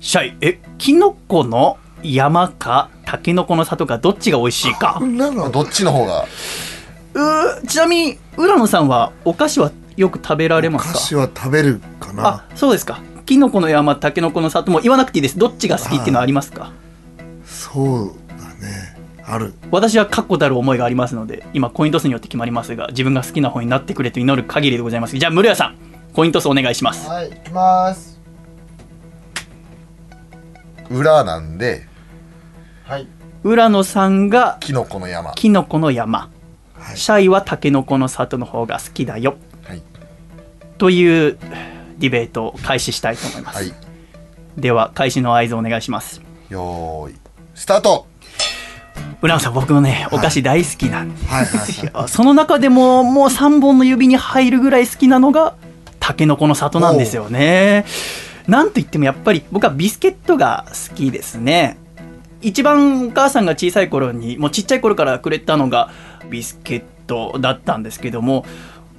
[SPEAKER 1] シャイえキノコの山かタケノコの里かどっちが美味しいか
[SPEAKER 13] これなんか
[SPEAKER 3] どっちの方が、
[SPEAKER 1] うーちなみに浦野さんはお菓子はよく食べられま
[SPEAKER 13] お菓
[SPEAKER 1] す
[SPEAKER 13] 子
[SPEAKER 1] か
[SPEAKER 13] は食べるかな
[SPEAKER 1] あそうですかキノコの山タケノコの里も言わなくていいですどっちが好きっていうのはありますか
[SPEAKER 13] そうだねある
[SPEAKER 1] 私は確固たる思いがありますので今コイントスによって決まりますが自分が好きな方になってくれと祈る限りでございますじゃあ室屋さんコイントスお願いします
[SPEAKER 4] はい行きます
[SPEAKER 3] 裏なんで、
[SPEAKER 4] はい
[SPEAKER 1] 浦野さんが
[SPEAKER 3] キノコの山
[SPEAKER 1] キノコの山、シャイはタケノコの里の方が好きだよ、
[SPEAKER 3] はい
[SPEAKER 1] というディベートを開始したいと思います、では開始の合図お願いします
[SPEAKER 3] よーいスタート
[SPEAKER 1] 浦野さん僕のねお菓子大好きなんです、
[SPEAKER 3] はい
[SPEAKER 1] よその中でももう3本の指に入るぐらい好きなのがタケノコの里なんですよねなんといってもやっぱり僕はビスケットが好きですね一番お母さんが小さい頃にもうちっちゃい頃からくれたのがビスケットだったんですけども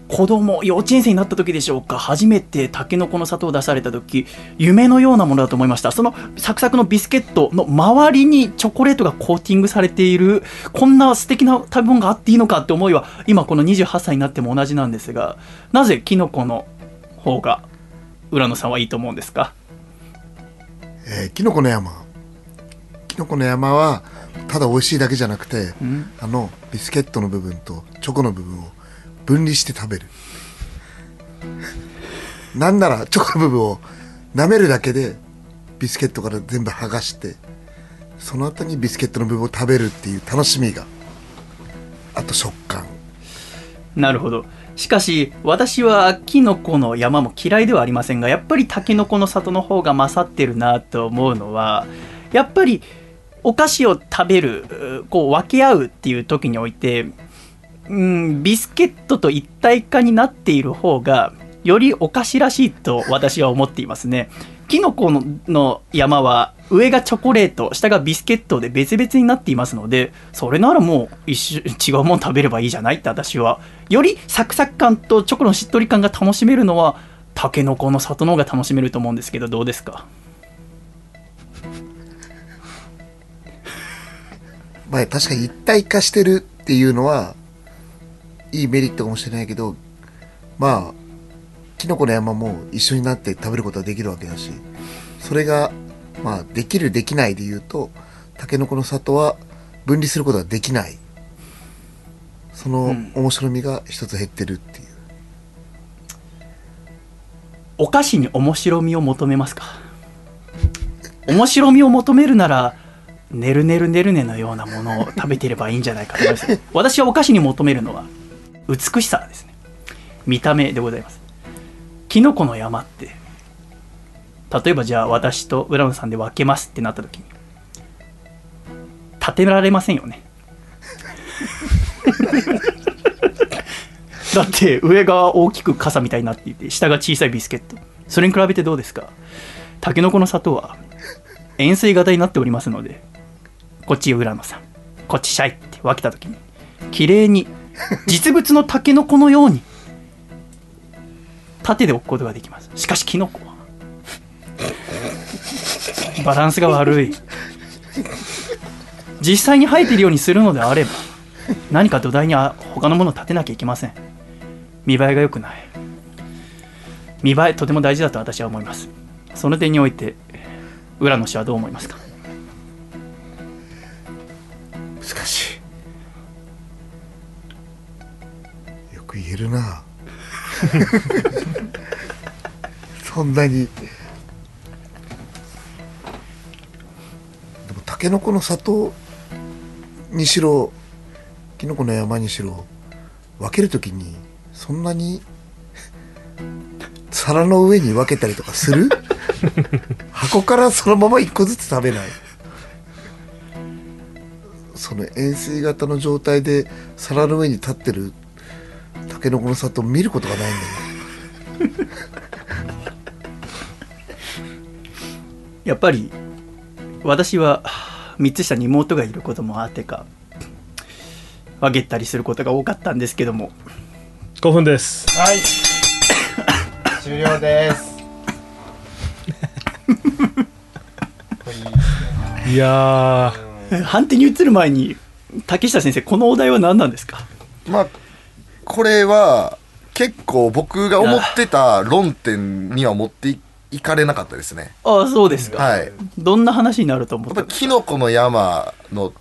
[SPEAKER 1] 子供幼稚園生になった時でしょうか初めてタケノコの里を出された時夢のようなものだと思いましたそのサクサクのビスケットの周りにチョコレートがコーティングされているこんな素敵な食べ物があっていいのかって思いは今この28歳になっても同じなんですがなぜキノコの方が浦野さんはいいと思うんですか
[SPEAKER 5] えーキノコの山キノコの山はただ美味しいだけじゃなくて、あのビスケットの部分とチョコの部分を分離して食べるなんならチョコの部分を舐めるだけでビスケットから全部剥がしてその後にビスケットの部分を食べるっていう楽しみがあと食感
[SPEAKER 1] なるほど。しかし、私はキノコの山も嫌いではありませんが、やっぱりタケノコの里の方が勝ってるなと思うのは、やっぱりお菓子を食べる、うーこう分け合うっていう時において、うん、ビスケットと一体化になっている方が、よりお菓子らしいと私は思っていますね。キノコのの山は上がチョコレート、下がビスケットで別々になっていますので、それならもう一種違うもの食べればいいじゃないって私は。よりサクサク感とチョコのしっとり感が楽しめるのは、タケノコの里の方が楽しめると思うんですけど、どうですか
[SPEAKER 5] まあ確かに一体化してるっていうのはいいメリットかもしれないけどまあキノコの山も一緒になって食べることはできるわけだしそれがまあできるできないで言うとタケノコの里は分離することはできないその面白みが一つ減ってるっていう、
[SPEAKER 1] お菓子に面白みを求めますか面白みを求めるなら、ねるねるねるねのようなものを食べてればいいんじゃないかと思います。私はお菓子に求めるのは、美しさですね。見た目でございます。キノコの山って、例えばじゃあ私と浦野さんで分けますってなった時に、立てられませんよね。だって上が大きく傘みたいになっていて下が小さいビスケットそれに比べてどうですかタケノコの里は円錐型になっておりますのでこっち浦野さんこっちシャイって分けた時に綺麗に実物のタケノコのように縦で置くことができますしかしキノコはバランスが悪い実際に生えているようにするのであれば何か土台にあ他のものを立てなきゃいけません見栄えが良くない見栄えとても大事だと私は思いますその点において浦野氏はどう思いますか
[SPEAKER 5] 難しいよく言えるな そんなにでもたけのこの里にしろきのこの山にしろ分けるときにそんなに皿の上に分けたりとかする 箱からそのまま一個ずつ食べないその円錐型の状態で皿の上に立ってるタケノコの里を見ることがないんだよ
[SPEAKER 1] やっぱり私は3つ下に妹がいることもあってか分けたりすることが多かったんですけども
[SPEAKER 14] 5分です
[SPEAKER 15] はい終了 です
[SPEAKER 14] いや
[SPEAKER 1] 判定に移る前に竹下先生このお題は何なんですか
[SPEAKER 3] まあこれは結構僕が思ってた論点には持っていいかれなかったですね
[SPEAKER 1] ああそうですか、
[SPEAKER 3] はい
[SPEAKER 1] どんな話になると思
[SPEAKER 3] やっぱりキノコの山の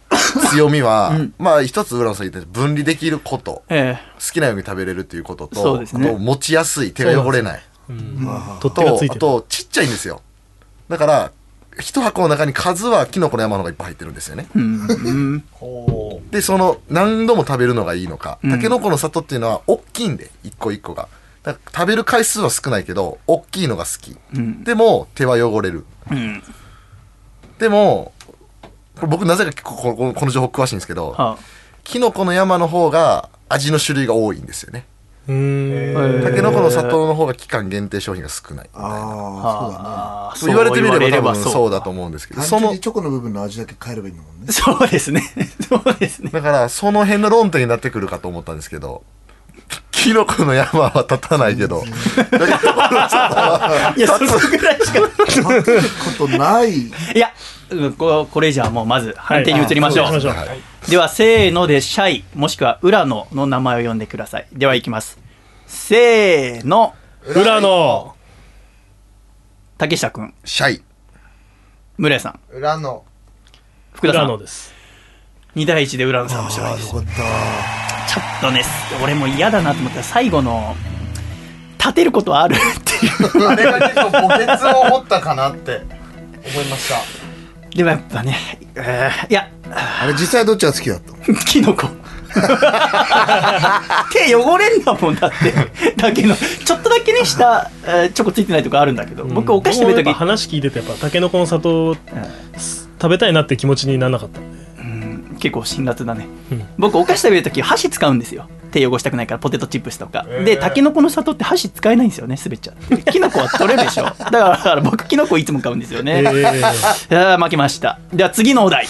[SPEAKER 3] 強みは、まあ一つ浦野さん言ったように分離できること、
[SPEAKER 1] え
[SPEAKER 3] 好きなように食べれるっていうこと
[SPEAKER 1] そう
[SPEAKER 3] と、
[SPEAKER 1] ですね
[SPEAKER 3] あと持ちやすい手が汚れない
[SPEAKER 14] うん
[SPEAKER 3] あ
[SPEAKER 14] 取っ手がついてる
[SPEAKER 3] とあとちっちゃいんですよだから一箱の中に数はキノコの山の方がいっぱい入ってるんですよね。
[SPEAKER 1] うん。
[SPEAKER 3] で、その何度も食べるのがいいのか、
[SPEAKER 1] うん
[SPEAKER 3] タケノコの里っていうのは大きいんで、一個一個が。だから食べる回数は少ないけど、大きいのが好き。
[SPEAKER 1] うん。
[SPEAKER 3] でも、手は汚れる。
[SPEAKER 1] うん。
[SPEAKER 3] でも、これ僕なぜか結構こここの情報詳しいんですけど、
[SPEAKER 1] は
[SPEAKER 3] キノコの山の方が味の種類が多いんですよね。
[SPEAKER 2] うん
[SPEAKER 3] タケノコの里の方が期間限定商品が少ない。
[SPEAKER 5] あ
[SPEAKER 1] あ
[SPEAKER 5] あ、
[SPEAKER 3] そ
[SPEAKER 5] そううだね。
[SPEAKER 3] 言われてみれば多分そうだと思うんですけど、そ
[SPEAKER 5] 単純
[SPEAKER 3] の
[SPEAKER 5] に、チョコの部分の味だけ変えればいいんだも んね。
[SPEAKER 1] そうですね。そうですね。
[SPEAKER 3] だからその辺の論点になってくるかと思ったんですけど、キノコの山は立たないけ ど、
[SPEAKER 1] いや、それぐらいしか。
[SPEAKER 5] ことない。
[SPEAKER 1] いや、うんここれじゃあもうまず判定に移りましょう。
[SPEAKER 2] はいあそうしましょう
[SPEAKER 1] では、せーので、シャイ、もしくは、浦野の名前を呼んでください。では、いきます。せーの、
[SPEAKER 2] 裏の
[SPEAKER 1] 竹下くん、
[SPEAKER 3] シャイ、
[SPEAKER 1] 村井さん、
[SPEAKER 8] 裏の
[SPEAKER 1] 福田さ
[SPEAKER 2] 裏の
[SPEAKER 1] ん。
[SPEAKER 2] です
[SPEAKER 1] 2対1で浦野さんを勝利です。ちょっとね、俺も嫌だなと思ったら、最後の、立てることはあるっていう。
[SPEAKER 8] あれが結構墓穴を掘ったかなって思いました
[SPEAKER 1] でもやっぱね、えーいや、
[SPEAKER 5] あれ、実際どっちが好きだったの
[SPEAKER 1] キノコ。手汚れんだもんだって。 だけど、ちょっとだけね、下、えーチョコついてないとこあるんだけど、僕お菓子食べ
[SPEAKER 2] る
[SPEAKER 1] る
[SPEAKER 2] と
[SPEAKER 1] とき、
[SPEAKER 2] 話聞いててやっぱタケノコの里食べたいなって気持ちにならなかったんで
[SPEAKER 1] うん結構辛辣だね。
[SPEAKER 2] うん
[SPEAKER 1] 僕お菓子食べるとき箸使うんですよ。手汚したくないからポテトチップスとか。
[SPEAKER 8] へー
[SPEAKER 1] で、タケノコの里って箸使えないんですよね、滑っちゃって。キノコは取れるでし ょ。だからだから僕キノコいつも買うんですよね。
[SPEAKER 2] えー
[SPEAKER 1] あー負けました。では次のお題。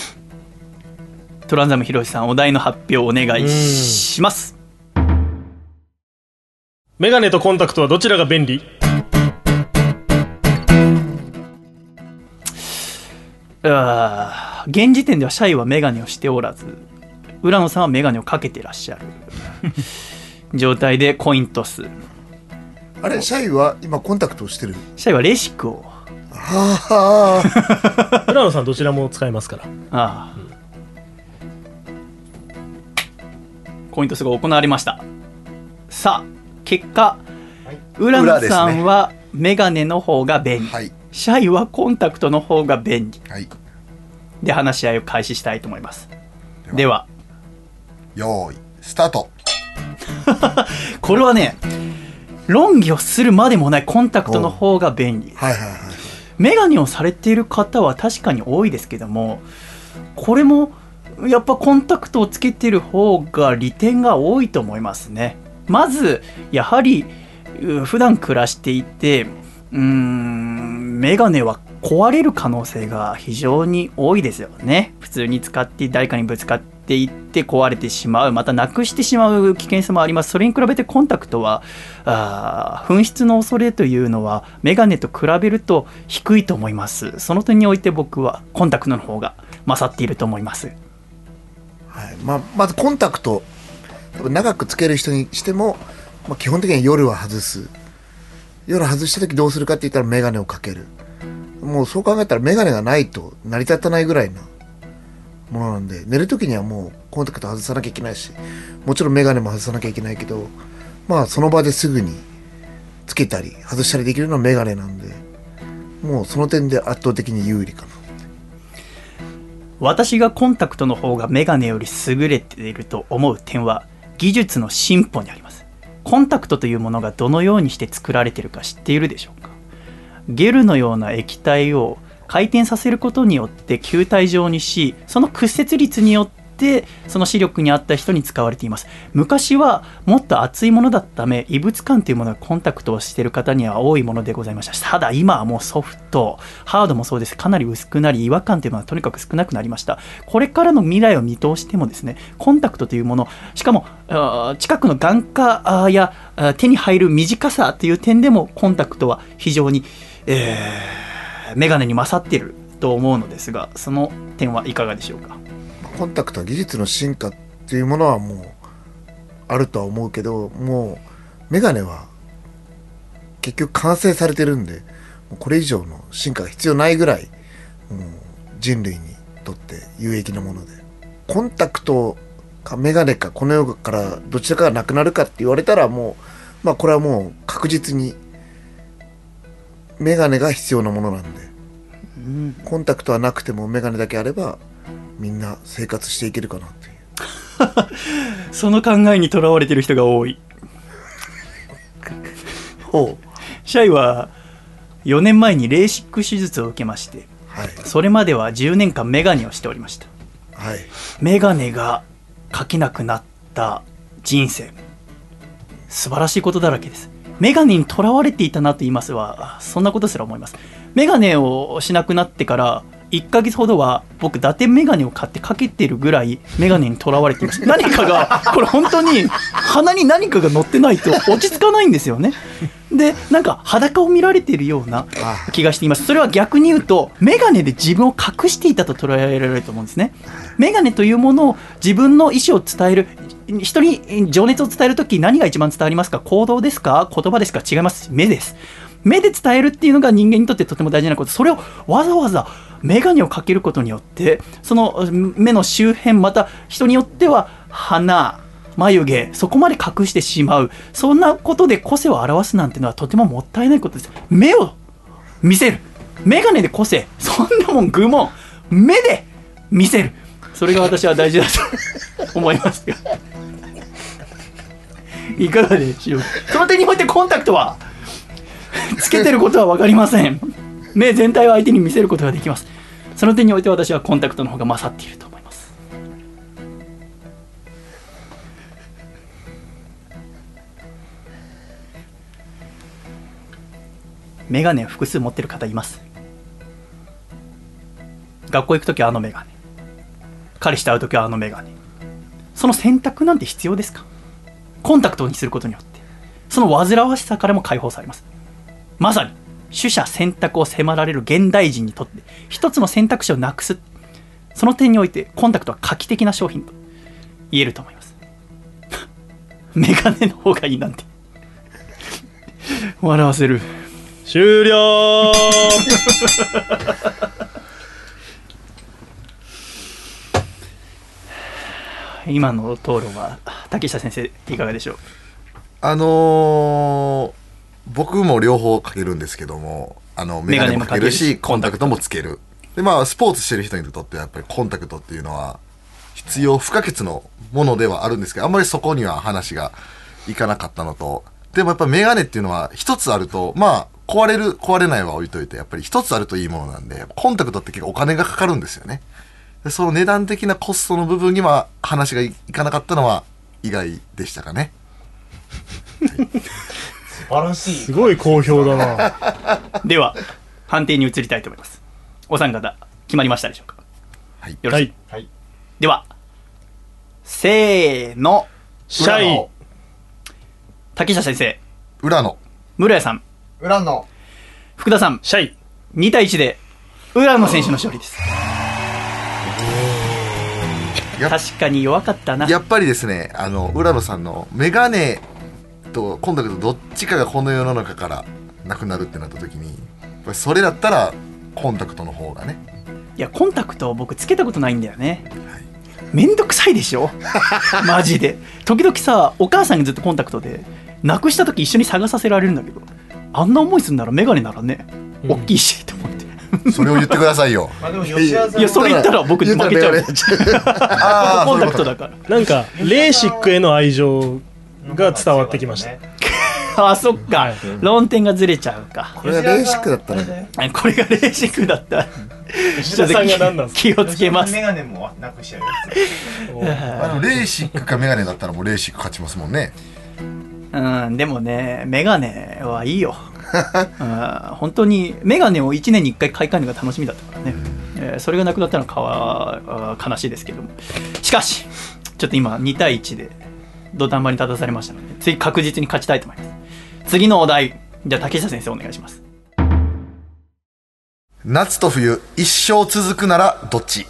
[SPEAKER 1] トランザムヒロシさん、お題の発表お願いします。
[SPEAKER 2] メガネとコンタクトはどちらが便利
[SPEAKER 1] あー現時点ではシャイはメガネをしておらず浦野さんはメガネをかけてらっしゃる状態でコイントス
[SPEAKER 5] あれ、シャイは今コンタクトをしてる。
[SPEAKER 1] シャイはレシックを
[SPEAKER 5] ああ、
[SPEAKER 2] 浦野さんどちらも使えますから
[SPEAKER 1] ああ、コイントスが行われましたさあ結果浦野さんはメガネの方が便利、
[SPEAKER 3] はい、
[SPEAKER 1] シャイはコンタクトの方が便利
[SPEAKER 3] はい、
[SPEAKER 1] で話し合いを開始したいと思いますでは
[SPEAKER 3] よーい、スタート。
[SPEAKER 1] これはね論議をするまでもないコンタクトの方が便利
[SPEAKER 5] はいはいはい。
[SPEAKER 1] メガネをされている方は確かに多いですけどもこれもやっぱコンタクトをつけてる方が利点が多いと思いますねまずやはりう普段暮らしていてうーんメガネは壊れる可能性が非常に多いですよね普通に使って誰かにぶつかっていって壊れてしまうまたなくしてしまう危険さもありますそれに比べてコンタクトはあー紛失の恐れというのはメガネと比べると低いと思いますその点において僕はコンタクトの方が勝っていると思います
[SPEAKER 5] はいまあ、まずコンタクト多分長くつける人にしても、まあ、基本的には夜は外す夜外した時どうするかって言ったら眼鏡をかけるもうそう考えたら眼鏡がないと成り立たないぐらいなものなんで寝る時にはもうコンタクト外さなきゃいけないしもちろん眼鏡も外さなきゃいけないけどまあその場ですぐにつけたり外したりできるのは眼鏡なんでもうその点で圧倒的に有利かな
[SPEAKER 1] 私がコンタクトの方がメガネより優れていると思う点は技術の進歩にありますコンタクトというものがどのようにして作られているか知っているでしょうかゲルのような液体を回転させることによって球体状にしその屈折率によってその視力に合った人に使われています昔はもっと厚いものだったため異物感というものがコンタクトをしている方には多いものでございましたただ今はもうソフトハードもそうですかなり薄くなり違和感というものはとにかく少なくなりましたこれからの未来を見通してもですねコンタクトというものしかもあー近くの眼科あーやあー手に入る短さという点でもコンタクトは非常に、えー、メガネに勝っていると思うのですがその点はいかがでしょうか
[SPEAKER 5] コンタクトは技術の進化っていうものはもうあるとは思うけどもうメガネは結局完成されてるんでもうこれ以上の進化が必要ないぐらいもう人類にとって有益なものでコンタクトかメガネかこの世からどちらかがなくなるかって言われたらもうまあこれはもう確実にメガネが必要なものなんで
[SPEAKER 13] コンタクトはなくても眼鏡だけあればみんな生活していけるかなっていう
[SPEAKER 1] その考えにとらわれてる人が多い
[SPEAKER 13] ほ
[SPEAKER 1] シャイは4年前にレーシック手術を受けまして、それまでは10年間メガネをしておりました
[SPEAKER 13] はい
[SPEAKER 1] メガネが描けなくなった人生素晴らしいことだらけですメガネにとらわれていたなと言いますはそんなことすら思いますメガネをしなくなってから1ヶ月ほどは僕伊達メガネを買ってかけてるぐらいメガネにとらわれていました何かがこれ本当に鼻に何かが乗ってないと落ち着かないんですよねでなんか裸を見られているような気がしていますそれは逆に言うとメガネで自分を隠していたと捉えられると思うんですねメガネというものを自分の意思を伝える人に情熱を伝える時何が一番伝わりますか行動ですか言葉ですか違います目です目で伝えるっていうのが人間にとってとても大事なことそれをわざわざ眼鏡をかけることによってその目の周辺また人によっては鼻眉毛そこまで隠してしまうそんなことで個性を表すなんてのはとてももったいないことです目を見せる眼鏡で個性そんなもん愚問目で見せるそれが私は大事だと思いますがいかがでしょうその点においてコンタクトはつけてることは分かりません目全体を相手に見せることができますその点において私はコンタクトの方が勝っていると思いますメガネを複数持ってる方います学校行く時はあのメガネ彼氏と会う時はあのメガネその選択なんて必要ですかコンタクトにすることによってその煩わしさからも解放されますまさに取捨選択を迫られる現代人にとって一つの選択肢をなくすその点においてコンタクトは画期的な商品と言えると思います メガネの方がいいなんて笑わせる
[SPEAKER 2] 終了
[SPEAKER 1] 今の討論は竹下先生いかがでしょう
[SPEAKER 3] あのー僕も両方かけるんですけども、あの、メガネもかける
[SPEAKER 1] メガネもかける
[SPEAKER 3] し、コンタクトもつける。で、まあ、スポーツしてる人にとってはやっぱりコンタクトっていうのは、必要不可欠のものではあるんですけど、あんまりそこには話がいかなかったのと、でもやっぱメガネっていうのは一つあると、まあ、壊れる、壊れないは置いといて、やっぱり一つあるといいものなんで、コンタクトって結構お金がかかるんですよね。でその値段的なコストの部分には話がいいかなかったのは意外でしたかね。
[SPEAKER 1] 素晴らしい
[SPEAKER 2] すごい好評だな
[SPEAKER 1] では判定に移りたいと思いますお三方決まりましたでしょうかはいよろしい、
[SPEAKER 4] はい
[SPEAKER 1] ではせーの
[SPEAKER 4] シャイ
[SPEAKER 1] 浦野竹下先生
[SPEAKER 3] 浦野
[SPEAKER 1] 村屋さん
[SPEAKER 4] 浦野
[SPEAKER 1] 福田さん
[SPEAKER 2] シャイ
[SPEAKER 1] 2対1で浦野選手の勝利です確かに弱かった な
[SPEAKER 3] やっぱりですねあの浦野さんのメガネとコンタクトどっちかがこの世の中からなくなるってなった時にこれそれだったらコンタクトの方がね
[SPEAKER 1] いやコンタクトを僕つけたことないんだよね、めんどくさいで しょマジで時々さお母さんにずっとコンタクトでなくした時一緒に探させられるんだけどあんな思いするなら眼鏡ならね、大きいしと思って
[SPEAKER 3] それを言ってくださいよ
[SPEAKER 4] まあでも
[SPEAKER 1] い
[SPEAKER 4] 吉
[SPEAKER 1] や
[SPEAKER 4] 田さん
[SPEAKER 1] それ言ったら僕負けちゃう
[SPEAKER 3] あ
[SPEAKER 1] コンタクトだから
[SPEAKER 2] なんかレーシックへの愛情が伝わってきました
[SPEAKER 1] あそっか、論点がずれちゃうか
[SPEAKER 2] これがレーシックだった
[SPEAKER 1] ねこれがレーシックだった
[SPEAKER 4] 吉田さんが何なんすか
[SPEAKER 1] 気をつけます
[SPEAKER 4] メガネもなくしちゃうよ
[SPEAKER 3] あのレーシックかメガネだったらもうレーシック勝ちますもんね
[SPEAKER 1] うん、でもね、メガネはいいよ。うん、本当に、メガネを1年に1回買い替えるのが楽しみだったからね。えーそれがなくなったのはかわあー悲しいですけども。しかし、ちょっと今2対1で土壇場に立たされましたので、次確実に勝ちたいと思います。次のお題、じゃあ竹下先生お願いします。
[SPEAKER 3] 夏と冬一生続くならどっち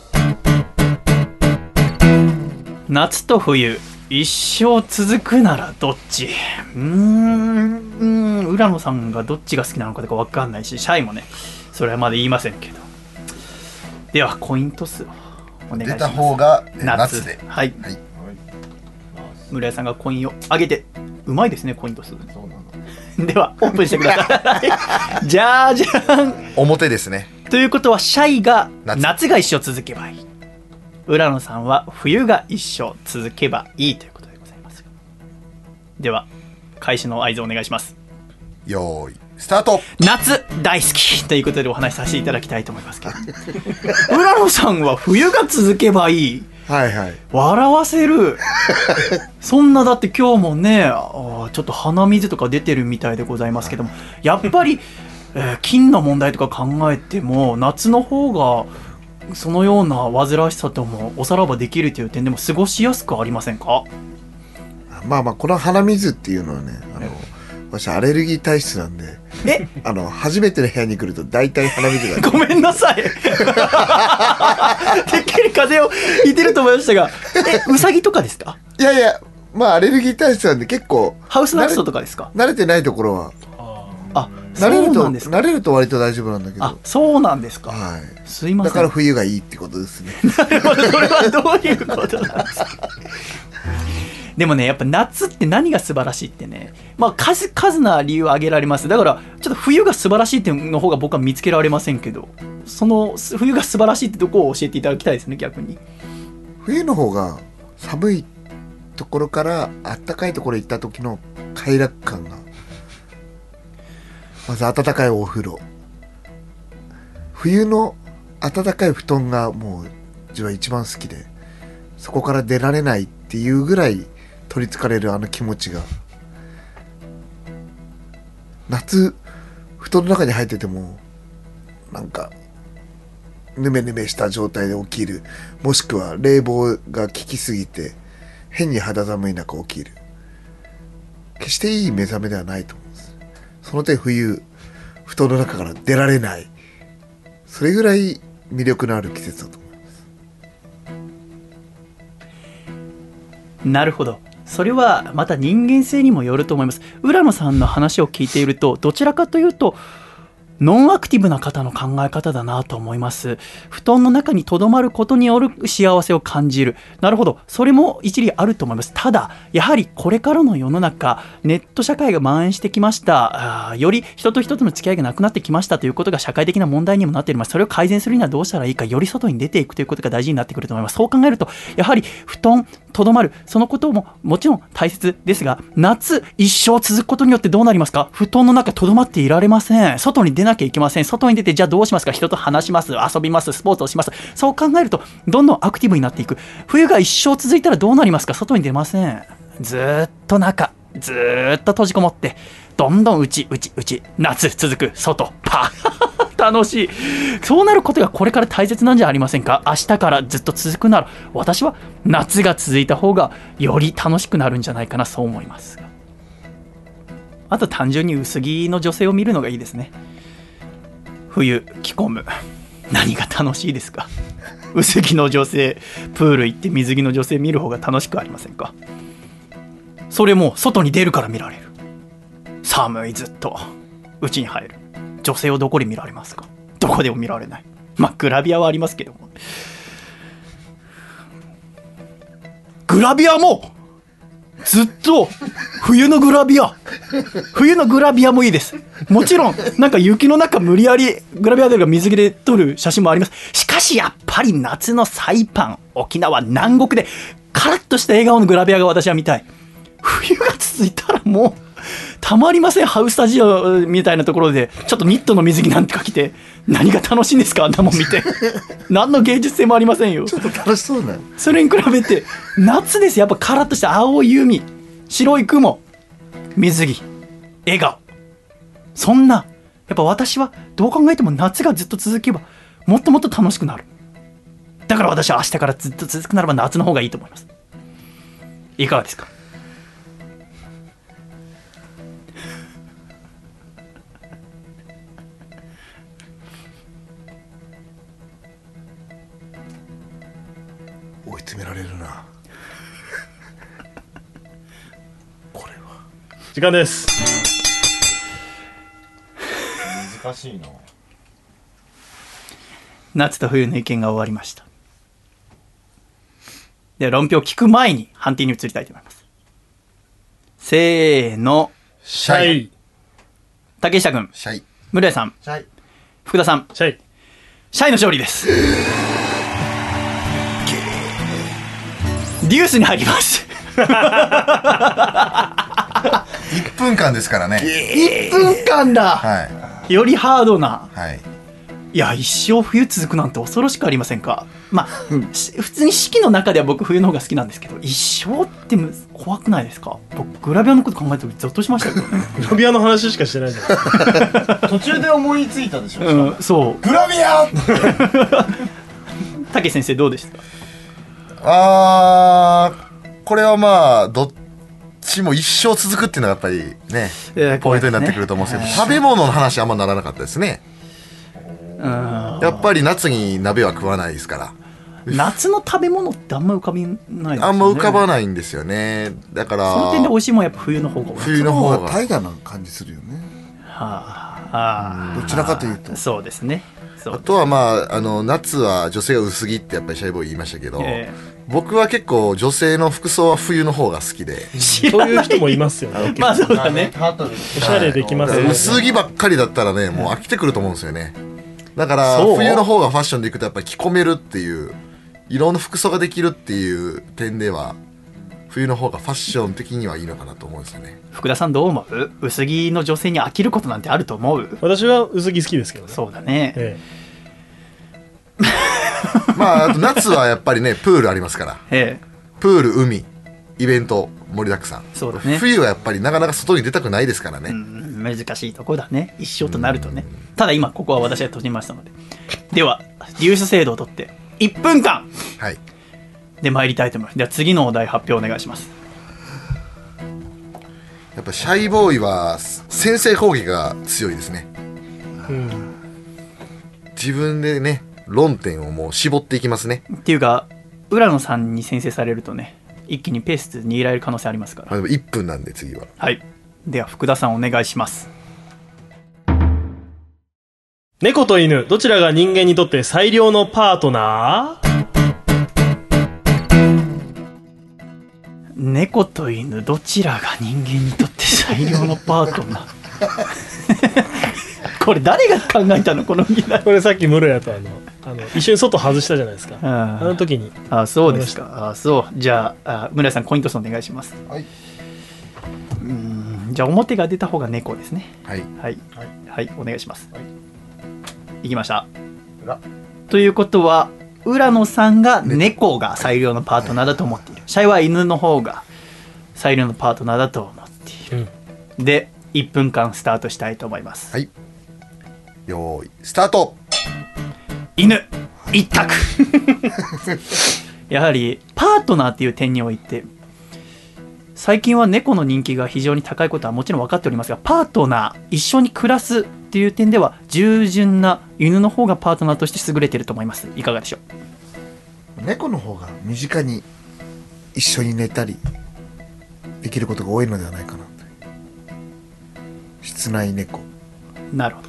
[SPEAKER 1] 夏と冬、一生続くならどっちうーん、うーん浦野さんがどっちが好きなのかとかわかんないし、シャイもね、それはまだ言いませんけど。では、コイントスをお願いします。
[SPEAKER 3] 出た方がえ夏で
[SPEAKER 1] はい。村井さんがコインを上げて、うまいですね、コイントス。 では、オープンしてください。じゃーじゃん
[SPEAKER 3] 表ですね
[SPEAKER 1] ということはシャイが夏が一生続けばいい浦野さんは冬が一生続けばいいということでございますでは開始の合図お願いします
[SPEAKER 3] よーいスタート
[SPEAKER 1] 夏大好きということでお話しさせていただきたいと思いますけ ど浦野さんは冬が続けばいい
[SPEAKER 5] はいはい。
[SPEAKER 1] 笑わせるそんなだって今日もねあーちょっと鼻水とか出てるみたいでございますけどもやっぱり、 えー菌の問題とか考えても夏の方がそのような煩わしさともおさらばできるという点でも過ごしやすくありませんか
[SPEAKER 5] まあまあ、この鼻水っていうのはね、あの、私アレルギー体質なんで、
[SPEAKER 1] え
[SPEAKER 5] あの、初めての部屋に来ると大体鼻水が出る。
[SPEAKER 1] ごめんなさい てっきり風邪をひいてると思いましたがえうさぎとかですか
[SPEAKER 5] いやいや、まあアレルギー体質なんで結構。
[SPEAKER 1] ハウスダストとかですか
[SPEAKER 5] 慣れてないところは。
[SPEAKER 1] あ、
[SPEAKER 5] 慣れる
[SPEAKER 1] そう
[SPEAKER 5] と、
[SPEAKER 1] なんです
[SPEAKER 5] 慣れると割と大丈夫なんだけど。
[SPEAKER 1] あそうなんですか
[SPEAKER 5] はい。
[SPEAKER 1] すいません
[SPEAKER 5] だから冬がいいってことですね。
[SPEAKER 1] それはどういうことなんですか でもねやっぱ夏って何が素晴らしいってねまあ数々な理由を挙げられますだからちょっと冬が素晴らしい点の方が僕は見つけられませんけどそのす冬が素晴らしいってとこを教えていただきたいですね逆に
[SPEAKER 5] 冬の方が寒いところから暖かいところ行った時の快楽感がまず暖かいお風呂冬の暖かい布団がもう自分は一番好きでそこから出られないっていうぐらい取りつかれるあの気持ちが夏布団の中に入っててもなんかぬめぬめした状態で起きるもしくは冷房が効きすぎて変に肌寒い中起きる決していい目覚めではないと思うんですその点冬布団の中から出られないそれぐらい魅力のある季節だと思
[SPEAKER 1] なるほどそれはまた人間性にもよると思います浦野さんの話を聞いているとどちらかというとノンアクティブな方の考え方だなと思います布団の中にとどまることによる幸せを感じるなるほどそれも一理あると思いますただやはりこれからの世の中ネット社会が蔓延してきましたあーより人と人との付き合いがなくなってきましたということが社会的な問題にもなっていますそれを改善するにはどうしたらいいかより外に出ていくということが大事になってくると思いますそう考えるとやはり布団とどまるそのことももちろん大切ですが夏一生続くことによってどうなりますか布団の中とどまっていられません外に出なきゃいけません外に出てじゃあどうしますか人と話します遊びますスポーツをしますそう考えるとどんどんアクティブになっていく冬が一生続いたらどうなりますか外に出ませんずーっと中ずーっと閉じこもってどんどんうちうちうち夏続く外パ ー楽しいそうなることがこれから大切なんじゃありませんか明日からずっと続くなら私は夏が続いた方がより楽しくなるんじゃないかなそう思いますあと単純に薄着の女性を見るのがいいですね冬着込む何が楽しいですか薄着の女性プール行って水着の女性見る方が楽しくありませんかそれも外に出るから見られる寒いずっとうちに入る女性をどこで見られますかどこでも見られないまあグラビアはありますけどもグラビアもずっと冬のグラビア冬のグラビアもいいですもちろんなんか雪の中無理やりグラビアで水着で撮る写真もありますしかしやっぱり夏のサイパン沖縄南国でカラッとした笑顔のグラビアが私は見たい冬が続いたらもうたまりませんハウスタジオみたいなところでちょっとニットの水着なんてか着て何が楽しいんですかあんなもん見て何の芸術性もありませんよちょっと
[SPEAKER 5] 楽しそうな
[SPEAKER 1] それに比べて夏ですやっぱカラッとした青い海白い雲水着笑顔そんなやっぱ私はどう考えても夏がずっと続けばもっともっと楽しくなるだから私は明日からずっと続くならば夏の方がいいと思いますいかがですか
[SPEAKER 5] う追い詰められるな
[SPEAKER 2] 時間です
[SPEAKER 16] 難しいな
[SPEAKER 1] 夏と冬の意見が終わりましたでは論評を聞く前に判定に移りたいと思いますせーの
[SPEAKER 3] シャイ
[SPEAKER 1] 竹下君
[SPEAKER 3] シャイ
[SPEAKER 1] 村井さん
[SPEAKER 12] シャイ
[SPEAKER 1] 福田さん
[SPEAKER 2] シャイ
[SPEAKER 1] シャイの勝利です。デュースに入ります。
[SPEAKER 3] 1分間ですからね
[SPEAKER 1] 1分間だ、よりハードな、
[SPEAKER 3] はい、
[SPEAKER 1] や一生冬続くなんて恐ろしくありませんかまあ、し普通に四季の中では僕冬の方が好きなんですけど一生ってむ怖くないですか僕グラビアのこと考えた時ゾッとしましたけどね
[SPEAKER 2] グラビアの話しか してないじゃ
[SPEAKER 17] 途中で思いついたでしょしか
[SPEAKER 1] ん、
[SPEAKER 17] も
[SPEAKER 1] うん、そう
[SPEAKER 17] グラビア
[SPEAKER 1] 武先生どうで した
[SPEAKER 3] あーこれはまあどっちも一生続くっていうのがやっぱりね
[SPEAKER 1] えー
[SPEAKER 3] ポイントになってくると思うんですけど、
[SPEAKER 1] は
[SPEAKER 3] 食
[SPEAKER 1] い
[SPEAKER 3] べ物の話あんまならなかったですねやっぱり夏に鍋は食わないですから
[SPEAKER 1] 夏の食べ物ってあんま浮かびないですよね
[SPEAKER 3] あんま浮かば
[SPEAKER 1] い
[SPEAKER 3] ないんですよねだか
[SPEAKER 1] その点で
[SPEAKER 3] ら
[SPEAKER 1] 美味しいもんやっぱ冬の方が多い
[SPEAKER 3] 冬の方が
[SPEAKER 5] 大河な感じするよね
[SPEAKER 1] はあ
[SPEAKER 5] どちらかというと
[SPEAKER 1] そうですねそう
[SPEAKER 3] あとはまああの夏は女性が薄着ってやっぱりシャイボーイ言いましたけど、
[SPEAKER 1] え
[SPEAKER 3] 僕は結構女性の服装は冬の方が好きで
[SPEAKER 1] 知
[SPEAKER 2] らないそういう人もいますよね
[SPEAKER 3] ね
[SPEAKER 2] まあそうだね
[SPEAKER 17] ハートで
[SPEAKER 2] おしゃれで きますよね
[SPEAKER 3] 薄着ばっかりだったらねもう飽きてくると思うんですよねだから
[SPEAKER 2] そう
[SPEAKER 3] 冬の方がファッションでいくとやっぱり着込めるっていういろんな服装ができるっていう点では冬の方がファッション的にはいいのかなと思うんですよ ね
[SPEAKER 1] 福田さんどう思う薄着の女性に飽きることなんてあると思う
[SPEAKER 2] 私は薄着好きですけど
[SPEAKER 1] そうだね、
[SPEAKER 3] まああと夏はやっぱりねプールありますから
[SPEAKER 1] え
[SPEAKER 3] プール海イベント盛りだくさん
[SPEAKER 1] そうだね
[SPEAKER 3] 冬はやっぱりなかなか外に出たくないですからね、
[SPEAKER 1] うん難しいとこだね一生となるとねただ今ここは私が閉じましたのででは流出制度を取って1分間
[SPEAKER 3] はい
[SPEAKER 1] で参りたいと思いますでは次のお題発表お願いします
[SPEAKER 3] やっぱシャイボーイは先制攻撃が強いですね
[SPEAKER 2] うん
[SPEAKER 3] 自分でね論点をもう絞っていきますね
[SPEAKER 1] っていうか浦野さんに先制されるとね一気にペース握られる可能性ありますから
[SPEAKER 3] まあでも1分なんで次は
[SPEAKER 1] はいでは福田さんお願いします
[SPEAKER 2] 猫と犬どちらが人間にとって最良のパートナー
[SPEAKER 1] 猫と犬どちらが人間にとって最良のパート ナーこれ誰が考えたのこの議題
[SPEAKER 2] これさっき室屋とあのあの一緒に外外したじゃないですか
[SPEAKER 1] あ
[SPEAKER 2] の時に
[SPEAKER 1] あそうですかあそうじゃああ村井さんコイントスお願いします
[SPEAKER 18] はいう
[SPEAKER 1] ーんじゃあ表が出た方が猫ですね
[SPEAKER 3] はい
[SPEAKER 1] はいはい、お願いします、い、きました
[SPEAKER 18] 裏
[SPEAKER 1] ということは浦野さんが猫が最良のパートナーだと思っている、シャイは犬の方が最良のパートナーだと思っている、で1分間スタートしたいと思います
[SPEAKER 3] はいよーいスタート
[SPEAKER 1] 犬一択やはりパートナーっていう点において最近は猫の人気が非常に高いことはもちろん分かっておりますがパートナー一緒に暮らすっていう点では従順な犬の方がパートナーとして優れていると思いますいかがでしょう
[SPEAKER 5] 猫の方が身近に一緒に寝たりできることが多いのではないかなと室内猫
[SPEAKER 1] なるほど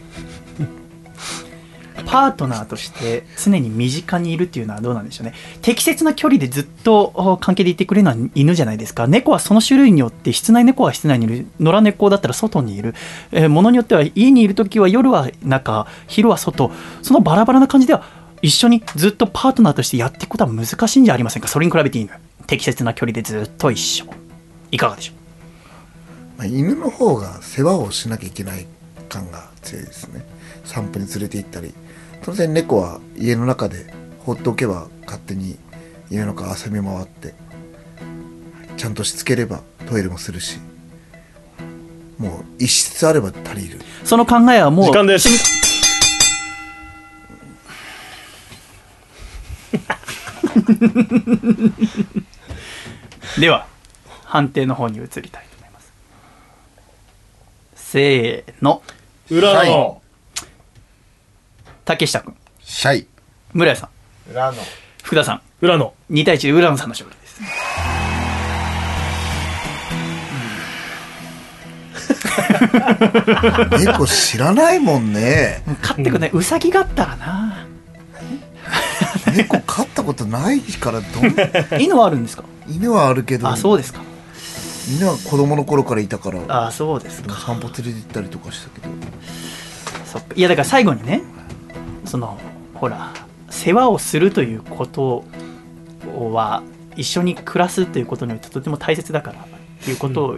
[SPEAKER 1] パートナーとして常に身近にいるっていうのはどうなんでしょうね適切な距離でずっとお関係でいてくれるのは犬じゃないですか猫はその種類によって室内猫は室内にいる野良猫だったら外にいる、えー、ものによっては家にいる時は夜は中昼は外そのバラバラな感じでは一緒にずっとパートナーとしてやっていくことは難しいんじゃありませんかそれに比べて犬適切な距離でずっと一緒いかがでしょう
[SPEAKER 5] まあ、犬の方が世話をしなきゃいけない感が強いですね散歩に連れて行ったり当然猫は家の中で放っておけば勝手に家の中遊び回ってちゃんとしつければトイレもするしもう一室あれば足りる
[SPEAKER 1] その考えはもう
[SPEAKER 5] 時間
[SPEAKER 1] ですでは判定の方に移りたいと思いますせーの
[SPEAKER 2] 裏
[SPEAKER 1] シャイ
[SPEAKER 2] の
[SPEAKER 1] 竹下君
[SPEAKER 3] シャイ
[SPEAKER 1] 村屋さん
[SPEAKER 18] 裏の
[SPEAKER 1] 福田さん
[SPEAKER 2] 浦野
[SPEAKER 1] 2対1浦野さんの勝利です
[SPEAKER 5] 猫知らないもんね
[SPEAKER 1] 飼ってくねうさぎがあったらな
[SPEAKER 5] 猫飼ったことないからど
[SPEAKER 1] ん犬はあるんですか
[SPEAKER 5] 犬はあるけど
[SPEAKER 1] あそうですか
[SPEAKER 5] 犬は子供の頃からいたから
[SPEAKER 1] あそうです
[SPEAKER 5] か散歩連れて行ったりとかしたけど
[SPEAKER 1] そっかいやだから最後にねそのほら世話をするということは一緒に暮らすということにおいてとても大切だからということを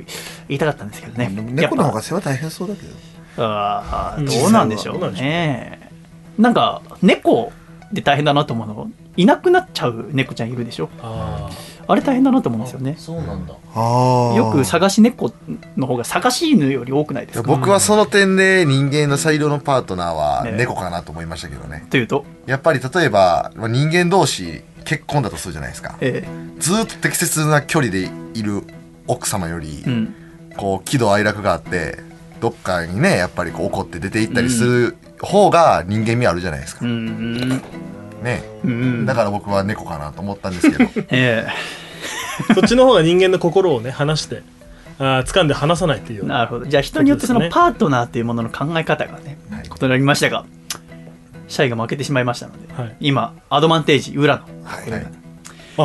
[SPEAKER 1] 言いたかったんですけどね、やっ
[SPEAKER 13] 猫の方が世話大変そうだけど
[SPEAKER 1] ぱあーどうなんでしょうねなんか猫で大変だなと思うのいなくなっちゃう猫ちゃんいるでしょ
[SPEAKER 2] あ
[SPEAKER 1] れ大変だなと思うんですよね
[SPEAKER 19] そうなんだ
[SPEAKER 13] あ
[SPEAKER 1] よく探し猫の方が探し犬より多くないですか
[SPEAKER 3] 僕はその点で人間の最良のパートナーは猫かなと思いましたけどね。
[SPEAKER 1] というと
[SPEAKER 3] やっぱり例えばまあ人間同士結婚だとするじゃないですか。
[SPEAKER 1] え
[SPEAKER 3] ずーっと適切な距離でいる奥様より、
[SPEAKER 1] うん
[SPEAKER 3] こう喜怒哀楽があってどっかにねやっぱりこう怒って出て行ったりする方が人間味あるじゃないですか。ね、
[SPEAKER 1] うん
[SPEAKER 3] だから僕は猫かなと思ったんですけ ど。
[SPEAKER 1] え
[SPEAKER 2] そっちの方が人間の心をね離してあー掴んで離さないっていう
[SPEAKER 1] なるほどじゃあ人によってそのパートナーというものの考え方がね異なりましたがシャイが負けてしまいましたので、今アドバンテージ裏の、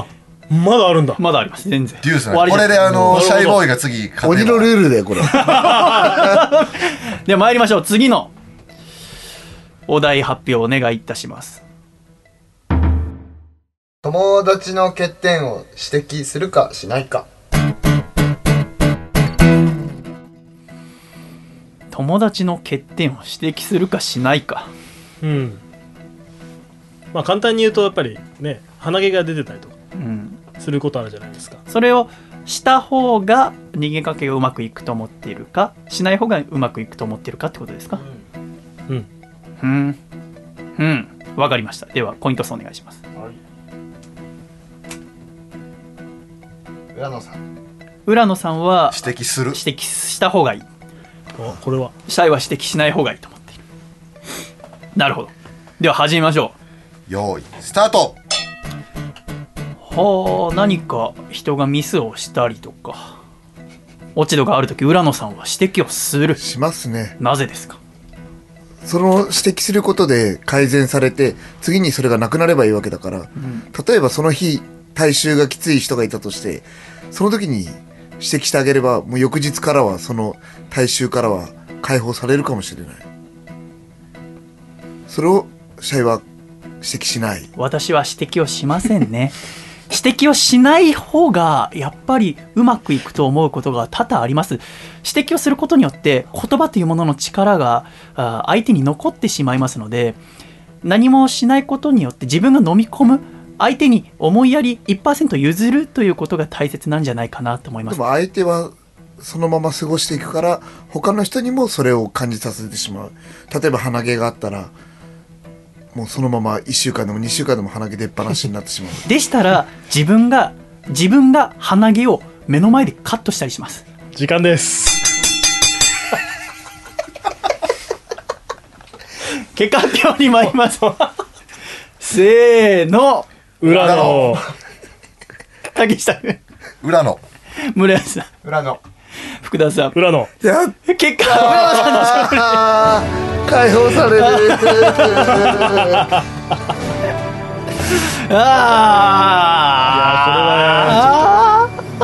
[SPEAKER 2] あまだあるんだ
[SPEAKER 1] まだあります全然
[SPEAKER 3] デュース
[SPEAKER 1] 終わ
[SPEAKER 3] な
[SPEAKER 1] り
[SPEAKER 3] こ
[SPEAKER 1] じゃ
[SPEAKER 3] れ
[SPEAKER 1] ん
[SPEAKER 3] であのシャイボーイが次勝てば
[SPEAKER 13] ルールでこれ
[SPEAKER 1] では参りましょう次のお題発表お願いいたします
[SPEAKER 4] 友達の欠点を指摘するかしないか
[SPEAKER 1] 友達の欠点を指摘するかしないか
[SPEAKER 2] うんまあ簡単に言うとやっぱりね鼻毛が出てたりとか
[SPEAKER 1] うん
[SPEAKER 2] することあるじゃないですか
[SPEAKER 1] それをした方が人間関係がうまくいくと思っているかしない方がうまくいくと思っているかってことですか
[SPEAKER 2] うん
[SPEAKER 1] うんうんわかりましたではコイントスお願いします
[SPEAKER 4] 浦野さん
[SPEAKER 1] 浦野さんは
[SPEAKER 3] 指摘する
[SPEAKER 1] 指摘した方がいい
[SPEAKER 2] これは
[SPEAKER 1] シャイは指摘しない方がいいと思っているなるほどでは始めましょ
[SPEAKER 3] う用意スタート
[SPEAKER 1] はあ何か人がミスをしたりとか落ち度がある時浦野さんは指摘をする
[SPEAKER 13] しますね
[SPEAKER 1] なぜですか
[SPEAKER 13] その指摘することで改善されて次にそれがなくなればいいわけだから例えばその日体臭がきつい人がいたとしてその時に指摘してあげればもう翌日からはその体臭からは解放されるかもしれないそれをシャイは指摘しない
[SPEAKER 1] 私は指摘をしません ね指摘をしない方がやっぱりうまくいくと思うことが多々あります指摘をすることによって言葉というものの力があー相手に残ってしまいますので何もしないことによって自分が飲み込む相手に思いやり1%譲るということが大切なんじゃないかなと思いま
[SPEAKER 13] ですも相手はそのまま過ごしていくから他の人にもそれを感じさせてしまう例えば鼻毛があったらもうそのまま1週間でも2週間でも鼻毛出っ放しになってしまう
[SPEAKER 1] でしたら自分が自分が鼻毛を目の前でカットしたりします
[SPEAKER 2] 時間です
[SPEAKER 1] 結果発表に参りますせーの
[SPEAKER 2] 裏の
[SPEAKER 1] 竹下君
[SPEAKER 3] 裏の
[SPEAKER 1] 村安さん
[SPEAKER 4] 裏の
[SPEAKER 1] 福田さん
[SPEAKER 2] 裏の
[SPEAKER 13] やっ
[SPEAKER 1] 結果村さんの
[SPEAKER 13] 勝利解放され
[SPEAKER 4] る
[SPEAKER 2] い
[SPEAKER 1] あ
[SPEAKER 2] やこれはちょっと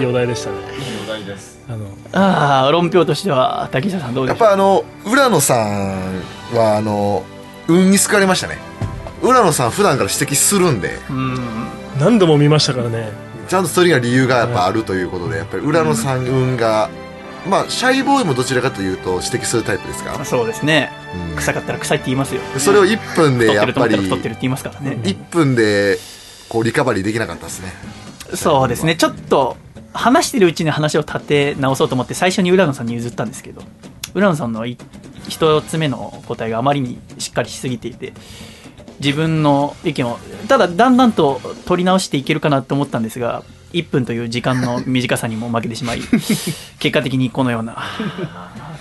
[SPEAKER 2] いいお題でしたね
[SPEAKER 19] いいお題です
[SPEAKER 2] あの
[SPEAKER 1] ああ論評としては竹下さんどうで
[SPEAKER 3] やっ
[SPEAKER 1] しょう
[SPEAKER 3] ぱあの浦野さんはあの運に救われましたね浦野さん普段から指摘するんで
[SPEAKER 2] 何度も見ましたからね
[SPEAKER 3] ちゃんとそれには理由がやっぱあるということでやっぱり浦野さん運がまあシャイボーイもどちらかというと指摘するタイプですか
[SPEAKER 1] そうですね臭かったら臭いって言いますよ
[SPEAKER 3] それを1分でやっぱり
[SPEAKER 1] 太ってると思ったら太ってるって言いますからね
[SPEAKER 3] 1分でこうリカバリーできなかったですね
[SPEAKER 1] そうですねちょっと話してるうちに話を立て直そうと思って最初に浦野さんに譲ったんですけど浦野さんのい一つ目の答えがあまりにしっかりしすぎていて自分の意見をただだんだんと取り直していけるかなと思ったんですが1分という時間の短さにも負けてしま い結果的にこのような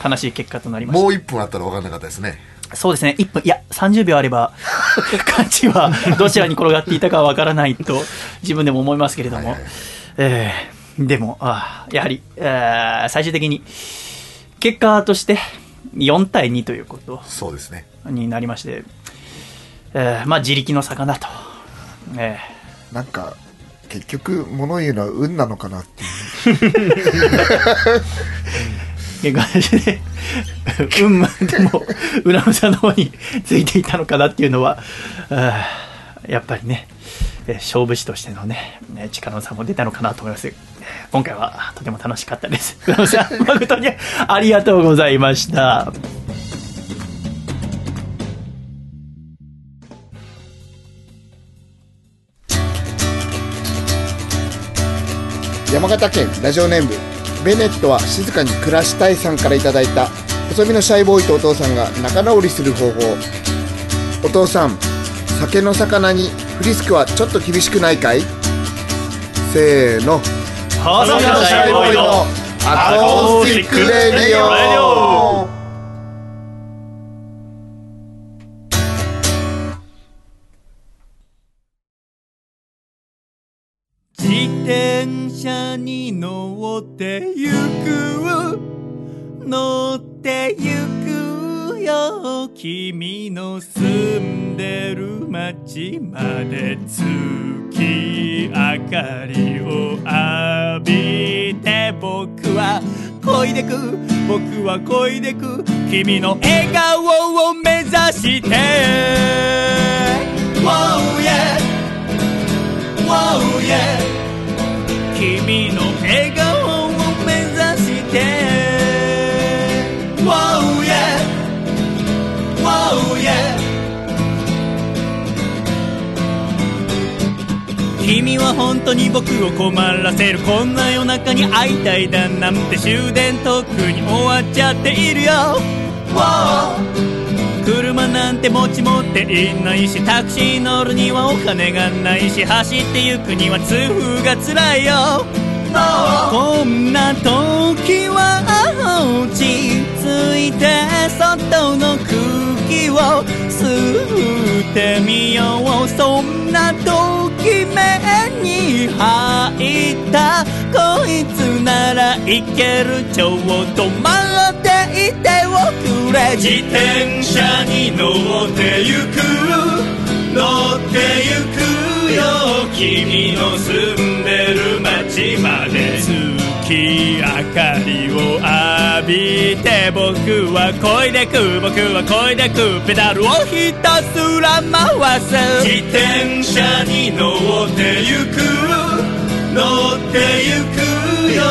[SPEAKER 1] 悲しい結果となりました
[SPEAKER 3] もう1分あったら分かんなかったですね
[SPEAKER 1] そうですね1分いや30秒あれば 価値はどちらに転がっていたかわからないと自分でも思いますけれども、えーでもあーやはり、えー最終的に結果として4対2ということ
[SPEAKER 3] そうですね
[SPEAKER 1] になりまして、えーまあ自力の差かなと、え
[SPEAKER 13] なんか結局物言うのは運なのかなっていう
[SPEAKER 1] ー結果として
[SPEAKER 20] うん、もう、浦野さんの方についていたのかなっていうのは、あーやっぱりね、えー勝負師としてのね、ね力の差も出たのかなと思います。えー今回はとても楽しかったです。浦野さん、誠にありがとうございました。
[SPEAKER 5] 山形県ラジオネームベネットは静かに暮らしたいさんからいただいた細身のシャイボーイとお父さんが仲直りする方法お父さん酒の魚にフリスクはちょっと厳しくないかいせーの
[SPEAKER 8] 細身のシャイボーイのアコースティックレディオレディオ
[SPEAKER 20] 自転車に乗ってゆく乗ってゆくよ君の住んでる街まで月明かりを浴びて僕は恋でく僕は恋でく君の笑顔を目指して Wow, yeah. Wow, yeah. 君の笑顔を目指して Wow, yeah. Wow, yeah. 君は本当に僕を困らせるこんな夜中に会いたいだなんて終電とっくに終わっちゃっているよ Wow 車なんて持ち持っていないしタクシー乗るにはお金がないし走ってゆくには痛風が辛いよ No こんな時は落ち着いて外の空気を吸ってみようそんな時目に入ったこいつならいけるちょうどまっていておくれ自転車に乗ってゆく乗ってゆくよ君の住んでる街まで月明かりを浴びて僕は恋でく僕は恋でくペダルをひたすら回す自転車に乗ってゆく乗ってゆくよ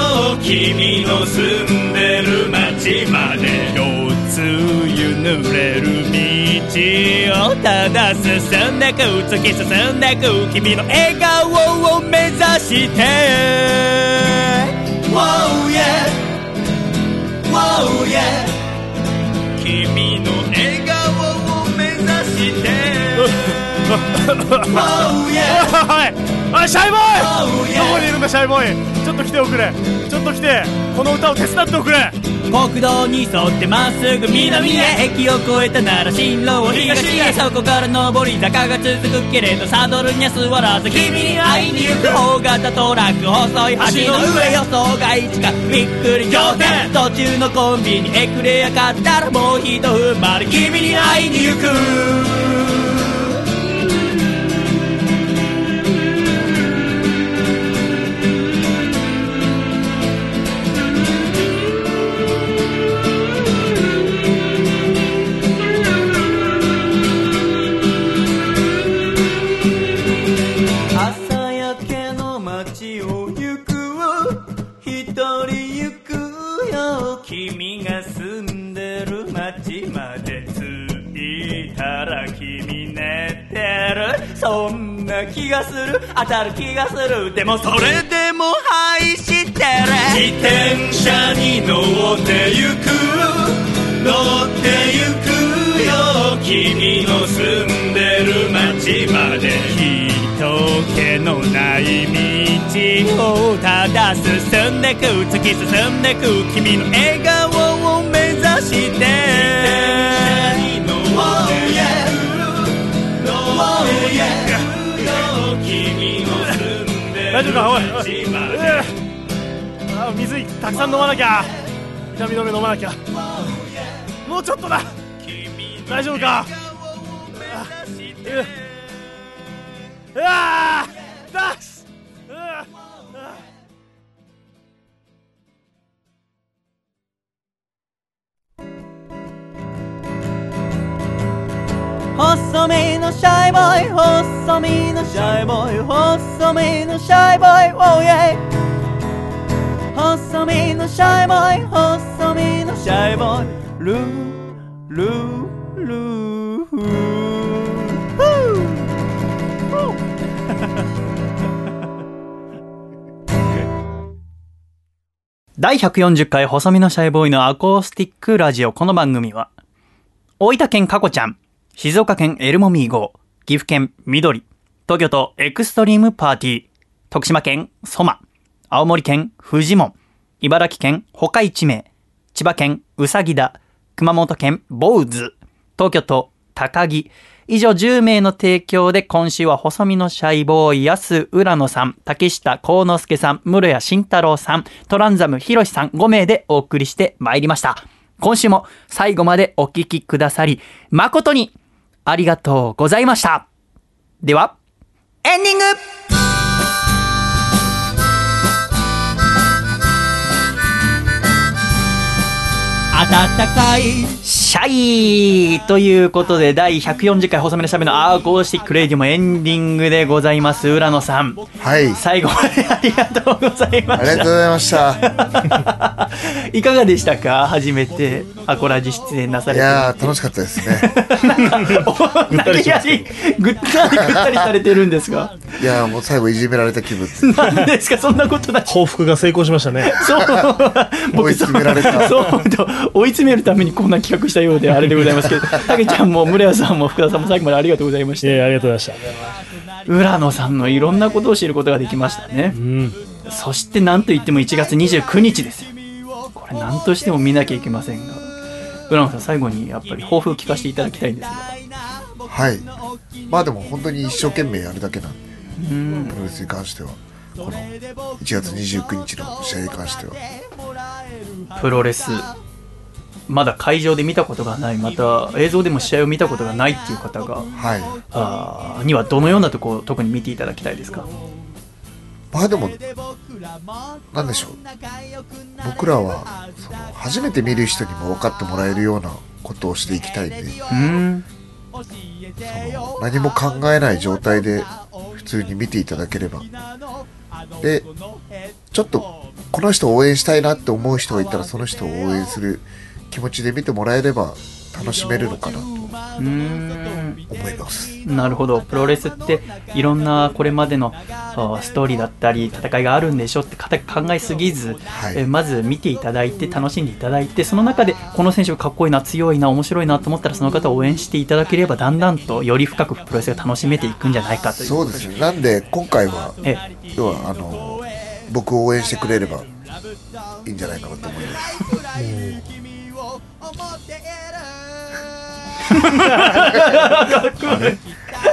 [SPEAKER 20] 君の住んでる街まで夜つゆ濡れる道をただ進んでく突き進んでく君の笑顔を目指して Wow yeah Wow yeah 君の笑顔を目指して Wow yeah
[SPEAKER 2] おいおいシャイボーイどこにいるんだシャイボーイちょっと来ておくれちょっと来てこの歌を手伝っておくれ
[SPEAKER 20] 国道に沿ってまっすぐ南へ駅を越えたなら進路を東へそこから上り坂が続くけれどサドルには座らず君に会いに行く大型トラック細い橋の上予想外地下びっくり仰天途中のコンビニエクレア買ったらもうひと踏ん張り君に会いに行く朝焼けの街を行く一人行くよ君が住んでる街まで着いたら君寝てるそんな気がする当たる気がするでもそれでも愛してる自転車に乗ってゆく乗ってゆくよ君の住んでる街まで人気のない道をただ進んでく突き進んでく君の笑顔を目指して自転車に乗ってゆく Oh yeah 君の住んで
[SPEAKER 2] 大丈夫かおいお
[SPEAKER 20] る
[SPEAKER 2] い
[SPEAKER 20] 街まで
[SPEAKER 2] あ水たくさん飲まなきゃ痛み止め飲まなきゃもうちょっとだ大丈夫かあううわーだしうわあ
[SPEAKER 8] 細身のシャイボーイ細身のシャイボーイ細身のシャイボーイ Oh yeah 細身のシャイボーイ細身のシャイボーイルールールーフー
[SPEAKER 1] 第140回細身のシャイボーイのアコースティックラジオこの番組は大分県かこちゃん静岡県エルモミー号岐阜県緑東京都エクストリームパーティー徳島県ソマ青森県フジモン茨城県他一名千葉県うさぎだ熊本県ボウズ東京都高木以上10名の提供で今週は細身のシャイボーイ、安浦野さん、竹下幸之助さん、室谷慎太郎さん、トランザムひろしさん5名でお送りしてまいりました。今週も最後までお聞きくださり、誠にありがとうございました。では、エンディング
[SPEAKER 8] 暖かい
[SPEAKER 1] シャイということで、第140回細めのしゃべのアーコースティックレイディもエンディングでございます。浦野さん。
[SPEAKER 5] はい。
[SPEAKER 1] 最後までありがとうございました。
[SPEAKER 5] ありがとうございました。
[SPEAKER 1] いかがでしたか初めてアコラジ出演なされて。
[SPEAKER 5] いやー、楽しかったですね。
[SPEAKER 1] ぐったりしますけどぐったりぐったりされてるんですか
[SPEAKER 5] いやー、もう最後いじめられた気分。
[SPEAKER 1] 何ですかそんなことない
[SPEAKER 2] 報復が成功しました ね
[SPEAKER 1] そう
[SPEAKER 5] 追い詰められた。
[SPEAKER 1] そう本当追い詰めるためにこんな企画したようであれでございますけどたけちゃんも村屋さんも福田さんも最後までありがとうございました
[SPEAKER 2] ありがとうございまし
[SPEAKER 1] 浦野さんのいろんなことを知ることができましたね、そして何といっても1月29日ですよこれ何としても見なきゃいけませんが浦野さん最後にやっぱり抱負を聞かせていただきたいんですが
[SPEAKER 5] はい。まあでも本当に一生懸命やるだけなんで、
[SPEAKER 1] うん
[SPEAKER 5] プロレスに関しては、この1月29日の試合に関しては、
[SPEAKER 1] プロレスまだ会場で見たことがないまた映像でも試合を見たことがないっていう方が
[SPEAKER 5] はい。
[SPEAKER 1] あーにはどのようなとこを特に見ていただきたいですか
[SPEAKER 5] まあでも、なんでしょう。僕らは、その、初めて見る人にも分かってもらえるようなことをしていきたいんで、
[SPEAKER 1] うん
[SPEAKER 5] 何も考えない状態で普通に見ていただければでちょっとこの人を応援したいなって思う人がいたらその人を応援する気持ちで見てもらえれば楽しめるのかなと思います
[SPEAKER 1] なるほどプロレスっていろんなこれまでのあーストーリーだったり戦いがあるんでしょってかた考えすぎず、えーまず見ていただいて楽しんでいただいてその中でこの選手がかっこいいな強いな面白いなと思ったらその方を応援していただければだんだんとより深くプロレスが楽しめていくんじゃないかという
[SPEAKER 5] そうですねなんで今回は
[SPEAKER 1] え
[SPEAKER 5] 要はあの僕を応援してくれればいいんじゃないかなと思います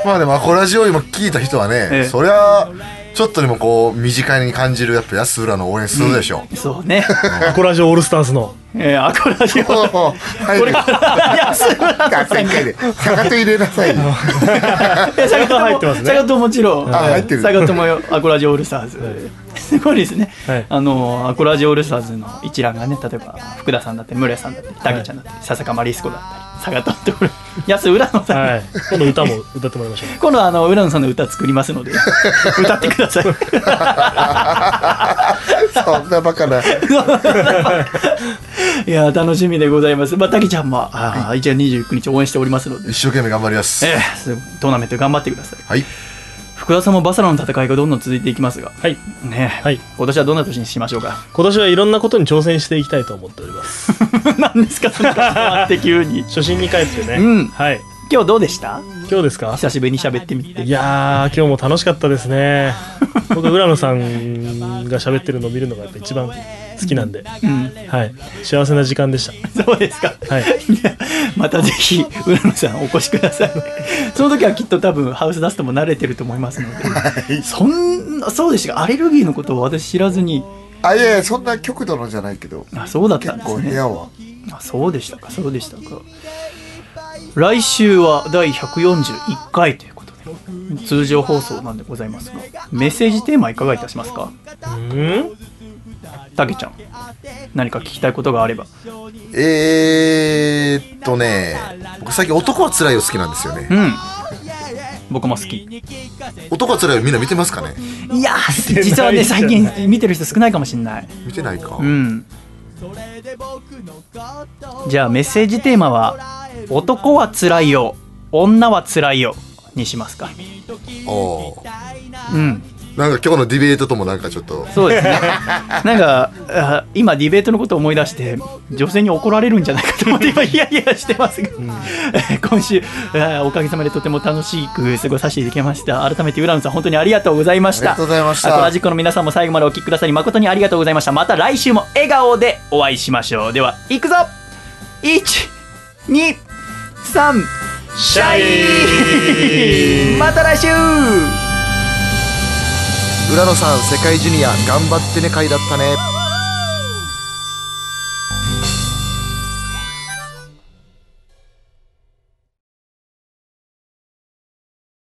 [SPEAKER 3] まあでもアコラジオ今聞いた人はね、
[SPEAKER 1] ええ
[SPEAKER 3] そりゃちょっとでもこう身近に感じるやっぱ安浦の応援するでしょ、
[SPEAKER 1] そうね
[SPEAKER 2] たアコラジオオールスターズの
[SPEAKER 1] えー、アコラジ オこれから安村さんが
[SPEAKER 5] 坂戸入れなさいよ
[SPEAKER 1] え 坂戸も
[SPEAKER 2] 入ってますね
[SPEAKER 1] 坂戸もちろん
[SPEAKER 5] あ入ってる
[SPEAKER 1] 坂戸もよアコラジオオールスターズ、すごいですね、あのアコラジオオールスターズの一覧がね例えば福田さんだって村屋さんだって竹ちゃんだって、笹川マリスコだったり坂戸 って安浦野さん、
[SPEAKER 2] はい今度歌も歌ってもらいましょ
[SPEAKER 1] 今度はあの浦野さんの歌作ります ので歌ってください
[SPEAKER 5] そんなバカない
[SPEAKER 1] やー楽しみでございますまあ竹ちゃんもあー1月29日応援しておりますので
[SPEAKER 3] 一生懸命頑張ります、
[SPEAKER 1] ええトーナメント頑張ってください。
[SPEAKER 3] はい。
[SPEAKER 1] 福田さんもバサロの戦いがどんどん続いていきますが、
[SPEAKER 2] はい。
[SPEAKER 1] ねえ、はい、今年はどんな年にしましょうか。
[SPEAKER 2] う 今年はいろんなことに挑戦していきたいと思っております
[SPEAKER 1] 何ですか、そのって急に。
[SPEAKER 2] 初心に帰ってね、
[SPEAKER 1] うん
[SPEAKER 2] はい
[SPEAKER 1] 今日どうでした
[SPEAKER 2] 今日ですか
[SPEAKER 1] 久しぶりに喋ってみて。
[SPEAKER 2] いやー今日も楽しかったです ね僕浦野さんが喋ってるのを見るのがやっぱ一番好きなんで、はい幸せな時間でした
[SPEAKER 1] そうですか
[SPEAKER 2] はい
[SPEAKER 1] またぜひ、浦野さんお越しください。その時はきっと多分、ハウスダストも慣れてると思いますので。そんな、そうでしたかアレルギーのことを私知らずに。
[SPEAKER 5] あいやいやそんな極度のじゃないけど
[SPEAKER 1] あ、そうだったんですね。
[SPEAKER 5] 結構部屋は
[SPEAKER 1] あ、そうでしたか、そうでしたか。来週は第141回ということで、通常放送なんでございますが、メッセージテーマいかがいたしますか
[SPEAKER 2] うん
[SPEAKER 1] たけちゃん何か聞きたいことがあれば
[SPEAKER 3] えーっとね僕最近「男はつらいよ」好きなんですよね
[SPEAKER 1] うん僕も好き
[SPEAKER 3] 男はつらいよみんな見てますかね
[SPEAKER 1] いやー 実はね最近見てる人少ないかもしんない
[SPEAKER 3] 見てないか
[SPEAKER 1] うんじゃあメッセージテーマは「男はつらいよ女はつらいよ」にしますか
[SPEAKER 3] おお
[SPEAKER 1] うん
[SPEAKER 3] なんか今日のディベートともなんかちょっと
[SPEAKER 1] そうですねなんかあ今ディベートのことを思い出して女性に怒られるんじゃないかと思って今ヒヤヒヤしてますが、 今週あおかげさまでとても楽しく過ごさせていただきました改めて浦野さん本当にありがとうございました
[SPEAKER 13] ありがとうございました
[SPEAKER 1] あとラジコの皆さんも最後までお聞きくださり誠にありがとうございましたまた来週も笑顔でお会いしましょうではいくぞ123シャイ また来週
[SPEAKER 3] 浦野さん世界ジュニア頑張ってね会だったね